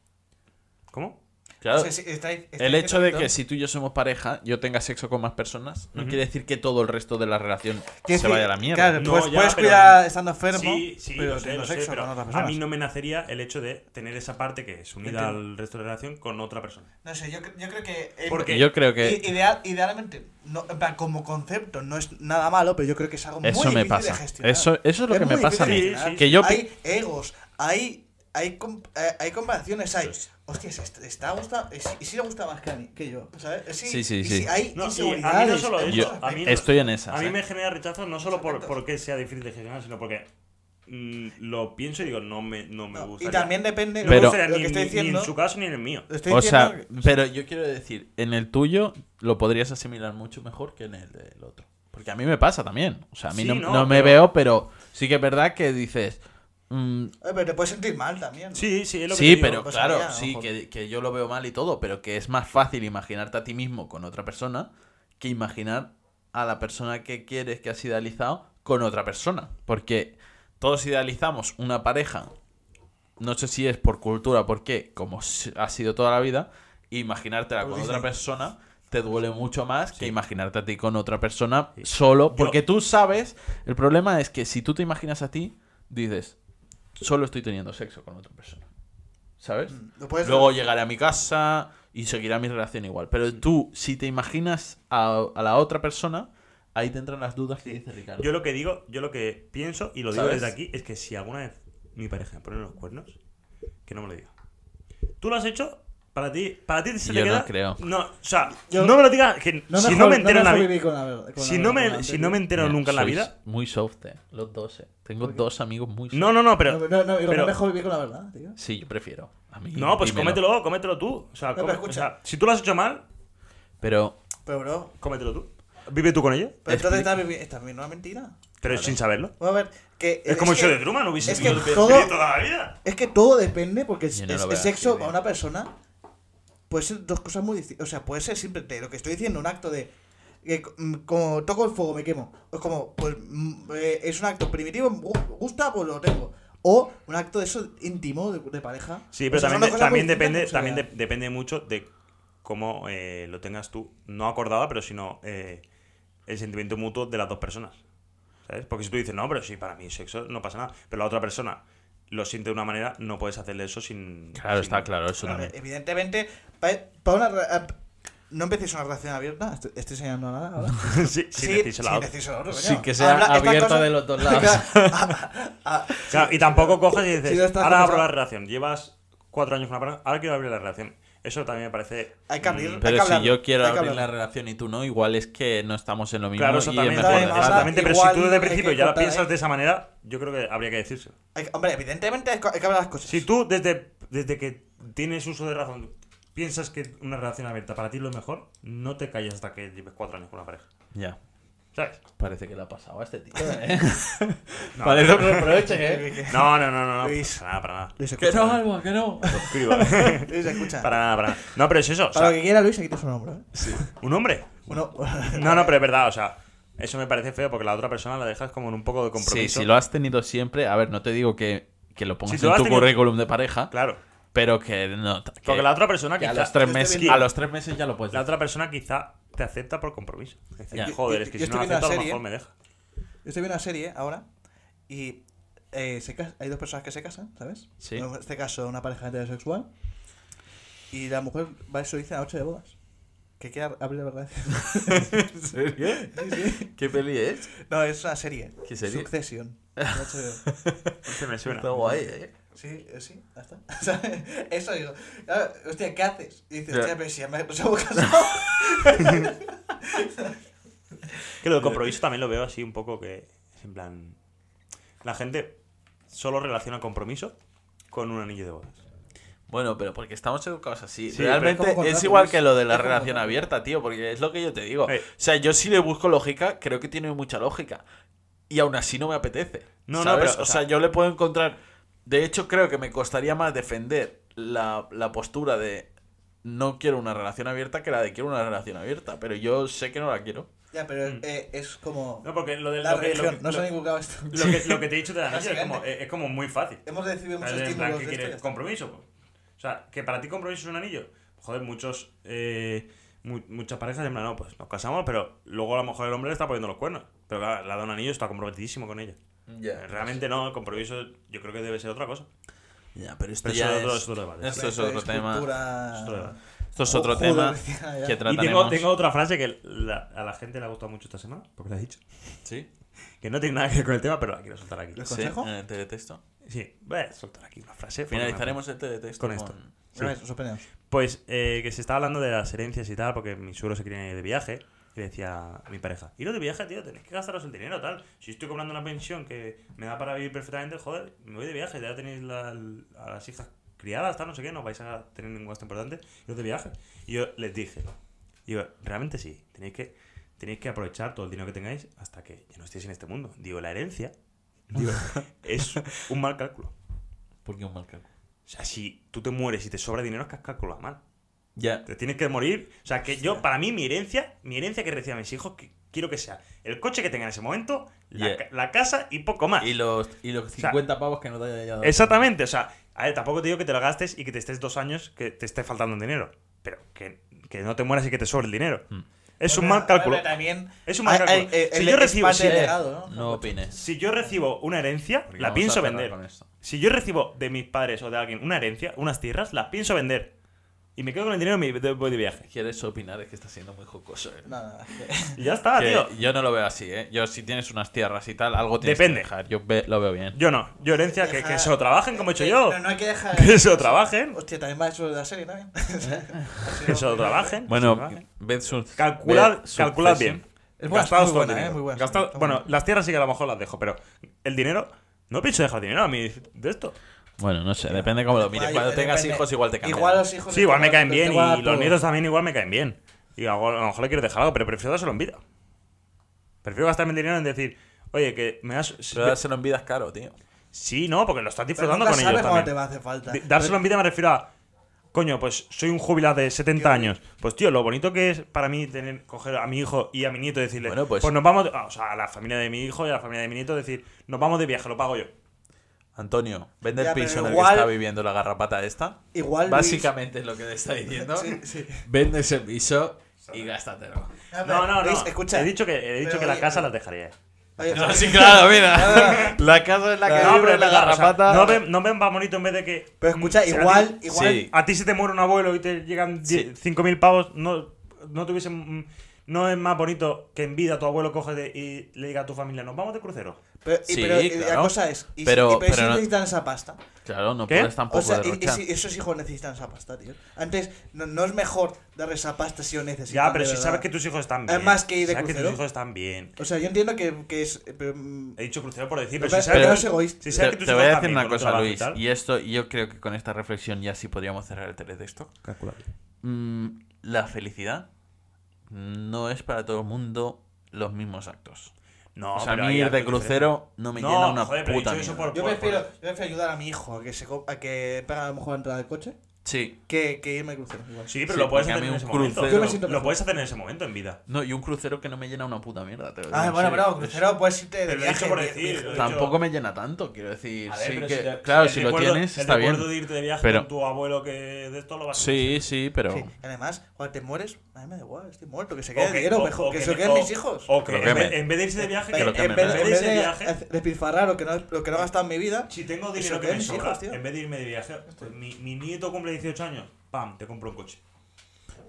Speaker 2: ¿Cómo?
Speaker 1: Claro.
Speaker 3: O sea, sí, está- está
Speaker 1: el hecho de que
Speaker 3: intentando-
Speaker 1: si tú y yo somos pareja, yo tenga sexo con más personas, no
Speaker 2: Ujú.
Speaker 1: quiere decir que todo el resto de la relación
Speaker 6: Quiero
Speaker 1: se
Speaker 6: decir,
Speaker 1: vaya a la mierda.
Speaker 6: Claro,
Speaker 2: No,
Speaker 6: puedes,
Speaker 2: ya,
Speaker 6: puedes
Speaker 2: pero-
Speaker 6: cuidar estando enfermo,
Speaker 2: Sí, sí,
Speaker 6: pero
Speaker 2: lo sé,
Speaker 6: teniendo
Speaker 2: lo sé,
Speaker 6: sexo
Speaker 2: pero
Speaker 6: con otras
Speaker 2: a
Speaker 6: personas.
Speaker 2: mí no me nacería el hecho de tener esa parte que es unida
Speaker 3: Entiendo.
Speaker 2: al resto de la relación con otra persona.
Speaker 3: No sé, yo, cre- yo creo que. eh,
Speaker 2: Porque-
Speaker 1: Y yo creo que
Speaker 3: i- ideal- idealmente, no, en plan, como concepto, no es nada malo, pero yo creo que es algo muy
Speaker 1: eso me
Speaker 3: difícil de
Speaker 1: pasa.
Speaker 3: gestionar.
Speaker 1: Eso, eso es lo que me
Speaker 3: muy
Speaker 1: pasa a mí.
Speaker 3: difícil de
Speaker 2: Sí,
Speaker 3: gestionar.
Speaker 2: sí,
Speaker 1: Que yo pi-
Speaker 3: Hay egos, hay, hay, com- eh, hay comparaciones, hay. Hostias, est- está gusta, es- y si le gusta más que a mí, que yo. ¿Sabes? Sí,
Speaker 1: Sí, sí,
Speaker 3: y
Speaker 1: sí.
Speaker 3: si
Speaker 2: No, y a
Speaker 3: hay
Speaker 2: mí no
Speaker 3: inseguridades.
Speaker 2: solo
Speaker 3: hay
Speaker 2: eso,
Speaker 3: muchas
Speaker 2: a mí-
Speaker 3: veces.
Speaker 1: estoy en esa.
Speaker 2: A mí
Speaker 1: ¿sabes?
Speaker 2: me genera rechazo no solo por
Speaker 3: Exacto.
Speaker 2: porque sea difícil de gestionar, sino porque mm, lo pienso y digo, no me, no me
Speaker 3: No,
Speaker 2: gusta.
Speaker 3: y también depende
Speaker 2: no me
Speaker 3: de
Speaker 1: Pero-
Speaker 2: gustaría
Speaker 3: lo
Speaker 2: ni,
Speaker 3: que estoy
Speaker 2: ni- ni
Speaker 3: diciendo.
Speaker 2: en su caso ni en el mío.
Speaker 3: Estoy
Speaker 1: ¿eh? O
Speaker 3: diciendo
Speaker 1: sea, pero yo quiero decir, en el tuyo lo podrías asimilar mucho mejor que en el del otro. Porque a mí me pasa también. O sea, a mí
Speaker 2: Sí,
Speaker 1: no,
Speaker 2: no,
Speaker 1: no me
Speaker 2: pero-
Speaker 1: veo, pero sí que es verdad que dices. mm,
Speaker 3: Eh, pero te puedes sentir mal también.
Speaker 2: Sí, sí, es lo que te
Speaker 1: sí,
Speaker 2: digo.
Speaker 1: pero
Speaker 3: pues,
Speaker 1: claro,
Speaker 3: habría,
Speaker 1: sí,
Speaker 3: ojo.
Speaker 1: que, que yo lo veo mal y todo, pero que es más fácil imaginarte a ti mismo con otra persona que imaginar a la persona que quieres, que has idealizado, con otra persona. Porque todos idealizamos una pareja, no sé si es por cultura, por qué, como s- ha sido toda la vida, imaginártela
Speaker 3: Por
Speaker 1: con
Speaker 3: Disney.
Speaker 1: otra persona te duele mucho más que
Speaker 2: Sí.
Speaker 1: imaginarte a ti con otra persona
Speaker 2: Sí.
Speaker 1: solo,
Speaker 2: Yo-
Speaker 1: porque tú sabes, el problema es que si tú te imaginas a ti, dices, solo estoy teniendo sexo con otra persona. ¿Sabes?
Speaker 3: Lo puedes-
Speaker 1: Luego llegaré a mi casa y seguirá mi relación igual. Pero
Speaker 2: Mm.
Speaker 1: tú, si te imaginas a, a la otra persona, ahí te entran las dudas que dice Ricardo.
Speaker 2: Yo lo que digo, yo lo que pienso y lo digo
Speaker 1: ¿Sabes?
Speaker 2: desde aquí es que si alguna vez mi pareja me pone los cuernos, que no me lo diga. Tú lo has hecho para ti, para ti se te
Speaker 1: Yo no
Speaker 2: queda.
Speaker 1: creo.
Speaker 2: No, o sea,
Speaker 6: Yo-
Speaker 2: no me lo digas. Que si
Speaker 6: dejo-
Speaker 2: no me entero en la
Speaker 6: dejo
Speaker 2: vida-
Speaker 6: vivir con la ver- con la
Speaker 2: Si
Speaker 6: ver-
Speaker 2: no
Speaker 6: con la
Speaker 2: me, si no me
Speaker 6: anterior.
Speaker 2: entero
Speaker 1: Mira,
Speaker 2: nunca en la
Speaker 1: sois
Speaker 2: vida.
Speaker 1: Muy soft, eh, Los dos, eh. Tengo dos amigos muy soft.
Speaker 2: No, no, no, pero.
Speaker 6: No, no, no, digo,
Speaker 2: pero-
Speaker 6: no me dejo vivir con la verdad, tío.
Speaker 1: Sí, yo prefiero. A mí,
Speaker 2: No, pues
Speaker 1: dímelo.
Speaker 2: cómetelo, cómetelo tú. O sea,
Speaker 3: pero
Speaker 2: come-
Speaker 3: escucha.
Speaker 2: o sea, si tú lo has hecho mal,
Speaker 1: Pero
Speaker 3: Pero, bro,
Speaker 2: cómetelo tú. Vive tú con ello,
Speaker 3: pero entonces
Speaker 1: Expli-
Speaker 3: también, es también una mentira.
Speaker 2: pero sin saberlo.
Speaker 3: Vamos a ver, que.
Speaker 2: Es, como el show
Speaker 3: que-
Speaker 2: de Truman, hubiese
Speaker 3: es que
Speaker 2: sido el
Speaker 3: todo-
Speaker 2: peor toda la vida.
Speaker 3: Es que todo depende, porque
Speaker 1: Yo
Speaker 3: el
Speaker 1: no lo veo
Speaker 3: sexo
Speaker 1: así, tío.
Speaker 3: para una persona puede ser dos cosas muy distintas. O sea, puede ser simplemente lo que estoy diciendo, un acto de. que c- mm, como toco el fuego, me quemo. O es como, pues mm, eh, es un acto primitivo, me gu- gusta, pues lo tengo. O un acto de eso íntimo, de, de pareja.
Speaker 2: Sí, pero
Speaker 3: O sea, son
Speaker 2: también,
Speaker 3: dos
Speaker 2: de-
Speaker 3: cosas muy
Speaker 2: también
Speaker 3: distintas,
Speaker 2: depende,
Speaker 3: o sea,
Speaker 2: también de- depende mucho de cómo eh, lo tengas tú, no acordada, pero sino eh, el sentimiento mutuo de las dos personas. ¿Sabes? Porque si tú dices, no, pero sí, para mí sexo no pasa nada, pero la otra persona lo siente de una manera, no puedes hacerle eso sin.
Speaker 1: Claro,
Speaker 2: sin-
Speaker 1: está claro, eso
Speaker 3: Claro,
Speaker 1: también.
Speaker 3: Evidentemente, para una. re- a- No empecéis una relación abierta, estoy, estoy enseñando nada ahora.
Speaker 2: sí, sin decírselo a la otra.
Speaker 3: decírselo a otro,
Speaker 1: Sin
Speaker 3: coño.
Speaker 1: que sea
Speaker 3: Habla- esta
Speaker 1: abierta
Speaker 3: cosa-
Speaker 1: de los dos lados.
Speaker 3: Claro, ah, ah,
Speaker 2: Claro, y tampoco coges y
Speaker 3: Sí, lo
Speaker 2: dices,
Speaker 3: estás
Speaker 2: ahora abro
Speaker 3: pensando.
Speaker 2: la relación. Llevas cuatro años con una pareja, ahora quiero abrir la relación. Eso también me parece.
Speaker 3: Hay que abrir-
Speaker 2: mm,
Speaker 3: hay
Speaker 1: Pero si
Speaker 3: hablarlo,
Speaker 1: yo quiero
Speaker 3: hay que
Speaker 1: abrir la
Speaker 3: hablarlo.
Speaker 1: relación y tú no, igual es que no estamos en lo mismo
Speaker 2: Claro,
Speaker 1: y
Speaker 2: eso
Speaker 1: es
Speaker 2: también.
Speaker 1: mejor
Speaker 3: También
Speaker 1: decirlo.
Speaker 3: pasa.
Speaker 2: Exactamente, pero si
Speaker 3: igual
Speaker 2: tú desde
Speaker 3: hay
Speaker 2: el
Speaker 3: que ¿eh?
Speaker 2: principio ya la
Speaker 3: cortar ahí.
Speaker 2: piensas de esa manera, yo creo que habría que decírselo.
Speaker 3: hay que- hombre, evidentemente hay que hay que hablar las cosas.
Speaker 2: Si tú desde, desde que tienes uso de razón piensas que una relación abierta para ti es lo mejor, no te calles hasta que lleves cuatro años con una pareja.
Speaker 1: Ya.
Speaker 2: ¿Sabes?
Speaker 1: Parece que le ha pasado a este tío.
Speaker 2: No,
Speaker 1: Parece un reproche, ¿eh?
Speaker 2: no, no, no, no, no,
Speaker 3: Luis.
Speaker 2: Para nada, para nada.
Speaker 3: Luis, escucha.
Speaker 1: que no, Alba, que no.
Speaker 3: Luis, escucha.
Speaker 2: Para nada, para nada. No, pero es eso. o sea,
Speaker 3: Para lo que quiera Luis, aquí tienes un nombre. ¿eh?
Speaker 2: un hombre.
Speaker 3: Bueno,
Speaker 2: No, no, pero es verdad, o sea, eso me parece feo porque la otra persona la dejas como en un poco de
Speaker 1: Sí,
Speaker 2: compromiso.
Speaker 1: si lo has tenido siempre, a ver, no te digo que, que lo pongas
Speaker 2: Si lo
Speaker 1: en
Speaker 2: has
Speaker 1: tu
Speaker 2: tenido-
Speaker 1: currículum de pareja,
Speaker 2: Claro.
Speaker 1: pero que no. que-
Speaker 2: Porque la otra persona
Speaker 1: que a,
Speaker 2: quizá,
Speaker 1: los tres
Speaker 3: Yo estoy
Speaker 1: meses,
Speaker 3: viendo-
Speaker 1: a los tres meses ya lo puedes
Speaker 2: la
Speaker 1: decir.
Speaker 2: otra persona quizá te acepta por compromiso. Es decir,
Speaker 1: Ya.
Speaker 2: joder,
Speaker 3: Yo-
Speaker 2: es que
Speaker 3: yo
Speaker 2: si no
Speaker 3: estoy
Speaker 2: me acepta,
Speaker 3: viendo la
Speaker 2: a lo
Speaker 3: serie.
Speaker 2: mejor me deja.
Speaker 3: yo estoy viendo una serie ahora y eh, se cas- hay dos personas que se casan, ¿sabes?
Speaker 1: Sí.
Speaker 3: En este caso, una pareja heterosexual y la mujer va y se lo dice a la noche de bodas. Que quiera abrir la verdad.
Speaker 1: ¿Qué peli es?
Speaker 3: No, es una serie.
Speaker 1: ¿Qué serie?
Speaker 3: Succession. de HBO.
Speaker 2: Se me suena.
Speaker 1: Está guay, ¿eh?
Speaker 3: Sí, eh, sí, ya está. O sea, Eso digo. Claro, hostia, ¿qué haces? Y dices,
Speaker 1: Ya.
Speaker 3: hostia, pero si ya me- nos hemos casado.
Speaker 2: Que lo de compromiso también lo veo así un poco que es en plan. La gente solo relaciona compromiso con un anillo de bodas.
Speaker 1: Bueno, pero porque estamos educados así.
Speaker 2: Sí,
Speaker 1: Realmente
Speaker 3: pero es como
Speaker 1: es
Speaker 3: contrato,
Speaker 1: igual
Speaker 3: Luis.
Speaker 1: que lo de la
Speaker 3: Es como
Speaker 1: relación
Speaker 3: contrato.
Speaker 1: abierta, tío, porque es lo que yo te digo.
Speaker 2: Eh.
Speaker 1: O sea, yo sí le busco lógica, creo que tiene mucha lógica. Y aún así no me apetece.
Speaker 2: No, no,
Speaker 1: ¿sabes?
Speaker 2: pero,
Speaker 1: o
Speaker 2: o
Speaker 1: sea,
Speaker 2: sea-
Speaker 1: yo le puedo encontrar. De hecho, creo que me costaría más defender la, la postura de no quiero una relación abierta que la de quiero una relación abierta, pero yo sé que no la quiero.
Speaker 3: Ya, pero eh, es como.
Speaker 2: Mm. No, porque lo de
Speaker 3: la
Speaker 2: lo que- lo
Speaker 3: religión,
Speaker 2: que-
Speaker 3: no se
Speaker 2: lo-
Speaker 3: han inculcado esto.
Speaker 2: Lo que, lo que te he dicho de la noche es como,
Speaker 3: Básicamente.
Speaker 2: es como muy fácil.
Speaker 3: Hemos recibido muchos
Speaker 2: En plan, ¿qué
Speaker 3: estímulos. de esto y ya
Speaker 2: quieres?
Speaker 3: está.
Speaker 2: ¿Compromiso? pues. O sea, que para ti compromiso es un anillo. Joder, muchos. eh, mu- muchas parejas, en plan, no, pues nos casamos, pero luego a lo mejor el hombre le está poniendo los cuernos. Pero la, la da un anillo está comprometidísimo con ella.
Speaker 1: Ya.
Speaker 2: Realmente no, el compromiso yo creo que debe ser otra cosa.
Speaker 1: Ya, pero esto
Speaker 2: Pero
Speaker 1: ya
Speaker 2: eso es otro-
Speaker 1: es-
Speaker 2: es otro debate.
Speaker 1: Esto es
Speaker 3: Esto
Speaker 1: otro tema.
Speaker 3: cultura-
Speaker 2: Esto era.
Speaker 1: Esto es otro
Speaker 3: Ojo,
Speaker 1: tema
Speaker 3: decía, ya.
Speaker 1: que
Speaker 3: Y
Speaker 2: Y tengo,
Speaker 1: trataremos.
Speaker 2: tengo otra frase que la- a la gente le ha gustado mucho esta semana, porque la he dicho.
Speaker 1: ¿Sí?
Speaker 2: Que no tiene nada que ver con el tema, pero la quiero soltar aquí.
Speaker 3: ¿El
Speaker 1: Sí,
Speaker 3: consejo?
Speaker 1: en el teletexto.
Speaker 2: Sí, voy a soltar aquí una frase. porque
Speaker 1: Finalizaremos el teletexto
Speaker 2: Con esto.
Speaker 3: A ver, os opinamos.
Speaker 2: Pues eh, que se estaba hablando de las herencias y tal, porque mi suegro se quería ir de viaje. Y le decía a mi pareja, iros de viaje, tío, tenéis que gastaros el dinero, tal. Si estoy cobrando una pensión que me da para vivir perfectamente, joder, me voy de viaje, ya tenéis la- a las hijas criadas, tal, no sé qué, no vais a tener ningún gasto importante, iros de viaje. Y yo les dije, digo, realmente sí, tenéis que, tenéis que aprovechar todo el dinero que tengáis hasta que ya no estéis en este mundo. Digo, la herencia, digo, es un mal cálculo.
Speaker 1: Porque un mal cálculo.
Speaker 2: O sea, si tú te mueres y te sobra dinero, es que has calculado mal.
Speaker 1: Ya.
Speaker 2: Te tienes que morir. O sea, que yo, para mí, mi herencia, mi herencia que reciban mis hijos, que quiero que sea el coche que tengan en ese momento, la,
Speaker 1: Yeah.
Speaker 2: ca- la casa y poco más.
Speaker 1: Y los, y los
Speaker 2: sea,
Speaker 1: 50 pavos que no te haya dado.
Speaker 2: Exactamente, o sea, a ver, tampoco te digo que te lo gastes y que te estés dos años que te esté faltando dinero, pero que, que no te mueras y que te sobre el dinero.
Speaker 1: Hmm.
Speaker 2: Es un
Speaker 3: Bueno,
Speaker 2: mal cálculo.
Speaker 3: bueno, también
Speaker 2: Es un mal
Speaker 3: hay- hay-
Speaker 2: cálculo.
Speaker 3: eh,
Speaker 2: Si
Speaker 3: el-
Speaker 2: yo
Speaker 3: es
Speaker 2: recibo-
Speaker 3: parte
Speaker 2: si-
Speaker 3: del legado, ¿no?
Speaker 1: No opines.
Speaker 2: Si yo recibo una herencia,
Speaker 1: Porque
Speaker 2: la
Speaker 1: vamos a
Speaker 2: pienso
Speaker 1: cerrar
Speaker 2: vender.
Speaker 1: con esto.
Speaker 2: Si yo recibo de mis padres o de alguien una herencia, unas tierras, las pienso vender. Y me quedo con el dinero y me de- voy de viaje.
Speaker 1: Quieres opinar, es que está siendo muy jocoso. eh.
Speaker 3: Nada,
Speaker 2: Y ya está,
Speaker 1: Que
Speaker 2: tío.
Speaker 1: yo no lo veo así, ¿eh? Yo, si tienes unas tierras y tal, algo tienes
Speaker 2: Depende.
Speaker 1: que dejar. Yo ve- lo veo bien.
Speaker 2: Yo no. Yo herencia, que, que se lo trabajen como he hecho
Speaker 3: Eh,
Speaker 2: yo.
Speaker 3: No, no hay que dejar.
Speaker 2: Que se lo trabajen.
Speaker 3: Hostia, también va eso de la serie también.
Speaker 2: pues, Que se lo trabajen. que se lo
Speaker 1: Bueno,
Speaker 2: trabajen.
Speaker 1: ved sus.
Speaker 2: calculad,
Speaker 1: ved
Speaker 2: calculad
Speaker 1: Succession.
Speaker 2: bien.
Speaker 3: Es buena,
Speaker 2: Gastaos
Speaker 3: muy
Speaker 2: todo el
Speaker 3: buena,
Speaker 2: dinero.
Speaker 3: eh, muy buena.
Speaker 2: Gastad-
Speaker 3: Está
Speaker 2: bueno,
Speaker 3: buena.
Speaker 2: las tierras sí que a lo mejor las dejo, pero el dinero. No pienso dejar dinero a mí de esto.
Speaker 1: Bueno, no sé, depende cómo lo mires.
Speaker 3: Ay,
Speaker 1: Cuando tengas
Speaker 3: depende.
Speaker 1: hijos, igual te cambian.
Speaker 3: Igual los hijos.
Speaker 2: Sí, igual me
Speaker 3: igual-
Speaker 2: caen bien
Speaker 3: igual
Speaker 2: y los
Speaker 3: todo.
Speaker 2: nietos también igual me caen bien. Y a lo a lo mejor le quiero dejar algo, pero prefiero dárselo en vida. Prefiero gastarme el dinero en decir, oye, que me das.
Speaker 1: Pero dárselo en vidas caro, tío.
Speaker 2: Sí, no, porque lo estás
Speaker 3: Pero
Speaker 2: disfrutando
Speaker 3: nunca
Speaker 2: con ellos
Speaker 3: sabes cuándo
Speaker 2: también.
Speaker 3: te va a hacer falta.
Speaker 2: De- dárselo en vida me refiero a. Coño, pues soy un jubilado de 70 años. Pues tío, lo bonito que es para mí tener, coger a mi hijo y a mi nieto y decirle,
Speaker 1: Bueno,
Speaker 2: pues,
Speaker 1: pues-
Speaker 2: nos vamos, de- ah, o sea, a la familia de mi hijo y a la familia de mi nieto decir, nos vamos de viaje, lo pago yo.
Speaker 1: Antonio, vende
Speaker 3: Ya,
Speaker 1: el
Speaker 3: pero
Speaker 1: piso en el
Speaker 3: igual-
Speaker 1: que está viviendo la garrapata esta.
Speaker 3: Igual. Luis-
Speaker 1: Básicamente es lo que te está diciendo.
Speaker 3: Sí, sí.
Speaker 1: Vende ese piso y gástatelo.
Speaker 3: A ver,
Speaker 2: No, no, no.
Speaker 3: Luis, Ah, escucha.
Speaker 2: He dicho que he dicho
Speaker 3: Pero,
Speaker 2: que la
Speaker 3: oye,
Speaker 2: casa
Speaker 3: pero-
Speaker 2: la dejaría.
Speaker 3: Oye,
Speaker 1: No, sí, claro, mira.
Speaker 4: La casa es la
Speaker 3: que
Speaker 2: No,
Speaker 3: vive
Speaker 2: pero es
Speaker 4: la
Speaker 2: verdad, o sea,
Speaker 4: garrapata.
Speaker 2: no ven, no ven más bonito en vez de que.
Speaker 3: Pero escucha,
Speaker 2: o sea, a ti-
Speaker 3: igual, igual.
Speaker 1: Sí.
Speaker 2: A ti si te muere un abuelo y te llegan
Speaker 1: Sí.
Speaker 2: 5.000 pavos, no, no tuviese- mm, No es más bonito que en vida tu abuelo coge de- y le diga a tu familia, nos vamos de crucero.
Speaker 3: Pero, y-
Speaker 1: Sí,
Speaker 3: pero, y la
Speaker 1: claro.
Speaker 3: cosa es. Y, si-
Speaker 1: Pero-
Speaker 3: y- pero si
Speaker 1: pero no-
Speaker 3: necesitan esa pasta.
Speaker 1: Claro, no
Speaker 2: ¿Qué?
Speaker 1: puedes tampoco
Speaker 3: O sea, y- y,
Speaker 1: derrochar.
Speaker 3: si esos hijos necesitan esa pasta, tío. Antes, no, no es mejor dar esa pasta si lo necesitan.
Speaker 2: ya, pero
Speaker 3: de
Speaker 2: si
Speaker 3: verdad.
Speaker 2: sabes que tus hijos están bien.
Speaker 3: Es más que ir de
Speaker 2: sabes que
Speaker 3: crucero.
Speaker 2: tus hijos están bien.
Speaker 3: O sea, yo entiendo que, que es. pero, mm,
Speaker 2: He dicho crucero por decir,
Speaker 3: Pero
Speaker 2: pero, si
Speaker 3: es-
Speaker 2: sabes,
Speaker 1: pero
Speaker 2: que-
Speaker 3: es egoísta.
Speaker 2: si
Speaker 1: Te,
Speaker 2: sabes que tus
Speaker 1: te
Speaker 2: hijos
Speaker 1: voy a
Speaker 2: están
Speaker 1: decir
Speaker 2: bien
Speaker 1: una
Speaker 2: con tu
Speaker 1: cosa,
Speaker 2: trabajo y
Speaker 1: Luis,
Speaker 2: tal.
Speaker 1: y esto, y yo creo que con esta reflexión ya sí podríamos cerrar el teletexto. Mm, la felicidad no es para todo el mundo los mismos actos.
Speaker 2: No,
Speaker 1: o sea, a
Speaker 2: pero
Speaker 1: mí
Speaker 2: ahí
Speaker 1: ir
Speaker 2: hay
Speaker 1: de
Speaker 2: crucero.
Speaker 1: crucero no me
Speaker 2: No,
Speaker 1: llena una
Speaker 2: joder, pero
Speaker 1: puta
Speaker 2: dicho eso
Speaker 1: mierda.
Speaker 2: por-
Speaker 3: Yo prefiero, yo prefiero ayudar a mi hijo a que se co- a que pega a lo mejor la entrada del coche
Speaker 1: Sí.
Speaker 3: que, que irme al crucero. igual.
Speaker 2: Sí, pero
Speaker 1: Sí,
Speaker 2: lo puedes
Speaker 1: porque a
Speaker 2: hacer
Speaker 1: mí
Speaker 2: en
Speaker 1: un
Speaker 2: ese momento.
Speaker 1: crucero-
Speaker 3: Yo me siento
Speaker 2: Lo
Speaker 3: mejor.
Speaker 2: puedes hacer en ese momento en vida.
Speaker 1: No, y un crucero que no me llena una puta mierda. te lo digo
Speaker 3: Ah,
Speaker 1: en
Speaker 3: bueno,
Speaker 1: serio.
Speaker 3: pero crucero puedes irte de
Speaker 2: Pero lo he dicho
Speaker 3: viaje.
Speaker 2: por
Speaker 3: mi-
Speaker 2: decir,
Speaker 3: mi-
Speaker 2: lo he dicho.
Speaker 1: Tampoco me llena tanto, quiero decir.
Speaker 2: A ver,
Speaker 1: sí
Speaker 2: pero
Speaker 1: que,
Speaker 2: te-
Speaker 1: claro,
Speaker 2: el
Speaker 1: si lo
Speaker 2: recuerdo-
Speaker 1: tienes,
Speaker 2: el
Speaker 1: está bien.
Speaker 2: recuerdo de irte de viaje
Speaker 1: Pero-
Speaker 2: con tu abuelo que de esto lo vas a
Speaker 1: Sí, sí, pero.
Speaker 3: Sí, Además, cuando te mueres, a mí me da igual, estoy muerto, que se
Speaker 2: hacer. O
Speaker 3: quede el dinero,
Speaker 2: o-
Speaker 3: mejor,
Speaker 2: o
Speaker 3: que,
Speaker 2: que
Speaker 3: se lo
Speaker 2: me-
Speaker 3: queden
Speaker 2: o-
Speaker 3: mis hijos.
Speaker 2: O que
Speaker 1: Que lo
Speaker 2: en vez,
Speaker 1: quemen.
Speaker 2: en vez de irse de viaje,
Speaker 1: Que lo
Speaker 2: Eh, en
Speaker 1: quemen,
Speaker 2: vez
Speaker 1: ¿no?
Speaker 2: de
Speaker 3: en
Speaker 2: irse
Speaker 3: vez
Speaker 2: de
Speaker 3: de
Speaker 2: viaje,
Speaker 3: hacer- despilfarrar lo que, no, lo que no he gastado en mi vida,
Speaker 2: Si tengo
Speaker 3: Eso
Speaker 2: dinero que
Speaker 3: que
Speaker 2: me
Speaker 3: es,
Speaker 2: sobra,
Speaker 3: hijos, tío.
Speaker 2: en vez de irme de viaje, pues mi, mi nieto cumple 18 años, pam, te compro un coche.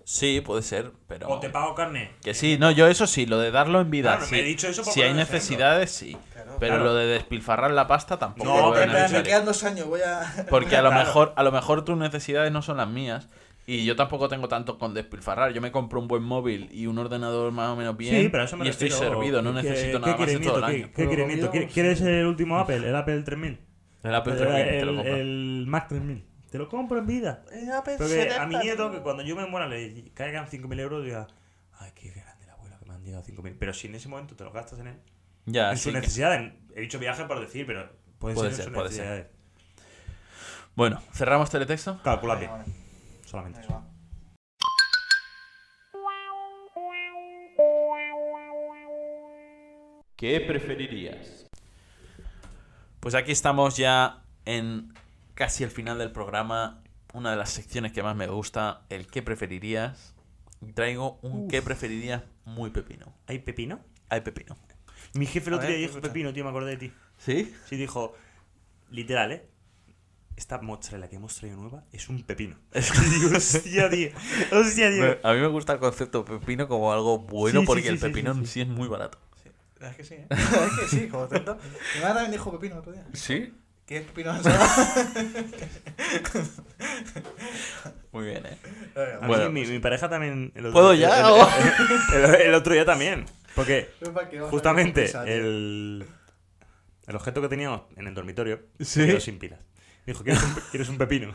Speaker 1: Sí, puede ser, pero.
Speaker 2: O te pago carne.
Speaker 1: Que sí, no, yo eso sí, lo de darlo en vida.
Speaker 2: Claro, me
Speaker 1: sí.
Speaker 2: he dicho eso por
Speaker 1: si
Speaker 2: poner
Speaker 1: hay
Speaker 2: un ejemplo.
Speaker 1: necesidades, sí.
Speaker 3: Claro.
Speaker 1: pero
Speaker 2: Claro.
Speaker 1: lo de despilfarrar la pasta tampoco.
Speaker 2: No,
Speaker 1: lo veo
Speaker 3: en
Speaker 2: pero
Speaker 3: plan, me
Speaker 1: necesario.
Speaker 3: quedan dos años, voy a.
Speaker 1: Porque a lo,
Speaker 2: Claro.
Speaker 1: mejor, a lo mejor tus necesidades no son las mías. Y yo tampoco tengo tanto con despilfarrar. Yo me compro un buen móvil y un ordenador más o menos bien.
Speaker 2: sí, pero a eso me
Speaker 1: y estoy
Speaker 2: refiero.
Speaker 1: servido, no
Speaker 2: ¿Qué-
Speaker 1: necesito
Speaker 2: qué
Speaker 1: nada más
Speaker 2: quiere
Speaker 1: en todo el
Speaker 2: nieto? ¿Qué-
Speaker 1: año.
Speaker 2: ¿Qué quiere nieto? ¿Qui- ¿Quieres el último Apple? El Apple 3000.
Speaker 1: El Apple
Speaker 2: El,
Speaker 1: 3000 te lo
Speaker 2: el-
Speaker 1: compro.
Speaker 2: el Mac 3000. Te lo compro en vida. Porque a mi nieto, que cuando yo me muera le caigan 5.000 euros, diga, ay, qué grande el abuelo que me han llegado 5.000. Pero si en ese momento te los gastas en él,
Speaker 1: Ya,
Speaker 2: en
Speaker 1: sí
Speaker 2: su
Speaker 1: que-
Speaker 2: necesidad, en- he dicho viaje por decir, pero puede,
Speaker 1: Puede
Speaker 2: ser, en
Speaker 1: ser,
Speaker 2: sus
Speaker 1: puede ser.
Speaker 2: necesidades.
Speaker 1: Bueno, cerramos teletexto.
Speaker 2: Calcula bien,
Speaker 3: Vale,
Speaker 2: solamente.
Speaker 3: ahí
Speaker 2: eso.
Speaker 3: va.
Speaker 1: ¿Qué preferirías? Pues aquí estamos ya en casi el final del programa. Una de las secciones que más me gusta, el qué preferirías. Y Traigo un qué preferirías muy pepino.
Speaker 2: ¿Hay pepino?
Speaker 1: Ay, pepino.
Speaker 2: Mi jefe el
Speaker 3: A
Speaker 2: otro
Speaker 3: ver,
Speaker 2: día dijo
Speaker 3: escucha.
Speaker 2: pepino, tío, me acordé de ti.
Speaker 1: ¿Sí?
Speaker 2: Sí, dijo, literal, ¿eh? Esta mozzarella que hemos traído nueva es un pepino. Y digo, hostia, tío. Hostia, tío.
Speaker 1: A mí me gusta el concepto pepino como algo bueno
Speaker 2: Sí, sí,
Speaker 1: porque
Speaker 2: sí,
Speaker 1: el
Speaker 2: sí,
Speaker 1: pepino
Speaker 2: sí,
Speaker 1: en
Speaker 2: sí.
Speaker 1: sí es muy barato.
Speaker 3: Es que sí, ¿eh? Es que sí, como tanto. Mi madre también dijo pepino el otro día.
Speaker 1: ¿Sí?
Speaker 3: ¿Quieres pepino en ensalada?
Speaker 1: Muy bien, ¿eh?
Speaker 2: A mí,
Speaker 1: Bueno,
Speaker 2: mi, mi pareja también. el otro-
Speaker 1: ¿Puedo
Speaker 2: el-
Speaker 1: ya?
Speaker 2: el- El, el- el otro día también. Porque,
Speaker 3: Ven pa' aquí, vamos a
Speaker 2: justamente,
Speaker 3: ver qué pasa, tío.
Speaker 2: el, el objeto que teníamos en el dormitorio
Speaker 1: Sí.
Speaker 2: se quedó sin pilas. Dijo, ¿quieres un, pe- quieres un pepino?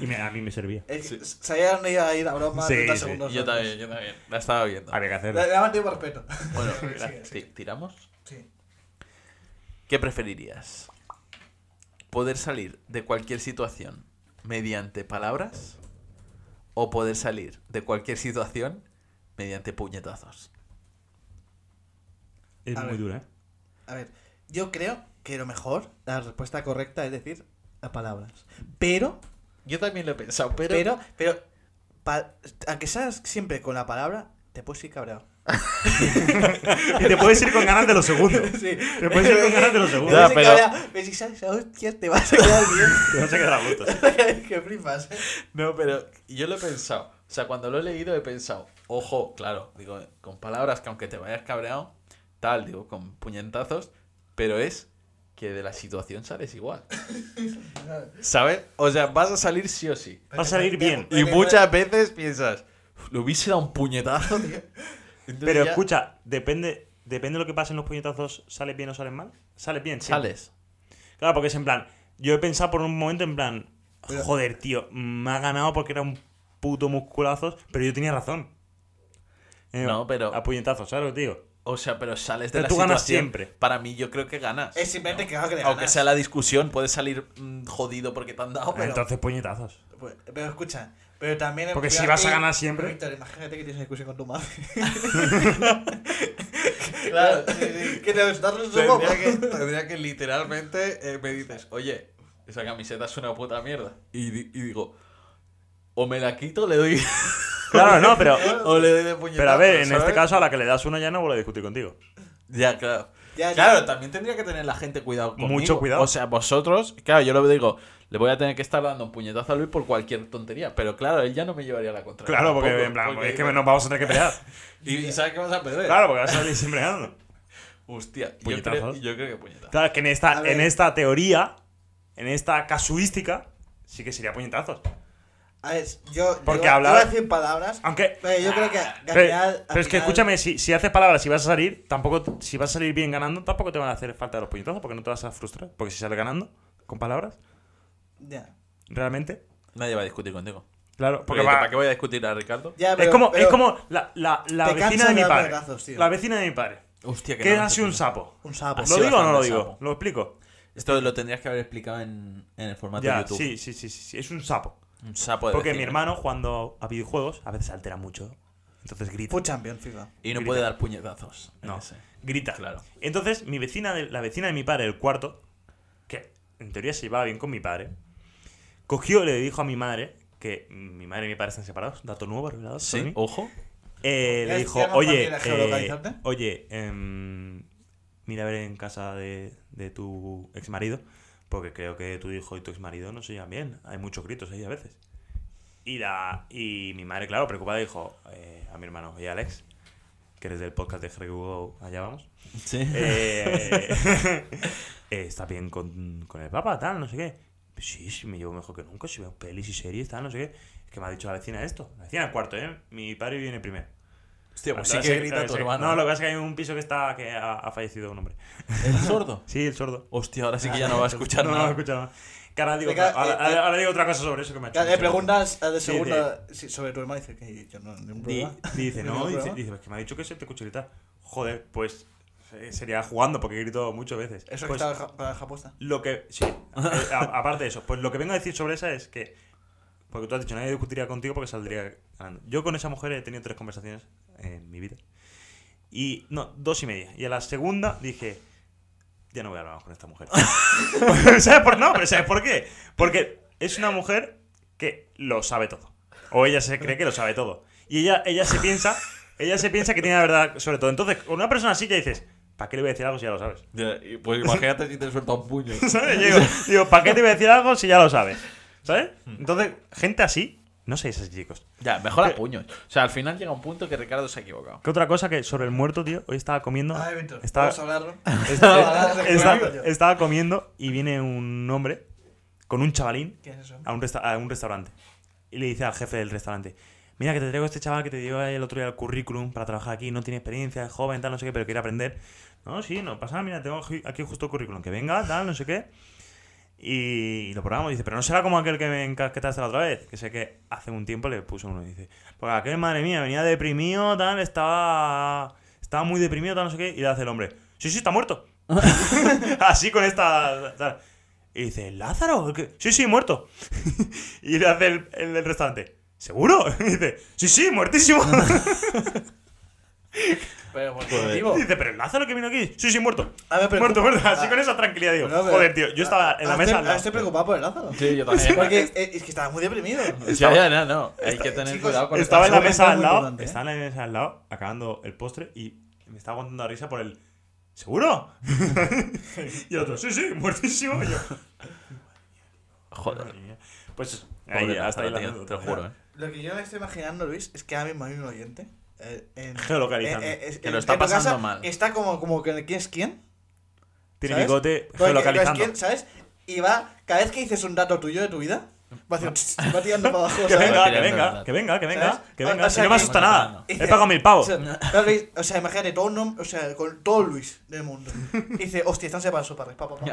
Speaker 2: Y me- a mí me servía.
Speaker 3: Es que Sabía dónde iba a ir la broma
Speaker 2: Sí,
Speaker 3: 30
Speaker 2: sí.
Speaker 3: segundos.
Speaker 1: Yo
Speaker 3: antes.
Speaker 1: también, yo también. La estaba viendo.
Speaker 2: Había que
Speaker 3: Le,
Speaker 2: hacerlo.
Speaker 3: le ha mantenido por respeto.
Speaker 1: Bueno,
Speaker 3: Sí,
Speaker 1: la- ti-
Speaker 3: sí,
Speaker 1: ¿tiramos?
Speaker 3: Sí.
Speaker 1: ¿Qué preferirías? ¿Poder salir de cualquier situación mediante palabras? ¿O poder salir de cualquier situación mediante puñetazos?
Speaker 2: Es
Speaker 3: A
Speaker 2: muy
Speaker 3: ver.
Speaker 2: dura, ¿eh?
Speaker 3: A ver, yo creo que lo mejor, la respuesta correcta es decir a palabras. Pero,
Speaker 4: Yo también lo he pensado, pero.
Speaker 3: pero, pero, pa- aunque seas siempre con la palabra, te puedes ir cabreado.
Speaker 2: Y te puedes ir con ganas de los segundos.
Speaker 3: Sí.
Speaker 2: Te puedes ir con ganas de los segundos.
Speaker 1: Ya,
Speaker 3: Te puedes ir
Speaker 1: pero-
Speaker 3: cabreado, pero si sabes, hostia, te vas a quedar
Speaker 2: Te vas a quedar a gusto.
Speaker 3: bien. que flipas.
Speaker 4: No, pero yo lo he pensado. O sea, cuando lo he leído he pensado, ojo, claro, digo, con palabras que aunque te vayas cabreado, tal, digo, con puñetazos, pero es que de la situación sales igual. ¿Sabes? O sea, vas a salir sí o sí.
Speaker 2: Va a salir bien.
Speaker 4: Y muchas veces piensas, le hubiese dado un puñetazo, tío. Entonces
Speaker 2: Pero
Speaker 4: ya
Speaker 2: escucha, depende, depende de lo que pase en los puñetazos, ¿sales bien o sales mal? Sales bien, sí.
Speaker 4: Sales.
Speaker 2: Claro, porque es en plan. Yo he pensado por un momento en plan. Joder, tío, me ha ganado porque era un puto musculazos, pero yo tenía razón. Eh,
Speaker 1: No, pero-
Speaker 2: A puñetazos, ¿sabes, tío?
Speaker 1: O sea, pero sales de
Speaker 2: Pero
Speaker 1: la
Speaker 2: tú ganas
Speaker 1: situación.
Speaker 2: siempre.
Speaker 1: Para mí, yo creo que ganas.
Speaker 3: Es simplemente que vas a quedar
Speaker 1: Aunque sea la discusión, puedes salir mm, jodido porque te han dado, pero.
Speaker 2: Entonces, puñetazos.
Speaker 3: Pues, Pero escucha, pero también.
Speaker 2: Porque si
Speaker 3: imagínate-
Speaker 2: vas a ganar siempre.
Speaker 3: Víctor, imagínate que tienes una discusión con tu madre.
Speaker 4: Claro.
Speaker 3: Sí, sí, que te estás resumiendo.
Speaker 4: Tendría que, tendría que literalmente eh, me dices, oye, esa camiseta es una puta mierda. Y, di- y digo, o me la quito, le doy.
Speaker 2: Claro, no, pero.
Speaker 4: o le doy de puñetazo.
Speaker 2: Pero a ver, en este
Speaker 4: ¿sabes?
Speaker 2: caso a la que le das una ya no vuelvo a discutir contigo.
Speaker 1: Ya, claro.
Speaker 3: Ya, ya.
Speaker 1: Claro, también tendría que tener la gente cuidado conmigo.
Speaker 2: Mucho cuidado.
Speaker 1: O sea, vosotros, claro, yo lo digo, le voy a tener que estar dando un puñetazo a Luis por cualquier tontería. Pero claro, él ya no me llevaría la contra.
Speaker 2: Claro, porque
Speaker 1: tampoco,
Speaker 2: en plan,
Speaker 1: porque-
Speaker 2: es que nos vamos a tener que pelear.
Speaker 1: Y, y sabes que vas a perder.
Speaker 2: Claro, porque vas a salir siempre ganando.
Speaker 1: Hostia, yo
Speaker 2: Puñetazos.
Speaker 1: creo, yo creo que puñetazo.
Speaker 2: Claro, que en
Speaker 3: A
Speaker 2: esta,
Speaker 3: ver.
Speaker 2: en esta teoría, en esta casuística, sí que sería puñetazos.
Speaker 3: A ver, yo.
Speaker 2: Porque
Speaker 3: yo, yo
Speaker 2: hablar-
Speaker 3: voy a decir palabras.
Speaker 2: Aunque.
Speaker 3: Pero yo creo que al
Speaker 2: Pero,
Speaker 3: final- al
Speaker 2: pero es que
Speaker 3: final-
Speaker 2: escúchame, si, si haces palabras y vas a salir, tampoco si vas a salir bien ganando, tampoco te van a hacer falta los puñetazos porque no te vas a frustrar. Porque si sales ganando con palabras,
Speaker 3: Ya.
Speaker 2: realmente,
Speaker 1: Nadie va a discutir contigo.
Speaker 2: claro,
Speaker 1: Porque
Speaker 2: porque va-
Speaker 1: ¿Para qué voy a discutir a Ricardo?
Speaker 3: Ya,
Speaker 2: es
Speaker 3: pero-
Speaker 2: como, es
Speaker 3: pero
Speaker 2: como la, la, la
Speaker 3: te
Speaker 2: vecina
Speaker 3: cansas
Speaker 2: de mi
Speaker 3: dar
Speaker 2: padre.
Speaker 3: vergazos, tío.
Speaker 2: la vecina de mi padre.
Speaker 1: Hostia,
Speaker 2: Que es
Speaker 1: no,
Speaker 2: así
Speaker 1: no,
Speaker 2: un
Speaker 1: no.
Speaker 2: sapo.
Speaker 3: Un sapo.
Speaker 1: Ah, sí,
Speaker 2: ¿Lo digo o no lo
Speaker 1: bastante
Speaker 2: digo?
Speaker 1: sapo.
Speaker 2: Lo explico.
Speaker 1: Esto lo tendrías que haber explicado en, en el formato
Speaker 2: Ya,
Speaker 1: YouTube.
Speaker 2: sí, sí, sí, sí, sí, Es un sapo.
Speaker 1: Un sapo de
Speaker 2: Porque mi
Speaker 1: vecino.
Speaker 2: hermano, jugando a videojuegos, a veces altera mucho. Entonces grita.
Speaker 3: Fue champion, FIFA.
Speaker 1: Y no
Speaker 2: grita.
Speaker 1: puede dar puñetazos. en
Speaker 2: No,
Speaker 1: ese.
Speaker 2: grita.
Speaker 1: Claro.
Speaker 2: Entonces, mi vecina, de- la vecina de mi padre, el cuarto, que en teoría se llevaba bien con mi padre, cogió y le dijo a mi madre, que mi madre y mi padre están separados, dato nuevo revelado. por
Speaker 1: Sí,
Speaker 2: mí,
Speaker 1: ojo.
Speaker 2: eh,
Speaker 3: ¿Ya-
Speaker 2: le dijo,
Speaker 3: ya no
Speaker 2: oye,
Speaker 3: cualquiera
Speaker 2: eh,
Speaker 3: geolocalizarte?
Speaker 2: oye, em, mira a ver en casa de, de tu ex marido, porque creo que tu hijo y tu ex marido no se llevan bien. Hay muchos gritos ahí a veces. Y, la, y mi madre, claro, preocupada, dijo eh, a mi hermano y a Alex, que eres del podcast de Jerry Hugo, allá vamos.
Speaker 1: Sí.
Speaker 2: Eh, eh, está bien con, con el papá, tal, no sé qué. Sí, sí, me llevo mejor que nunca. Si veo pelis y series, tal, no sé qué. Es que me ha dicho la vecina esto. La vecina del cuarto, ¿eh? Mi padre viene primero.
Speaker 1: Hostia, pues
Speaker 2: Lo
Speaker 1: sí que
Speaker 2: que pasa-
Speaker 1: grita
Speaker 2: lo
Speaker 1: tu
Speaker 2: que-
Speaker 1: hermano.
Speaker 2: No, lo que pasa es que hay un piso que está que ha, ha fallecido un hombre.
Speaker 1: ¿El sordo?
Speaker 2: Sí, el sordo.
Speaker 1: Hostia, ahora sí que ya no va a escuchar
Speaker 2: no, no,
Speaker 1: nada.
Speaker 2: no escucha nada. Que ahora digo,
Speaker 3: Venga,
Speaker 2: otra- ahora,
Speaker 3: eh,
Speaker 2: ahora-
Speaker 3: eh.
Speaker 2: ahora digo otra cosa sobre eso que me ha hecho.
Speaker 3: Ya, le
Speaker 5: Ah,
Speaker 2: mucha
Speaker 3: preguntas eh, de
Speaker 2: Sí,
Speaker 3: segunda sí, sobre tu hermano y dice que yo no, ningún
Speaker 2: Di-
Speaker 3: problema.
Speaker 2: dice, no,
Speaker 3: ¿Ningún
Speaker 2: dice,
Speaker 3: problema?
Speaker 2: dice, "Es que me ha dicho que se te escucha gritar. Joder, pues eh, sería jugando porque grito muchas veces.
Speaker 3: Eso que
Speaker 2: Pues,
Speaker 3: estaba ja- con la japuesta.
Speaker 2: Lo que. Sí, eh, a- aparte de eso, pues lo que vengo a decir sobre esa es que. Porque tú has dicho, nadie discutiría contigo porque saldría ganando. Yo con esa mujer he tenido tres conversaciones en mi vida. Y no, dos y media. Y a la segunda dije, ya no voy a hablar más con esta mujer. ¿Sabes por, no, pero ¿sabes por qué? Porque es una mujer que lo sabe todo. O ella se cree que lo sabe todo. Y ella, ella se piensa, ella se piensa que tiene la verdad sobre todo. Entonces, con una persona así ya dices, ¿para qué le voy a decir algo si ya lo sabes?
Speaker 4: Ya, y Pues imagínate si te suelta un puño.
Speaker 2: ¿Sabes? Yo Digo, digo, ¿para qué te voy a decir algo si ya lo sabes? ¿Sabes? Entonces, gente así, no sé esos chicos.
Speaker 1: Ya, mejor a puños. O sea, al final llega un punto que Ricardo se ha equivocado.
Speaker 2: ¿Qué otra cosa que sobre el muerto, tío? Hoy estaba comiendo.
Speaker 5: Ah, Víctor,
Speaker 2: estaba,
Speaker 5: vamos a hablarlo.
Speaker 2: esta-
Speaker 5: Ahora,
Speaker 2: esta-
Speaker 5: ahora, ahora.
Speaker 2: estaba comiendo y viene un hombre con un chavalín
Speaker 5: ¿Qué es eso?
Speaker 2: a un, resta- a un restaurante. Y le dice al jefe del restaurante: Mira, que te traigo a este chaval que te dio el otro día el currículum para trabajar aquí, no tiene experiencia, es joven, tal, no sé qué, pero quiere aprender. No, sí, no pasa nada, mira, tengo ju- aquí justo el currículum, que venga, tal, no sé qué. Y, y lo probamos. Dice: Pero no será como aquel que me encasquetaste la otra vez. Que sé que hace un tiempo le puso uno. Dice: Porque aquel, madre mía, venía deprimido, tal, estaba. Estaba muy deprimido, tal, no sé qué. Y le hace el hombre: Sí, sí, está muerto. Así con esta. tal. Y dice, Lázaro, ¿El que- sí, sí, muerto. y le hace el, el del restaurante, ¿seguro? Y dice, sí, sí, muertísimo.
Speaker 5: Pero por
Speaker 4: Joder.
Speaker 5: motivo.
Speaker 2: Y dice, pero el Lázaro que vino aquí, sí, sí, muerto.
Speaker 5: A ver, pero
Speaker 2: muerto,
Speaker 5: tú-
Speaker 2: muerto. Así
Speaker 5: ah,
Speaker 2: con esa tranquilidad, digo,
Speaker 5: No, pero-
Speaker 2: joder, tío, yo estaba en la
Speaker 5: Ah,
Speaker 2: mesa.
Speaker 5: Estoy,
Speaker 2: al
Speaker 5: ah,
Speaker 2: lado.
Speaker 5: estoy preocupado por el Lázaro.
Speaker 4: Sí, yo también.
Speaker 5: Porque eh, es que estaba muy deprimido.
Speaker 4: Ya, ya, no, no. Hay que tener
Speaker 5: chicos,
Speaker 4: cuidado con el
Speaker 2: estaba en la
Speaker 3: Seguramente
Speaker 2: mesa
Speaker 3: es
Speaker 2: al
Speaker 3: muy
Speaker 2: lado,
Speaker 3: importante, ¿eh?
Speaker 2: estaba en la mesa al lado, acabando el postre y me estaba aguantando la risa por el, ¿seguro? y el otro, sí, sí, muertísimo. Y yo,
Speaker 1: Joder.
Speaker 2: madre mía. Pues eso,
Speaker 1: Pobre
Speaker 2: ahí, hasta
Speaker 1: Lázaro,
Speaker 2: ahí la
Speaker 1: tío, te
Speaker 2: anécdota.
Speaker 1: lo juro, eh.
Speaker 5: Lo que yo me estoy imaginando, Luis, es que ahora mismo hay un oyente. eh, en-
Speaker 2: Geolocalizando.
Speaker 5: es-
Speaker 1: Que lo
Speaker 5: en-
Speaker 1: está
Speaker 5: en tu
Speaker 1: pasando
Speaker 5: casa,
Speaker 1: mal.
Speaker 5: que Está como, como que quién es quién.
Speaker 2: Tiene
Speaker 5: ¿Sabes?
Speaker 2: bigote
Speaker 5: Como que-
Speaker 2: geolocalizando.
Speaker 5: quién, ¿Sabes? Y va, cada vez que dices un dato tuyo de tu vida, va, haciendo va tirando para abajo.
Speaker 2: Que
Speaker 5: ¿sabes?
Speaker 2: venga, que
Speaker 1: Tirando
Speaker 2: venga,
Speaker 1: verdad.
Speaker 2: que venga, que venga,
Speaker 5: ¿Sabes?
Speaker 2: que
Speaker 5: O-
Speaker 2: venga.
Speaker 5: o
Speaker 2: Si
Speaker 5: sea
Speaker 2: no me
Speaker 5: que-
Speaker 2: asusta nada.
Speaker 5: Dice-
Speaker 2: He pagado mil pavos.
Speaker 5: O sea, claro, Luis, o sea, imagínate todo un nombre, o sea, con todo Luis del mundo. Y dice, hostia, están separados sus padres, papá. y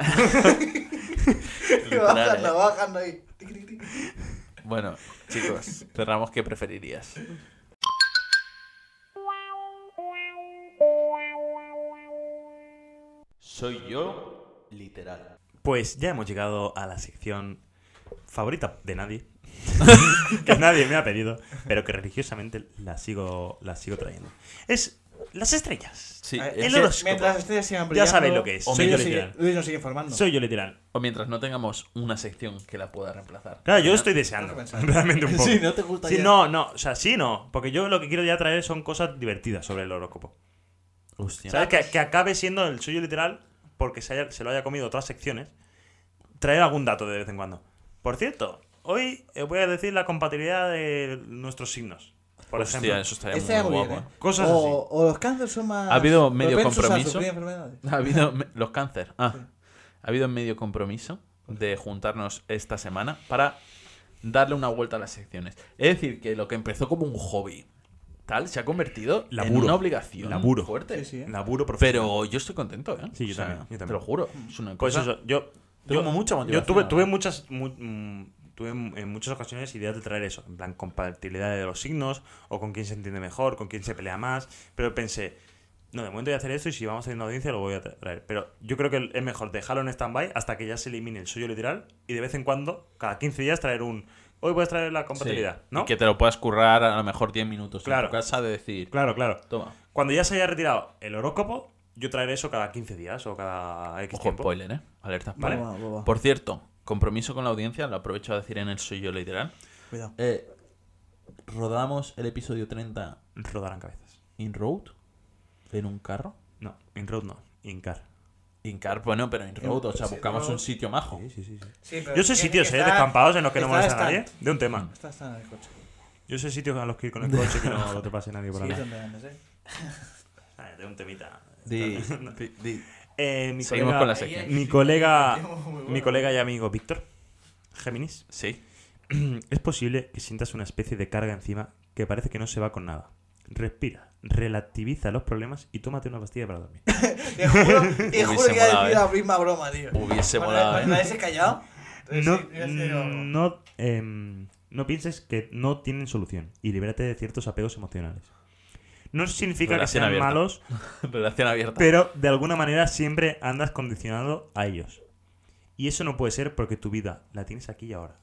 Speaker 5: va
Speaker 2: eh.
Speaker 5: bajando, va bajando ahí. Tic, tic, tic.
Speaker 1: eh. Bueno, chicos, cerramos qué preferirías. Soy yo, literal.
Speaker 2: Pues ya hemos llegado a la sección favorita de nadie. que nadie me ha pedido, pero que religiosamente la sigo, la sigo trayendo. Es las estrellas.
Speaker 1: Sí,
Speaker 5: A
Speaker 3: Eh,
Speaker 5: ver,
Speaker 1: es
Speaker 2: el
Speaker 1: que-
Speaker 2: horóscopo.
Speaker 5: Mientras ustedes sigan
Speaker 2: Ya
Speaker 5: brillando,
Speaker 2: sabéis lo que es.
Speaker 5: Luis
Speaker 2: Soy yo
Speaker 5: nos sigue-
Speaker 2: literal.
Speaker 5: Luis nos sigue informando.
Speaker 2: Soy yo literal.
Speaker 1: o mientras no tengamos una sección que la pueda reemplazar.
Speaker 2: Claro, yo estoy
Speaker 5: Tengo
Speaker 2: deseando.
Speaker 5: que pensar.
Speaker 2: Realmente un poco.
Speaker 4: Sí, no te gusta
Speaker 2: Sí,
Speaker 4: ya.
Speaker 2: no, no, o sea, sí, no. Porque yo lo que quiero ya traer son cosas divertidas sobre el horóscopo.
Speaker 1: Hostia.
Speaker 2: ¿Sabes? Que, que acabe siendo el suyo literal porque se, haya- se lo haya comido otras secciones. Traer algún dato de vez en cuando. Por cierto, hoy os voy a decir la compatibilidad de nuestros signos. Por
Speaker 1: Hostia,
Speaker 2: ejemplo.
Speaker 1: eso estaría
Speaker 5: Este
Speaker 1: muy
Speaker 5: muy
Speaker 1: guapo.
Speaker 5: bien,
Speaker 1: eh.
Speaker 5: ¿eh?
Speaker 2: Cosas
Speaker 5: o, o los cánceres son más.
Speaker 1: Ha habido medio
Speaker 5: propensos a
Speaker 1: compromiso.
Speaker 5: sufrir enfermedades.
Speaker 2: ¿eh?
Speaker 1: Ha habido me- los cáncer. Ah, ha habido medio compromiso de juntarnos esta semana para darle una vuelta a las secciones. Es decir, que lo que empezó como un hobby, tal, se ha convertido en
Speaker 2: Laburo.
Speaker 1: una obligación
Speaker 2: Laburo.
Speaker 1: fuerte.
Speaker 5: Sí, sí, ¿eh?
Speaker 2: Laburo profesional.
Speaker 1: Pero yo estoy contento, ¿eh?
Speaker 2: Sí, yo también, yo
Speaker 1: Te
Speaker 2: también.
Speaker 1: lo juro. Es una
Speaker 2: Pues
Speaker 1: cosa.
Speaker 2: eso, yo.
Speaker 1: Tengo
Speaker 2: yo-
Speaker 1: mucha
Speaker 2: Yo
Speaker 1: motivación
Speaker 2: tuve,
Speaker 1: ahora.
Speaker 2: tuve muchas. mu- mm, tuve en en muchas ocasiones ideas de traer eso. En plan, compatibilidad de los signos, o con quién se entiende mejor, con quién se pelea más. Pero pensé, no, de momento voy a hacer esto y si vamos a una audiencia lo voy a traer. Pero yo creo que es mejor dejarlo en stand-by hasta que ya se elimine el suyo literal y de vez en cuando, cada 15 días, traer un. Hoy voy a traer la
Speaker 1: Sí.
Speaker 2: compatibilidad, ¿no?
Speaker 1: Y que te lo puedas currar a lo mejor 10 minutos
Speaker 2: Claro.
Speaker 1: en tu casa de decir,
Speaker 2: Claro, claro.
Speaker 1: toma,
Speaker 2: Cuando ya se haya retirado el horóscopo, yo traeré eso cada 15 días o cada X
Speaker 1: ojo,
Speaker 2: tiempo.
Speaker 1: spoiler, ¿eh? Alerta
Speaker 2: Vale.
Speaker 1: spoiler.
Speaker 3: Boba, boba.
Speaker 1: Por cierto, compromiso con la audiencia, lo aprovecho a decir en el suyo literal.
Speaker 3: Cuidado.
Speaker 1: Eh, rodamos el episodio 30
Speaker 2: Rodarán cabezas.
Speaker 1: in road en un carro.
Speaker 2: No, en road no, en car.
Speaker 1: In car, bueno, pero in road, o sea,
Speaker 5: Sí,
Speaker 1: buscamos
Speaker 5: road.
Speaker 1: un sitio majo.
Speaker 5: Sí, pero
Speaker 2: Yo sé
Speaker 5: tiene
Speaker 2: sitios,
Speaker 5: que
Speaker 2: eh,
Speaker 5: estar-
Speaker 2: descampados en los que no
Speaker 5: está
Speaker 2: molesta a
Speaker 5: stand.
Speaker 2: nadie. De un tema.
Speaker 5: Está, está en el coche.
Speaker 2: Yo sé sitios a los que ir con el coche que no, no te pase nadie por
Speaker 5: Sí,
Speaker 2: ahí.
Speaker 5: donde andes, eh.
Speaker 2: De un temita.
Speaker 1: Di- di- di-
Speaker 2: Eh, mi
Speaker 1: Seguimos
Speaker 2: colega,
Speaker 1: con la sección.
Speaker 2: mi colega, mi colega y amigo Víctor, Géminis,
Speaker 1: Sí.
Speaker 2: es posible que sientas una especie de carga encima que parece que no se va con nada. Respira, relativiza los problemas y tómate una pastilla para dormir.
Speaker 5: Te juro, te juro
Speaker 1: Hubiese
Speaker 5: que iba a
Speaker 1: molado,
Speaker 5: decir
Speaker 1: eh.
Speaker 5: la misma broma, tío.
Speaker 1: Hubiese
Speaker 5: Cuando-
Speaker 1: molado,
Speaker 5: Cuando
Speaker 1: eh.
Speaker 5: habéis callado. entonces
Speaker 2: No,
Speaker 3: pues
Speaker 5: sí, iba a decir algo.
Speaker 3: mm.
Speaker 2: no, em, no pienses que no tienen solución y libérate de ciertos apegos emocionales. No significa
Speaker 1: Relación
Speaker 2: que sean
Speaker 1: abierta.
Speaker 2: malos,
Speaker 1: Relación abierta.
Speaker 2: Pero de alguna manera siempre andas condicionado a ellos. Y eso no puede ser porque tu vida la tienes aquí y ahora.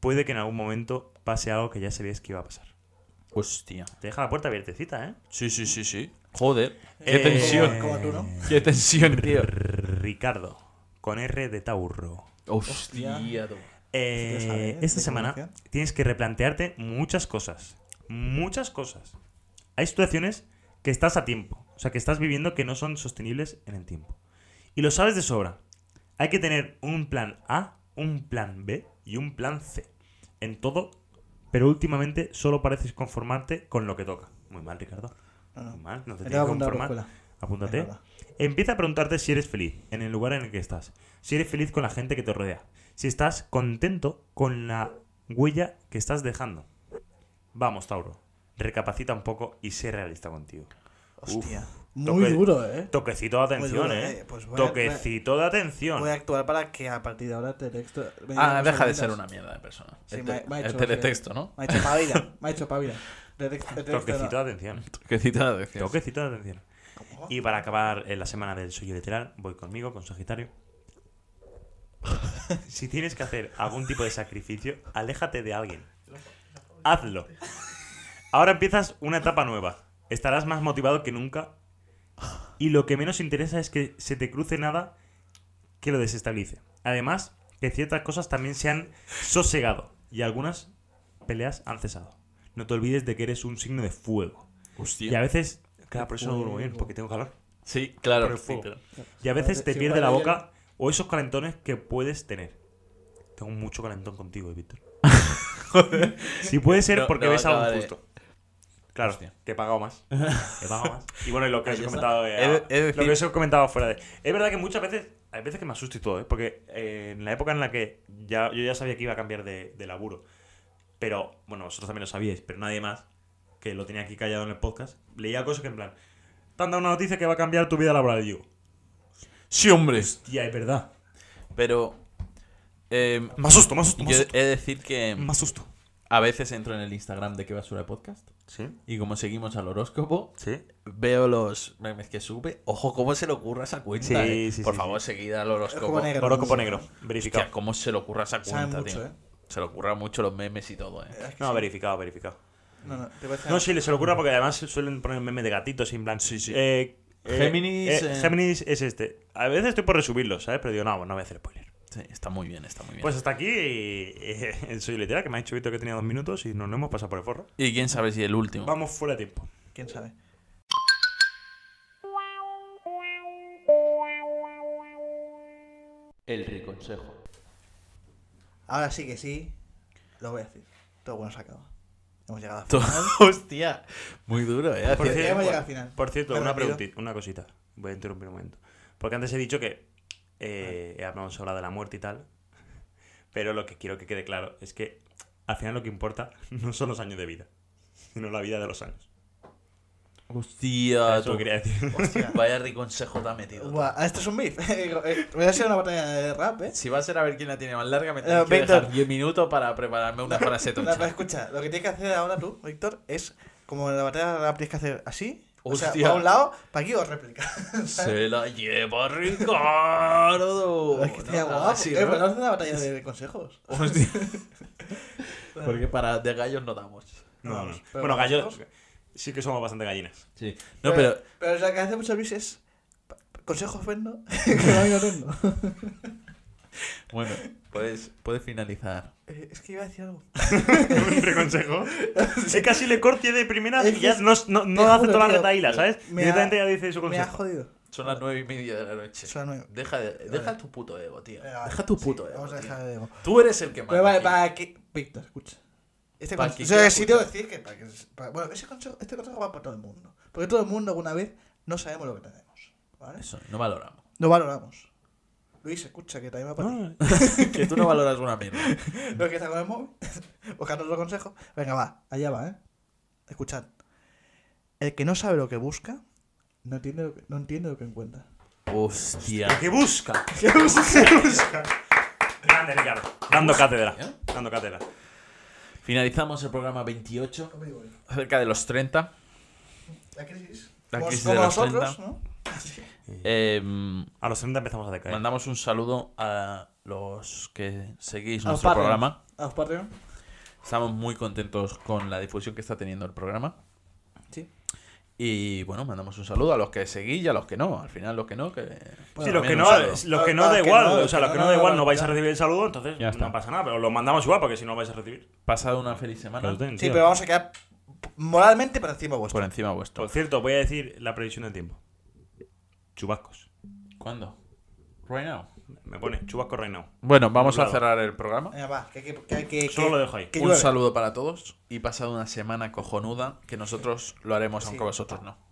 Speaker 2: Puede que en algún momento pase algo que ya sabías que iba a pasar.
Speaker 1: Hostia.
Speaker 2: Te deja la puerta abiertecita, ¿eh?
Speaker 1: Sí, sí, sí, sí. Joder. Qué
Speaker 2: Eh,
Speaker 1: tensión.
Speaker 3: Como tú, ¿no?
Speaker 1: Qué tensión, tío.
Speaker 2: Ricardo, con R de Taurro.
Speaker 1: Hostia, tú.
Speaker 2: Eh,
Speaker 3: Sí, sabe, ¿eh?
Speaker 2: esta
Speaker 3: De
Speaker 2: semana
Speaker 3: comunicación.
Speaker 2: tienes que replantearte muchas cosas. Muchas cosas. Hay situaciones que estás a tiempo. O sea, que estás viviendo que no son sostenibles en el tiempo. Y lo sabes de sobra. Hay que tener un plan A, un plan B y un plan C. En todo, pero últimamente solo pareces conformarte con lo que toca. Muy mal, Ricardo.
Speaker 3: No, no.
Speaker 2: Muy mal, no te
Speaker 3: Me
Speaker 2: tienes
Speaker 3: tengo
Speaker 2: que
Speaker 3: que apuntar a la
Speaker 2: conformar.
Speaker 3: escuela. Es
Speaker 2: Apúntate.
Speaker 3: verdad.
Speaker 2: Empieza a preguntarte si eres feliz en el lugar en el que estás. Si eres feliz con la gente que te rodea. Si estás contento con la huella que estás dejando. Vamos, Tauro. Recapacita un poco y sé realista contigo.
Speaker 3: Hostia.
Speaker 2: Toque-
Speaker 3: Muy duro, ¿eh?
Speaker 2: Toquecito de atención,
Speaker 3: duro,
Speaker 2: ¿eh?
Speaker 3: eh. Pues voy a-
Speaker 2: Toquecito de atención.
Speaker 3: Voy a actuar para que a partir de ahora teletexto. me
Speaker 7: Ah, deja
Speaker 3: digan
Speaker 7: de
Speaker 3: cosas
Speaker 7: ser
Speaker 3: lindas.
Speaker 7: una mierda de persona.
Speaker 3: Sí,
Speaker 7: el,
Speaker 3: me ha-
Speaker 7: te-
Speaker 3: me ha
Speaker 7: el
Speaker 3: hecho
Speaker 7: teletexto, ¿no?
Speaker 3: Me ha hecho pavida. Me ha hecho pavida. Teletexto- teletexto no.
Speaker 2: Toquecito de atención.
Speaker 7: Qué cita de acción.
Speaker 2: Toquecito de atención. Y para acabar eh, la semana del suyo literal, voy conmigo, con Sagitario. si tienes que hacer algún tipo de sacrificio, aléjate de alguien. Hazlo. Ahora empiezas una etapa nueva. Estarás más motivado que nunca. Y lo que menos interesa es que se te cruce nada que lo desestabilice. Además, que ciertas cosas también se han sosegado y algunas peleas han cesado. No te olvides de que eres un signo de fuego. Y a
Speaker 1: Hostia.
Speaker 2: veces. Claro, por eso no duermo bien, porque tengo calor.
Speaker 1: Sí,
Speaker 2: Por
Speaker 1: claro.
Speaker 2: el fuego.
Speaker 1: literal.
Speaker 2: Y a veces te
Speaker 3: Ah, Sí,
Speaker 2: pierde la
Speaker 3: vale,
Speaker 2: boca o esos calentones que puedes tener. Tengo mucho calentón contigo, eh, Víctor. Si puede ser
Speaker 1: No,
Speaker 2: porque
Speaker 1: no,
Speaker 2: ves algo
Speaker 1: acaba de-
Speaker 2: injusto. Claro,
Speaker 1: Hostia.
Speaker 2: te he pagado más. Te he pagado más. Y bueno, y lo que os he comentado. eh,
Speaker 7: He de-
Speaker 2: ah,
Speaker 7: he de
Speaker 2: Lo que
Speaker 7: decir-
Speaker 2: os he comentado fuera de. Es verdad que muchas veces. Hay veces que me asusto y todo, ¿eh? Porque eh, en la época en la que ya, yo ya sabía que iba a cambiar de, de laburo. Pero, bueno, vosotros también lo sabíais, pero nadie más, que lo tenía aquí callado en el podcast, leía cosas que en plan. Te han dado una noticia que va a cambiar tu vida laboral. Y yo,
Speaker 1: Sí, hombre.
Speaker 2: tía, es verdad.
Speaker 1: Pero. eh,
Speaker 2: Más susto, más susto,
Speaker 1: yo em, he de decir que
Speaker 2: Más susto.
Speaker 1: a veces entro en el Instagram de qué basura podcast.
Speaker 2: Sí,
Speaker 1: Y como seguimos al horóscopo,
Speaker 2: sí.
Speaker 1: veo los memes que sube. Ojo, cómo se le ocurra esa cuenta.
Speaker 2: Sí,
Speaker 1: eh.
Speaker 2: sí,
Speaker 1: Por
Speaker 2: sí,
Speaker 1: favor, seguid al horóscopo.
Speaker 3: Horóscopo negro.
Speaker 2: Horóscopo negro. Verificado.
Speaker 1: Hostia, cómo se le ocurra esa
Speaker 3: Sabe
Speaker 1: cuenta,
Speaker 3: mucho,
Speaker 1: tío.
Speaker 3: ¿eh?
Speaker 1: Se le ocurra mucho los memes y todo, eh.
Speaker 2: No, verificado, verificado.
Speaker 3: No, no, te voy a hacer-
Speaker 2: No, sí, se le ocurra porque además suelen poner memes de gatitos en plan. Sí, sí.
Speaker 1: Géminis, eh.
Speaker 2: Géminis es este. A veces estoy por resubirlo, ¿sabes? Pero digo, no, no voy a hacer spoiler.
Speaker 1: Sí, está muy bien, está muy bien.
Speaker 2: Pues hasta aquí eh, el Soy Literal, que me ha dicho Víctor que tenía dos minutos y nos lo hemos pasado por el forro.
Speaker 1: y quién sabe si el último.
Speaker 2: Vamos fuera de tiempo.
Speaker 3: ¿Quién sabe?
Speaker 1: El reconsejo.
Speaker 3: Ahora sí que sí. Lo voy a decir. Todo bueno se acaba. Hemos llegado al
Speaker 1: To-
Speaker 3: final.
Speaker 1: Hostia, muy duro, eh.
Speaker 3: Por
Speaker 1: Haciendo-
Speaker 3: cierto, hemos llegado al final.
Speaker 2: Por cierto,
Speaker 3: Me
Speaker 2: una,
Speaker 3: retiro.
Speaker 2: pregunti- una cosita. Voy a interrumpir un momento. Porque antes he dicho que eh, he hablado sobre la de la muerte y tal. Pero lo que quiero que quede claro es que al final lo que importa no son los años de vida, sino la vida de los años.
Speaker 1: Hostia,
Speaker 3: Ah,
Speaker 2: Eso
Speaker 1: tú.
Speaker 2: quería decir.
Speaker 3: Hostia.
Speaker 1: Vaya reconsejo te ha metido. tú.
Speaker 3: Buah, ah, esto es un beef. Voy a ser una batalla de rap, ¿eh?
Speaker 1: Si va a ser a ver quién la tiene más larga, me
Speaker 3: Eh,
Speaker 1: tengo que
Speaker 3: Víctor.
Speaker 1: dejar 10 minutos para prepararme una frase
Speaker 3: No, pero
Speaker 1: tocha.
Speaker 3: escucha, lo que tienes que hacer ahora tú, Víctor, es como en la batalla de rap tienes que hacer así. O sea,
Speaker 1: Hostia.
Speaker 3: para un lado, para aquí o réplica.
Speaker 1: Se la lleva Ricardo.
Speaker 3: es que estaría
Speaker 1: Oh, No,
Speaker 3: guapo.
Speaker 1: así,
Speaker 3: eh,
Speaker 1: ¿no?
Speaker 3: pero no hace una batalla de consejos.
Speaker 1: Hostia. Porque para de gallos no damos.
Speaker 2: No, no.
Speaker 3: Pero
Speaker 2: Bueno,
Speaker 3: vamos,
Speaker 2: gallos. Sí que somos bastante gallinas.
Speaker 1: Sí.
Speaker 3: Eh.
Speaker 1: No, pero
Speaker 3: Pero lo que hace mucho Luis es. pa- Consejos vendo, que no hay no tengo.
Speaker 1: bueno, puedes, puedes finalizar.
Speaker 3: Eh, Es que iba a decir algo.
Speaker 2: un reconsejo. Es casi le corte de primera
Speaker 3: Es
Speaker 2: y
Speaker 3: que
Speaker 2: ya
Speaker 3: es-
Speaker 2: no, no, no
Speaker 3: te
Speaker 2: hace
Speaker 3: juro,
Speaker 2: toda la
Speaker 3: tío,
Speaker 2: retaíla, ¿sabes?
Speaker 3: me ha-
Speaker 2: Directamente ya dice su
Speaker 3: Me ha
Speaker 2: consejo.
Speaker 3: jodido.
Speaker 1: Son las nueve y media de la noche.
Speaker 3: Son las nueve.
Speaker 1: Deja, de- deja tu puto ego, tío. Deja tu
Speaker 3: Sí,
Speaker 1: puto ego.
Speaker 3: Vamos a
Speaker 1: tío.
Speaker 3: dejar de ego.
Speaker 1: Tú eres el que manda.
Speaker 3: Pero vale,
Speaker 1: aquí.
Speaker 3: para que. Víctor, escucha. Este
Speaker 1: Para
Speaker 3: consejo.
Speaker 1: que
Speaker 3: O sea,
Speaker 1: quiera
Speaker 3: si tengo que decir que. Para que para- bueno, ese consejo, este consejo va para todo el mundo. Porque todo el mundo alguna vez no sabemos lo que tenemos. ¿Vale?
Speaker 1: Eso, no valoramos.
Speaker 3: No valoramos. Luis, escucha, que también va para ti.
Speaker 1: que tú no valoras una mierda.
Speaker 3: Los que está con el móvil, buscando otro consejo. Venga, va, allá va, ¿eh? Escuchad. El que no sabe lo que busca, no entiende lo que, no entiende lo que encuentra.
Speaker 1: Hostia.
Speaker 2: ¿Qué busca?
Speaker 3: ¿Qué busca?
Speaker 2: Grande, Ricardo. Dando cátedra. Dando cátedra.
Speaker 1: Finalizamos el programa 28, cerca de los 30.
Speaker 3: La crisis.
Speaker 1: La
Speaker 3: Pues
Speaker 1: crisis
Speaker 3: como
Speaker 1: de los
Speaker 3: nosotros,
Speaker 1: 30.
Speaker 3: ¿no?
Speaker 1: Eh,
Speaker 2: A los 30 empezamos a decaer.
Speaker 1: mandamos un saludo a los que seguís
Speaker 3: A los
Speaker 1: nuestro
Speaker 3: Patreon.
Speaker 1: programa.
Speaker 3: A los Patreon.
Speaker 1: Estamos muy contentos con la difusión que está teniendo el programa.
Speaker 3: Sí.
Speaker 1: Y bueno, mandamos un saludo a los que seguís y a los que no. Al final, los que no, que.
Speaker 2: sí,
Speaker 1: bueno, también
Speaker 2: los que,
Speaker 1: un
Speaker 2: no,
Speaker 1: saludo.
Speaker 2: los que no
Speaker 3: Ah,
Speaker 2: da
Speaker 3: que
Speaker 2: igual,
Speaker 3: no,
Speaker 2: o sea,
Speaker 3: que
Speaker 2: los que
Speaker 3: no,
Speaker 2: no da
Speaker 3: no,
Speaker 2: igual
Speaker 3: no,
Speaker 2: no vais a
Speaker 3: ya.
Speaker 2: recibir el saludo, entonces
Speaker 1: Ya está.
Speaker 2: no pasa nada, pero lo mandamos igual porque si no lo vais a recibir.
Speaker 1: Pasad una feliz semana.
Speaker 3: Sí, pero vamos a quedar moralmente por encima vuestro.
Speaker 1: Por encima vuestro.
Speaker 2: Por cierto, voy a decir la previsión del tiempo. Chubascos.
Speaker 1: ¿Cuándo? Right now.
Speaker 2: Me pone chubasco right now.
Speaker 1: Bueno, vamos a
Speaker 2: Nublado.
Speaker 1: cerrar el programa.
Speaker 3: Venga, va, que, que, que, que-
Speaker 2: Solo
Speaker 3: que-
Speaker 2: lo dejo ahí.
Speaker 3: Eh, que
Speaker 1: Un
Speaker 3: llueve.
Speaker 1: saludo para todos y pasad una semana cojonuda que nosotros lo haremos, aunque
Speaker 3: Sí.
Speaker 1: vosotros no.